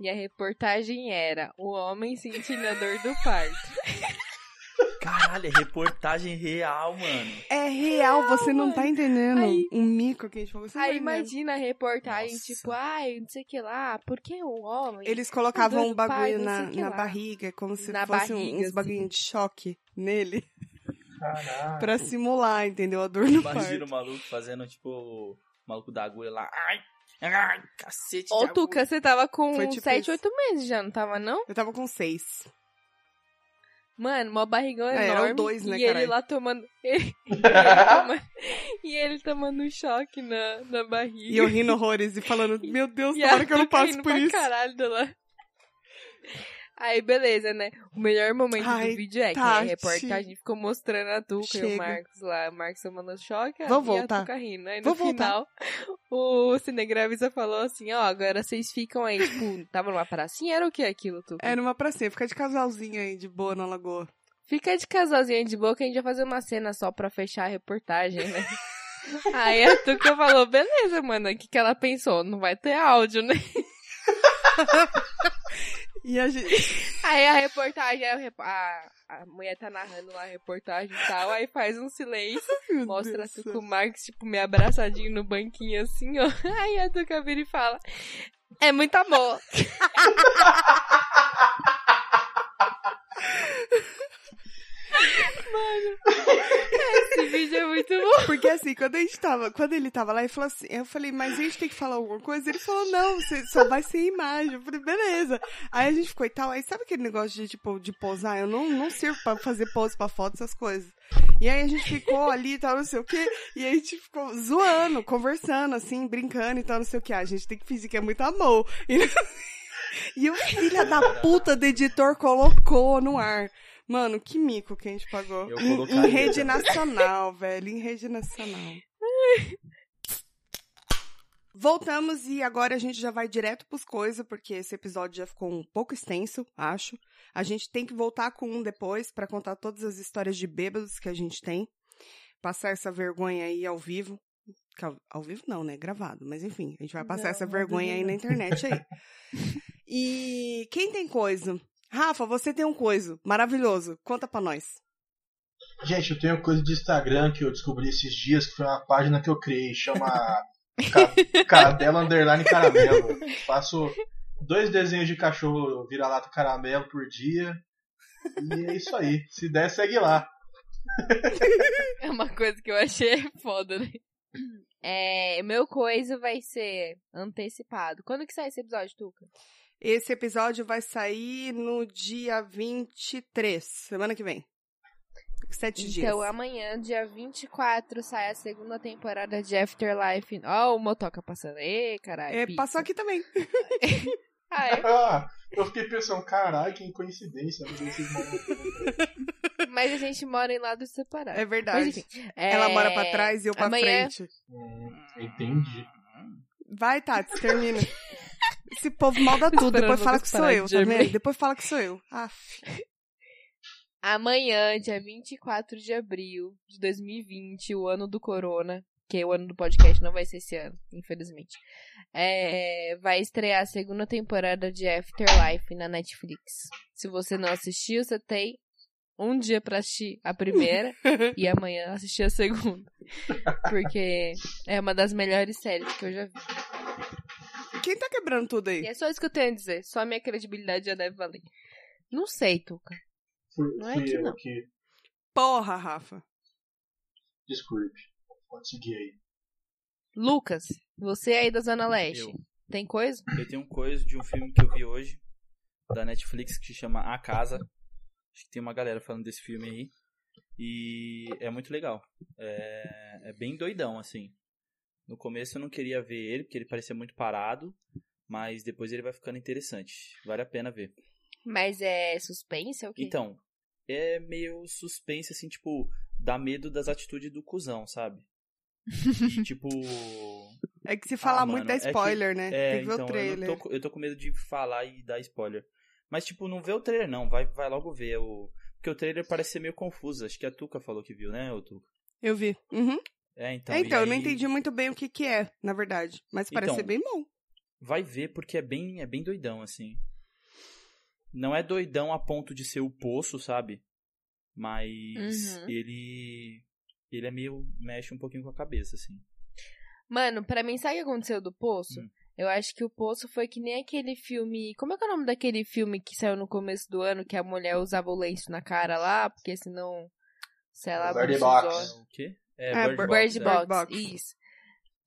Speaker 1: E a reportagem era o homem sentindo a dor do parto.
Speaker 2: [laughs]
Speaker 4: Caralho, é reportagem real, mano.
Speaker 2: É real, você não tá entendendo
Speaker 1: Aí-
Speaker 2: o mico que a gente falou. Você não
Speaker 1: Aí
Speaker 2: tá entendendo.
Speaker 1: imagina a reportagem,
Speaker 4: Nossa.
Speaker 1: tipo, ai, não sei o que lá, porque o homem.
Speaker 2: Eles colocavam um
Speaker 1: Dor do pai,
Speaker 2: bagulho
Speaker 1: não
Speaker 2: na,
Speaker 1: sei o que
Speaker 2: na
Speaker 1: lá.
Speaker 2: barriga, como se
Speaker 1: Na
Speaker 2: fosse um-
Speaker 1: barriga,
Speaker 2: uns
Speaker 1: assim.
Speaker 2: bagulhinhos de choque nele,
Speaker 3: Caralho.
Speaker 2: pra simular, entendeu? A dor [laughs] no
Speaker 4: Imagina o
Speaker 2: parto.
Speaker 4: maluco fazendo, tipo, o maluco da agulha lá. Ai, ai, cacete. de
Speaker 1: Ô,
Speaker 4: agulha.
Speaker 1: Tuca, você tava com
Speaker 2: um Foi
Speaker 1: uns
Speaker 2: tipo
Speaker 1: 7,
Speaker 2: isso.
Speaker 1: 8 meses já, não tava, não?
Speaker 2: Eu tava com seis.
Speaker 1: Mano, mó barrigão
Speaker 2: É,
Speaker 1: enorme.
Speaker 2: era o dois, né,
Speaker 1: E ele
Speaker 2: caralho?
Speaker 1: lá tomando. [laughs] ele- e ele toma- e ele tomando um choque na, na barriga.
Speaker 2: E eu rindo horrores
Speaker 1: [laughs]
Speaker 2: e falando, meu Deus,
Speaker 1: E a
Speaker 2: tomara que eu não
Speaker 1: Tuca
Speaker 2: passo
Speaker 1: rindo
Speaker 2: por
Speaker 1: pra
Speaker 2: isso.
Speaker 1: Caralho, dela. Aí, beleza, né? O melhor momento
Speaker 2: Ai,
Speaker 1: do vídeo é
Speaker 2: Tati.
Speaker 1: que a reportagem ficou mostrando a Tuca e
Speaker 2: Chega.
Speaker 1: o Marcos lá. O Marcos tomando choque
Speaker 2: Vou
Speaker 1: e
Speaker 2: voltar.
Speaker 1: a Tuca rindo. Aí,
Speaker 2: Vou
Speaker 1: no
Speaker 2: voltar.
Speaker 1: final, o Cinegravisa falou assim, ó, agora vocês ficam aí,
Speaker 2: [laughs]
Speaker 1: tipo, tava numa pracinha, era o que aquilo, Tuca?
Speaker 2: Era uma pracinha, fica de casalzinho aí, de boa na lagoa.
Speaker 1: Fica de casalzinho de boca, a gente vai fazer uma cena só pra fechar a reportagem,
Speaker 2: [laughs]
Speaker 1: né? Aí a Tuca falou, beleza, mano, o que, que ela pensou? Não vai ter áudio, né?
Speaker 2: E a gente... [laughs]
Speaker 1: Aí a reportagem, a, rep- a- a mulher tá narrando lá a reportagem e tal, aí faz um silêncio,
Speaker 2: Meu
Speaker 1: mostra a
Speaker 2: Deus do
Speaker 1: Tuca
Speaker 2: céu.
Speaker 1: o Marx, tipo, me abraçadinho no banquinho assim, ó. [laughs] Aí a Tuca vira e fala, é muito amor. [laughs] Mano, esse vídeo é muito bom.
Speaker 2: Porque assim, quando a gente tava, quando ele tava lá, ele falou assim, eu falei, mas a gente tem que falar alguma coisa? Ele falou, não, você só vai ser imagem. Eu falei, beleza. Aí a gente ficou e tal, aí sabe aquele negócio de, tipo, de posar? Eu não, não sirvo pra fazer pose pra foto, essas coisas. E aí a gente ficou ali e tal, não sei o quê, e aí a gente ficou zoando, conversando, assim, brincando e tal, não sei o quê. Ah, a gente tem que fingir que é muito amor. E, e o filho da puta do editor colocou no ar. Mano, que mico que a gente pagou.
Speaker 4: Eu
Speaker 2: Em- Em
Speaker 4: colocaria
Speaker 2: rede
Speaker 4: também.
Speaker 2: nacional, velho. Em rede nacional. Voltamos e agora a gente já vai direto pros coisas, porque esse episódio já ficou um pouco extenso, acho. A gente tem que voltar com um depois pra contar todas as histórias de bêbados que a gente tem. Passar essa vergonha aí ao vivo. Que Ao, ao vivo não, né? Gravado. Mas enfim, a gente vai passar
Speaker 1: Não,
Speaker 2: essa
Speaker 1: não
Speaker 2: vergonha
Speaker 1: duvido
Speaker 2: aí na
Speaker 1: não.
Speaker 2: internet aí. e quem tem coisa? Rafa, você tem um coisa maravilhoso. Conta pra nós.
Speaker 3: Gente, eu tenho coisa de Instagram que eu descobri esses dias, que foi uma página que eu criei, chama Ca- Cadela Underline Caramelo. Faço dois desenhos de cachorro vira-lata caramelo por dia. E é isso aí. Se der, segue lá.
Speaker 1: É uma coisa que eu achei foda, né? É, meu coisa vai ser antecipado. Quando que sai esse episódio, Tuca?
Speaker 2: Esse episódio vai sair no dia 23, semana que vem. Sete dias.
Speaker 1: Então, amanhã, dia 24, sai a segunda temporada de Afterlife. Ó, o Motoca passando. Ê, caralho.
Speaker 2: É,
Speaker 1: pica.
Speaker 2: passou aqui também.
Speaker 1: Ah, é?
Speaker 3: [laughs] Ah, eu fiquei pensando, caralho, que coincidência. não sei se esses malucos-
Speaker 1: Mas a gente mora em lados separados.
Speaker 2: É
Speaker 1: Tá. Mas,
Speaker 2: verdade.
Speaker 1: enfim, é...
Speaker 2: Ela mora pra trás e eu pra
Speaker 1: amanhã-
Speaker 2: frente.
Speaker 3: Hum, Entendi.
Speaker 1: [laughs]
Speaker 2: Vai, Tati, termina. Esse povo mal dá tudo.
Speaker 1: Esperando
Speaker 2: Depois fala que
Speaker 1: vocês
Speaker 2: sou
Speaker 1: pararem
Speaker 2: eu,
Speaker 1: de
Speaker 2: tá
Speaker 1: dormir.
Speaker 2: vendo? Depois fala que sou eu. Aff.
Speaker 1: Amanhã, dia 24 de abril de 2020, o ano do corona, que o ano do podcast não vai ser esse ano, infelizmente. é, vai estrear a segunda temporada de Afterlife na Netflix. Se você não assistiu, você tem um dia pra assistir a primeira e amanhã assistir a segunda. Porque é uma das melhores séries que eu já vi.
Speaker 2: Quem tá quebrando tudo
Speaker 1: E
Speaker 2: aí?
Speaker 1: é só isso que eu tenho a dizer. Só a minha credibilidade já deve valer. Não sei, Tuca.
Speaker 3: Fui,
Speaker 1: Não é
Speaker 3: fui
Speaker 1: que
Speaker 3: eu
Speaker 1: não.
Speaker 3: que
Speaker 2: Porra, Rafa.
Speaker 3: desculpe. Consegui aí.
Speaker 1: Lucas, você aí da Zona Leste.
Speaker 4: Eu.
Speaker 1: Tem coisa?
Speaker 4: Eu tenho um coisa de um filme que eu vi hoje, da Netflix, que se chama A Casa. Acho que tem uma galera falando desse filme aí. E é muito legal. É, é bem doidão, assim. No começo eu não queria ver ele, porque ele parecia muito parado. Mas depois ele vai ficando interessante. Vale a pena ver.
Speaker 1: Mas é suspense ou o quê?
Speaker 4: Então, é meio suspense, assim, tipo, dá medo das atitudes do cuzão, sabe? E, tipo.
Speaker 2: É que se falar
Speaker 4: Ah, mano,
Speaker 2: muito dá
Speaker 4: é que-
Speaker 2: spoiler, né?
Speaker 4: É,
Speaker 2: Tem que ver o
Speaker 4: então, eu, não
Speaker 2: trailer.
Speaker 4: tô, co- eu tô com medo de falar e dar spoiler. Mas, tipo, não vê o trailer, não. Vai, vai logo ver. é O... Porque o trailer parece ser meio confuso. Acho que a Tuca falou que viu, né, o Tuca?
Speaker 2: Eu vi. Uhum.
Speaker 4: É, então.
Speaker 2: É, então,
Speaker 4: e
Speaker 2: eu não
Speaker 4: aí-
Speaker 2: entendi muito bem o que que é, na verdade. Mas parece
Speaker 4: Então.
Speaker 2: ser bem bom.
Speaker 4: Vai ver porque é bem, é bem doidão, assim. Não é doidão a ponto de ser o poço, sabe? Mas
Speaker 1: Uhum.
Speaker 4: ele. Ele é meio. mexe um pouquinho com a cabeça, assim.
Speaker 1: Mano, pra mim, sabe o que aconteceu do Poço?
Speaker 4: Hum.
Speaker 1: Eu acho que o Poço foi que nem aquele filme. Como é que é o nome daquele filme que saiu no começo do ano que a mulher usava o lenço na cara lá? Porque senão. Sei lá,
Speaker 3: Bird
Speaker 1: os
Speaker 3: Box.
Speaker 1: olhos-
Speaker 4: O quê? É,
Speaker 2: É,
Speaker 4: Bird,
Speaker 1: Bird Box,
Speaker 4: Box.
Speaker 2: Bird Box.
Speaker 1: isso.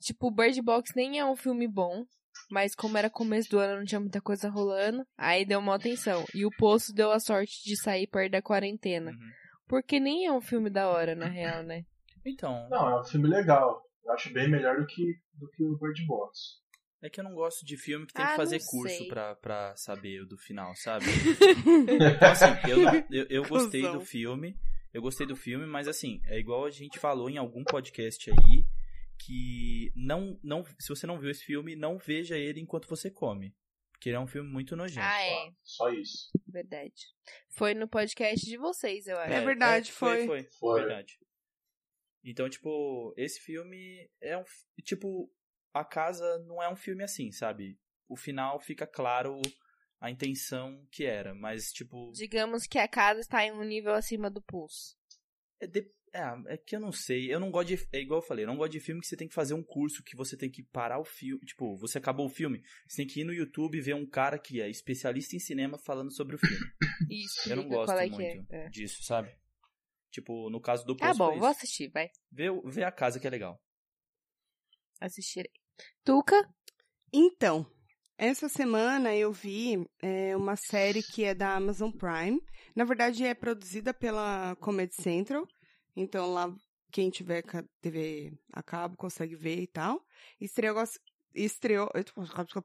Speaker 1: Tipo, Bird Box nem é um filme bom, mas como era começo do ano, não tinha muita coisa rolando, aí deu uma atenção. E o Poço deu a sorte de sair perto da
Speaker 4: é.
Speaker 2: né?
Speaker 1: quarentena.
Speaker 4: Uhum.
Speaker 1: Porque nem é um filme da hora, na real, né?
Speaker 4: Então,
Speaker 3: Não, é um filme legal. Eu acho bem melhor do que, do que o Bird
Speaker 1: [laughs]
Speaker 3: Box.
Speaker 4: é que eu não gosto de filme que tem
Speaker 1: Ah,
Speaker 4: que fazer
Speaker 1: não
Speaker 4: curso
Speaker 1: sei.
Speaker 4: pra, pra saber do final, sabe? Então, assim, eu, eu, eu gostei
Speaker 2: Cusão.
Speaker 4: do filme. Eu gostei do filme, mas assim, é igual a gente falou em algum podcast aí que não, não, se você não viu esse filme, não veja ele enquanto você come. Porque ele é um filme muito nojento.
Speaker 1: ah, é,
Speaker 3: Ó, Só isso.
Speaker 1: verdade. Foi no podcast de vocês, eu acho.
Speaker 2: É verdade, foi.
Speaker 4: foi. Foi,
Speaker 3: Foi.
Speaker 4: verdade. Então, tipo, esse filme é um. fi- Tipo, A Casa não é um filme assim, sabe? O final fica claro a intenção que era, mas, tipo.
Speaker 1: Digamos que a casa está em um nível acima do pulso.
Speaker 4: É, de- é, é que eu não sei. Eu não gosto de. É igual eu falei, eu não gosto de filme que você tem que fazer um curso, que você tem que parar o filme. Tipo, você acabou o filme, você tem que ir no YouTube e ver um cara que é especialista em cinema falando sobre o filme. [coughs]
Speaker 1: Isso,
Speaker 4: Eu não
Speaker 1: diga
Speaker 4: gosto
Speaker 1: qual é que
Speaker 4: muito
Speaker 1: é. É.
Speaker 4: disso, sabe? Tipo, no caso do
Speaker 1: Tá
Speaker 4: Poço, foi
Speaker 1: bom,
Speaker 4: isso.
Speaker 1: vou assistir, vai.
Speaker 4: Vê, o- vê a casa que é legal.
Speaker 1: Assistirei. Tuca?
Speaker 2: Então, essa semana eu vi é, uma série que é da Amazon Prime. Na verdade, é produzida pela Comedy Central. Então, lá, quem tiver ca- TV a cabo consegue ver e tal. Estreou. agora- Estreou. eu tô-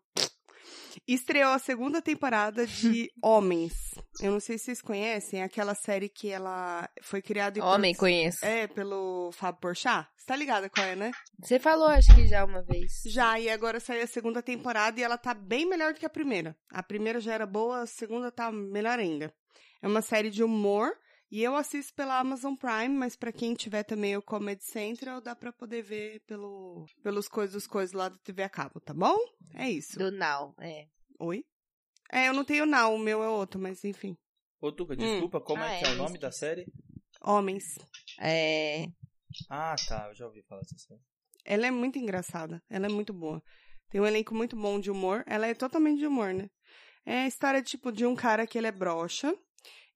Speaker 2: Estreou a segunda temporada de Homens. Eu não sei se vocês conhecem, é aquela série que ela foi criada e
Speaker 1: Homem,
Speaker 2: produ-
Speaker 1: conheço.
Speaker 2: É, pelo Fábio Porchat. Você tá ligada qual é, né?
Speaker 1: Você falou, acho que já uma vez.
Speaker 2: Já, e agora saiu a segunda temporada e ela tá bem melhor do que a primeira. A primeira já era boa, a segunda tá melhor ainda. É uma série de humor e eu assisto pela Amazon Prime, mas pra quem tiver também o Comedy Central, dá pra poder ver pelo, pelos coisas dos coisas lá da TV a cabo, tá bom? É isso.
Speaker 1: Do Now, é.
Speaker 2: Oi? É, eu não tenho não, o meu é outro, mas enfim.
Speaker 4: Ô, Tuca, desculpa, como
Speaker 1: Ah,
Speaker 4: é que é
Speaker 1: é,
Speaker 4: o nome da série?
Speaker 2: Homens.
Speaker 1: É.
Speaker 4: Ah, tá, eu já ouvi falar dessa série.
Speaker 2: Ela é muito engraçada, ela é muito boa. Tem um elenco muito bom de humor, ela é totalmente de humor, né? É a história tipo de um cara que ele é broxa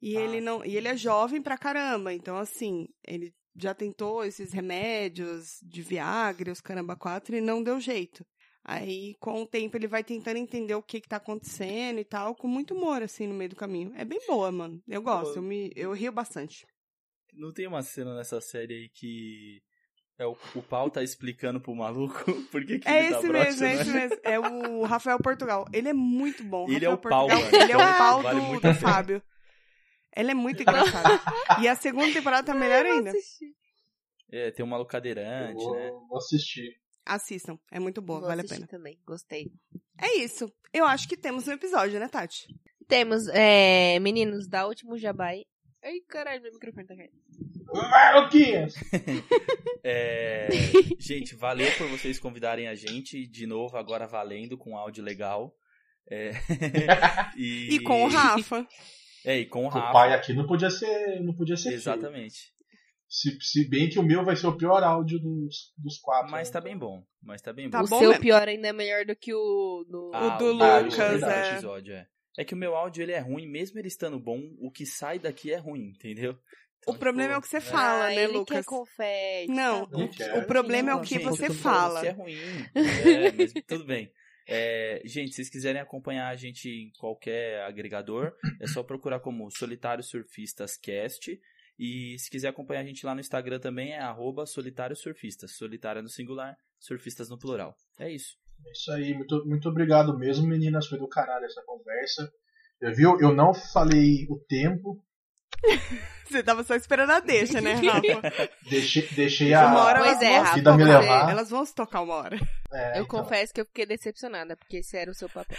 Speaker 2: e
Speaker 4: Ah,
Speaker 2: ele não, e ele é jovem pra caramba, então assim, ele já tentou esses remédios de Viagra, os caramba quatro e não deu jeito. Aí com o tempo ele vai tentando entender o que que tá acontecendo e tal, com muito humor assim no meio do caminho. É bem boa, mano. Eu gosto, eu me eu rio bastante.
Speaker 4: Não tem uma cena nessa série aí que é o, o pau tá explicando pro maluco [laughs] por que, que
Speaker 2: É
Speaker 4: ele tá
Speaker 2: esse
Speaker 4: broxa,
Speaker 2: mesmo, é
Speaker 4: né?
Speaker 2: esse mesmo. É o Rafael Portugal. Ele é muito bom.
Speaker 4: Ele
Speaker 2: Rafael
Speaker 4: é o pau,
Speaker 2: Portugal,
Speaker 4: mano.
Speaker 2: Ele é o pau
Speaker 4: Vale
Speaker 2: do,
Speaker 4: muito
Speaker 2: do
Speaker 4: a pena.
Speaker 2: Fábio. Ele é muito engraçado. e a segunda temporada tá melhor ainda.
Speaker 4: É, tem um maluco
Speaker 3: Eu
Speaker 4: cadeirante,
Speaker 3: vou,
Speaker 4: né?
Speaker 3: vou assistir.
Speaker 2: Assistam. É muito boa,
Speaker 1: Vou
Speaker 2: vale a
Speaker 1: assistir
Speaker 2: pena.
Speaker 1: também, gostei.
Speaker 2: É isso. Eu acho que temos um episódio, né, Tati?
Speaker 1: Temos, é, meninos, da Último Jabai. Ai, caralho, meu microfone tá caindo.
Speaker 3: Vai, Luquinhas!
Speaker 2: [laughs]
Speaker 4: É, gente, valeu por vocês convidarem a gente de novo, agora [laughs] valendo, com áudio legal. É,
Speaker 2: E com o Rafa.
Speaker 4: É, e com o
Speaker 3: O
Speaker 4: Rafa.
Speaker 3: pai aqui não podia ser, não podia ser filho.
Speaker 4: Exatamente.
Speaker 3: Se, se bem que o meu vai ser o pior áudio dos, dos quatro.
Speaker 4: Mas
Speaker 3: né?
Speaker 4: tá bem bom. Mas tá bem
Speaker 2: Tá
Speaker 4: bom.
Speaker 1: o
Speaker 2: bom
Speaker 1: seu
Speaker 2: mesmo.
Speaker 1: pior ainda é melhor do que o do.
Speaker 4: Ah,
Speaker 2: O do
Speaker 4: áudio
Speaker 3: Lucas,
Speaker 4: do
Speaker 3: é.
Speaker 4: episódio, é. É que o meu áudio ele é ruim, mesmo ele estando bom, o que sai daqui é ruim, entendeu?
Speaker 2: O
Speaker 4: Então,
Speaker 2: problema é
Speaker 4: tipo,
Speaker 2: o que você fala,
Speaker 1: Ah,
Speaker 2: né,
Speaker 1: ele
Speaker 2: Lucas?
Speaker 1: Quer confete,
Speaker 2: Não,
Speaker 1: tá bom.
Speaker 3: o- o
Speaker 2: O problema é o que
Speaker 4: Gente,
Speaker 2: você
Speaker 4: eu tô falando
Speaker 2: fala.
Speaker 4: Se é ruim.
Speaker 2: [laughs]
Speaker 4: É, mas tudo bem. É, gente, se vocês quiserem acompanhar a gente em qualquer agregador, é só procurar como Solitário Surfistas Cast. E se quiser acompanhar a gente lá no Instagram também é arroba Solitário Surfistas. Solitária no singular, surfistas no plural. É isso.
Speaker 3: É Isso aí, muito, muito obrigado mesmo, meninas. Foi do caralho essa conversa. Já viu? Eu não falei o tempo.
Speaker 2: Você tava só esperando a deixa,
Speaker 4: [laughs]
Speaker 2: né, Rafa?
Speaker 3: Deixei, deixei a.
Speaker 2: Uma hora
Speaker 1: Pois
Speaker 2: elas,
Speaker 1: é,
Speaker 2: vão
Speaker 1: Rafa,
Speaker 2: se
Speaker 3: vida me
Speaker 2: tocar.
Speaker 3: levar.
Speaker 2: elas vão se tocar uma hora.
Speaker 3: É,
Speaker 1: Eu
Speaker 3: então,
Speaker 1: confesso que eu fiquei decepcionada, porque esse era o seu papel.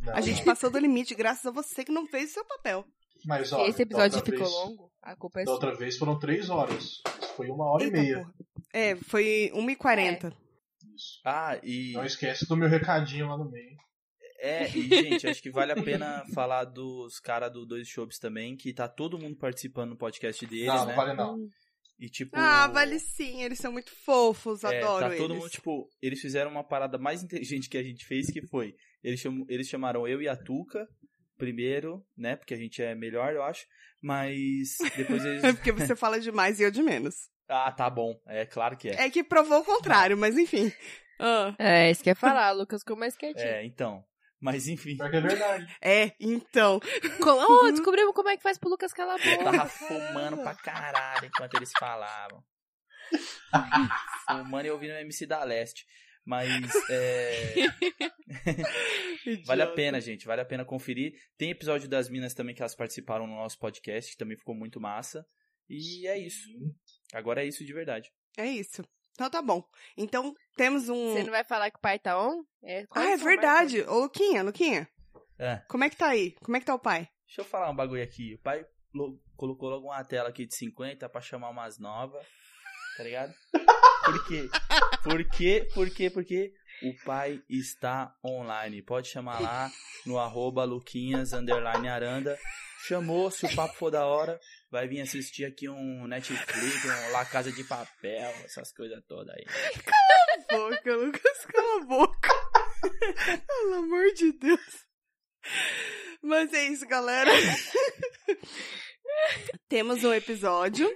Speaker 3: não,
Speaker 2: A gente
Speaker 3: não.
Speaker 2: passou do limite, graças a você que não fez o seu papel.
Speaker 3: Mas, ó,
Speaker 1: Se esse
Speaker 3: da
Speaker 1: episódio
Speaker 3: outra
Speaker 1: ficou
Speaker 3: vez-
Speaker 1: longo, a culpa é
Speaker 3: Da
Speaker 1: sua.
Speaker 3: outra vez foram três horas. Isso foi uma hora
Speaker 2: Eita,
Speaker 3: e meia.
Speaker 2: porra. É, foi 1h40.
Speaker 3: Isso.
Speaker 4: Ah, e.
Speaker 3: Não esquece do meu recadinho lá no meio.
Speaker 4: É, e, gente, acho que vale a pena falar dos caras do Dois Shops também, que tá todo mundo participando no podcast deles,
Speaker 3: não,
Speaker 4: né?
Speaker 3: não vale não.
Speaker 4: E tipo.
Speaker 2: Ah, vale sim, eles são muito fofos,
Speaker 4: É,
Speaker 2: adoro
Speaker 4: tá todo
Speaker 2: eles. [laughs]
Speaker 4: mundo, tipo, eles fizeram uma parada mais inteligente que a gente fez, que foi, eles, chamam- eles chamaram eu e a Tuca primeiro, né, porque a gente é melhor, eu acho, mas depois
Speaker 2: É [laughs]
Speaker 4: eles...
Speaker 2: porque você fala de mais e eu de menos.
Speaker 4: ah, tá bom, é claro que é.
Speaker 2: É que provou o contrário, mas enfim. Ah,
Speaker 1: É, isso que eu ia falar, Lucas ficou mais quietinho.
Speaker 4: É, então, mas enfim,
Speaker 3: Pior que é verdade. [laughs]
Speaker 2: é, então.
Speaker 1: Com- Oh, descobrimos como é que faz pro Lucas calar a
Speaker 4: eu
Speaker 1: boca.
Speaker 4: tava fumando pra caralho enquanto eles falavam. fumando e ouvindo MC da Leste, mas... É... Vale a
Speaker 2: idiota.
Speaker 4: pena, gente. Vale a pena conferir. Tem episódio das minas também que elas participaram no nosso podcast, que também ficou muito massa. E é isso. Agora é isso de verdade.
Speaker 2: É isso. Então tá bom. Então temos um.
Speaker 1: Você não vai falar que o pai tá on? É, qual
Speaker 2: Ah, é
Speaker 1: que o pai
Speaker 2: verdade. Ô, Luquinha, Luquinha.
Speaker 4: É.
Speaker 2: Como é que tá aí? Como é que tá o pai?
Speaker 4: Deixa eu falar um bagulho aqui. O pai lo- colocou logo uma tela aqui de 50 pra chamar umas novas. Tá ligado? Por quê? Por quê? Por quê? Porque o pai está online. Pode chamar lá no arroba Luquinhas underline Aranda. Chamou, se o papo for da hora, vai vir assistir aqui um Netflix, um La Casa de Papel, essas coisas todas aí.
Speaker 2: boca, Lucas, cala a boca. [laughs] Pelo amor de Deus. Mas é isso, galera. [laughs] Temos um episódio.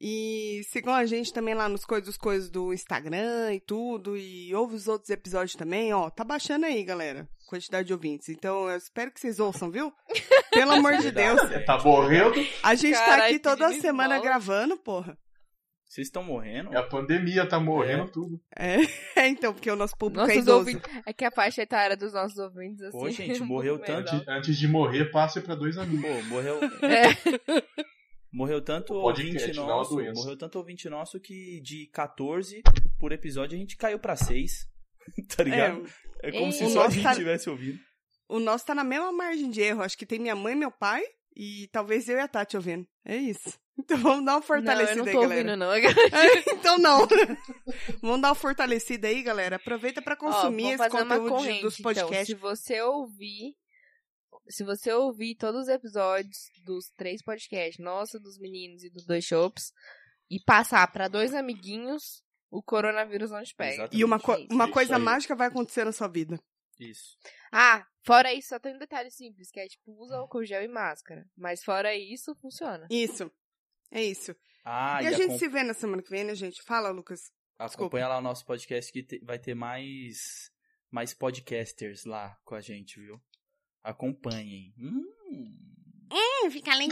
Speaker 2: E sigam a gente também lá nos coisas, coisas do Instagram e tudo. E ouve os outros episódios também. Ó, tá baixando aí, galera. Quantidade de ouvintes. Então, eu espero que vocês ouçam, viu? Pelo amor de Deus.
Speaker 4: Gente,
Speaker 3: Tá morrendo?
Speaker 2: A gente tá
Speaker 1: Caralho,
Speaker 2: aqui
Speaker 1: que
Speaker 2: toda
Speaker 1: desmola.
Speaker 2: semana gravando, porra.
Speaker 4: Vocês estão morrendo?
Speaker 3: É a pandemia, tá morrendo tudo.
Speaker 2: É, então, porque o nosso público é
Speaker 1: Nossos
Speaker 2: idoso.
Speaker 1: ouvintes. É que a faixa etária dos nossos ouvintes, assim.
Speaker 2: [laughs]
Speaker 4: Pô, gente,
Speaker 1: é muito
Speaker 4: morreu
Speaker 1: menor.
Speaker 4: tanto
Speaker 3: Antes, antes de morrer, passe pra dois amigos.
Speaker 4: Pô, [laughs] morreu. Morreu tanto
Speaker 3: O podcast,
Speaker 4: ouvinte
Speaker 3: não a
Speaker 4: nosso.
Speaker 3: né? É doença.
Speaker 4: Morreu tanto ouvinte nosso que de 14 por episódio a gente caiu pra 6. [laughs] tá ligado?
Speaker 2: É,
Speaker 4: É, como
Speaker 1: Ei.
Speaker 4: se
Speaker 1: O
Speaker 4: só a
Speaker 2: nosso
Speaker 4: gente
Speaker 2: tá-
Speaker 4: tivesse ouvindo.
Speaker 2: o nosso tá na mesma margem de erro. Acho que tem minha mãe, meu pai e talvez eu e a Tati ouvindo. É isso. [laughs] Então vamos dar uma
Speaker 1: não,
Speaker 2: fortalecida
Speaker 1: eu não
Speaker 2: aí,
Speaker 1: tô
Speaker 2: galera.
Speaker 1: ouvindo, não.
Speaker 2: [laughs] então não. [laughs] vamos dar uma fortalecida aí, galera. Aproveita pra
Speaker 1: Ó,
Speaker 2: consumir
Speaker 1: vou
Speaker 2: esse
Speaker 1: fazer uma
Speaker 2: conteúdo de-
Speaker 1: corrente,
Speaker 2: dos
Speaker 1: Então,
Speaker 2: podcasts.
Speaker 1: se você ouvir. Se você ouvir todos os episódios dos três podcasts, nosso, dos meninos e dos dois shops, e passar pra dois amiguinhos, o coronavírus não te pega.
Speaker 4: Exatamente.
Speaker 2: E uma, co-
Speaker 1: É isso.
Speaker 2: uma
Speaker 3: Isso
Speaker 2: coisa
Speaker 3: aí.
Speaker 2: mágica vai acontecer na sua vida.
Speaker 4: Isso.
Speaker 1: Ah, fora isso, só tem um detalhe simples, que é tipo, usa álcool gel e máscara. Mas fora isso, funciona.
Speaker 2: Isso. É isso.
Speaker 4: Ah,
Speaker 2: e
Speaker 4: e,
Speaker 2: a gente
Speaker 4: acom-
Speaker 2: se vê na semana que vem, né, gente? Fala, Lucas.
Speaker 4: acompanha lá o nosso podcast que te- vai ter mais, mais podcasters lá com a gente, viu? Acompanhem. Hum.
Speaker 2: Fica
Speaker 1: Não se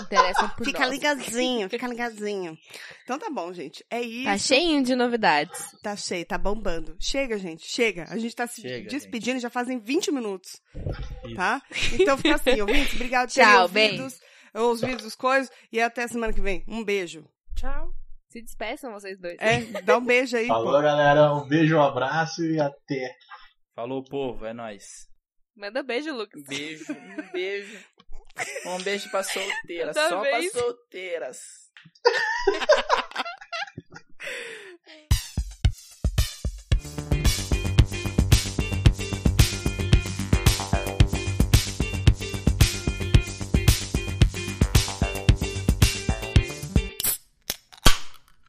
Speaker 1: interessam por nós.
Speaker 2: ligadinho, fica ligadinho. Então tá bom, gente. É isso.
Speaker 1: Tá cheio de novidades.
Speaker 2: Tá cheio, tá bombando. Chega, gente, chega. A gente tá se
Speaker 4: Chega,
Speaker 2: despedindo já fazem 20 minutos,
Speaker 4: Isso.
Speaker 2: tá? Então fica
Speaker 4: [laughs]
Speaker 2: assim, ouvintes, obrigado por
Speaker 1: Tchau,
Speaker 2: terem ouvidos, ouvidos os coisas e até semana que vem. Um beijo.
Speaker 1: Tchau. Se despeçam vocês dois.
Speaker 2: É, dá um beijo aí. pô.
Speaker 3: Falou, galera. Um beijo, um abraço e até.
Speaker 4: Falou, povo, é nóis.
Speaker 1: Manda beijo, Lucas.
Speaker 4: Um beijo, um beijo. Um beijo pra solteiras,
Speaker 1: Toda
Speaker 4: só
Speaker 1: vez.
Speaker 4: pra solteiras.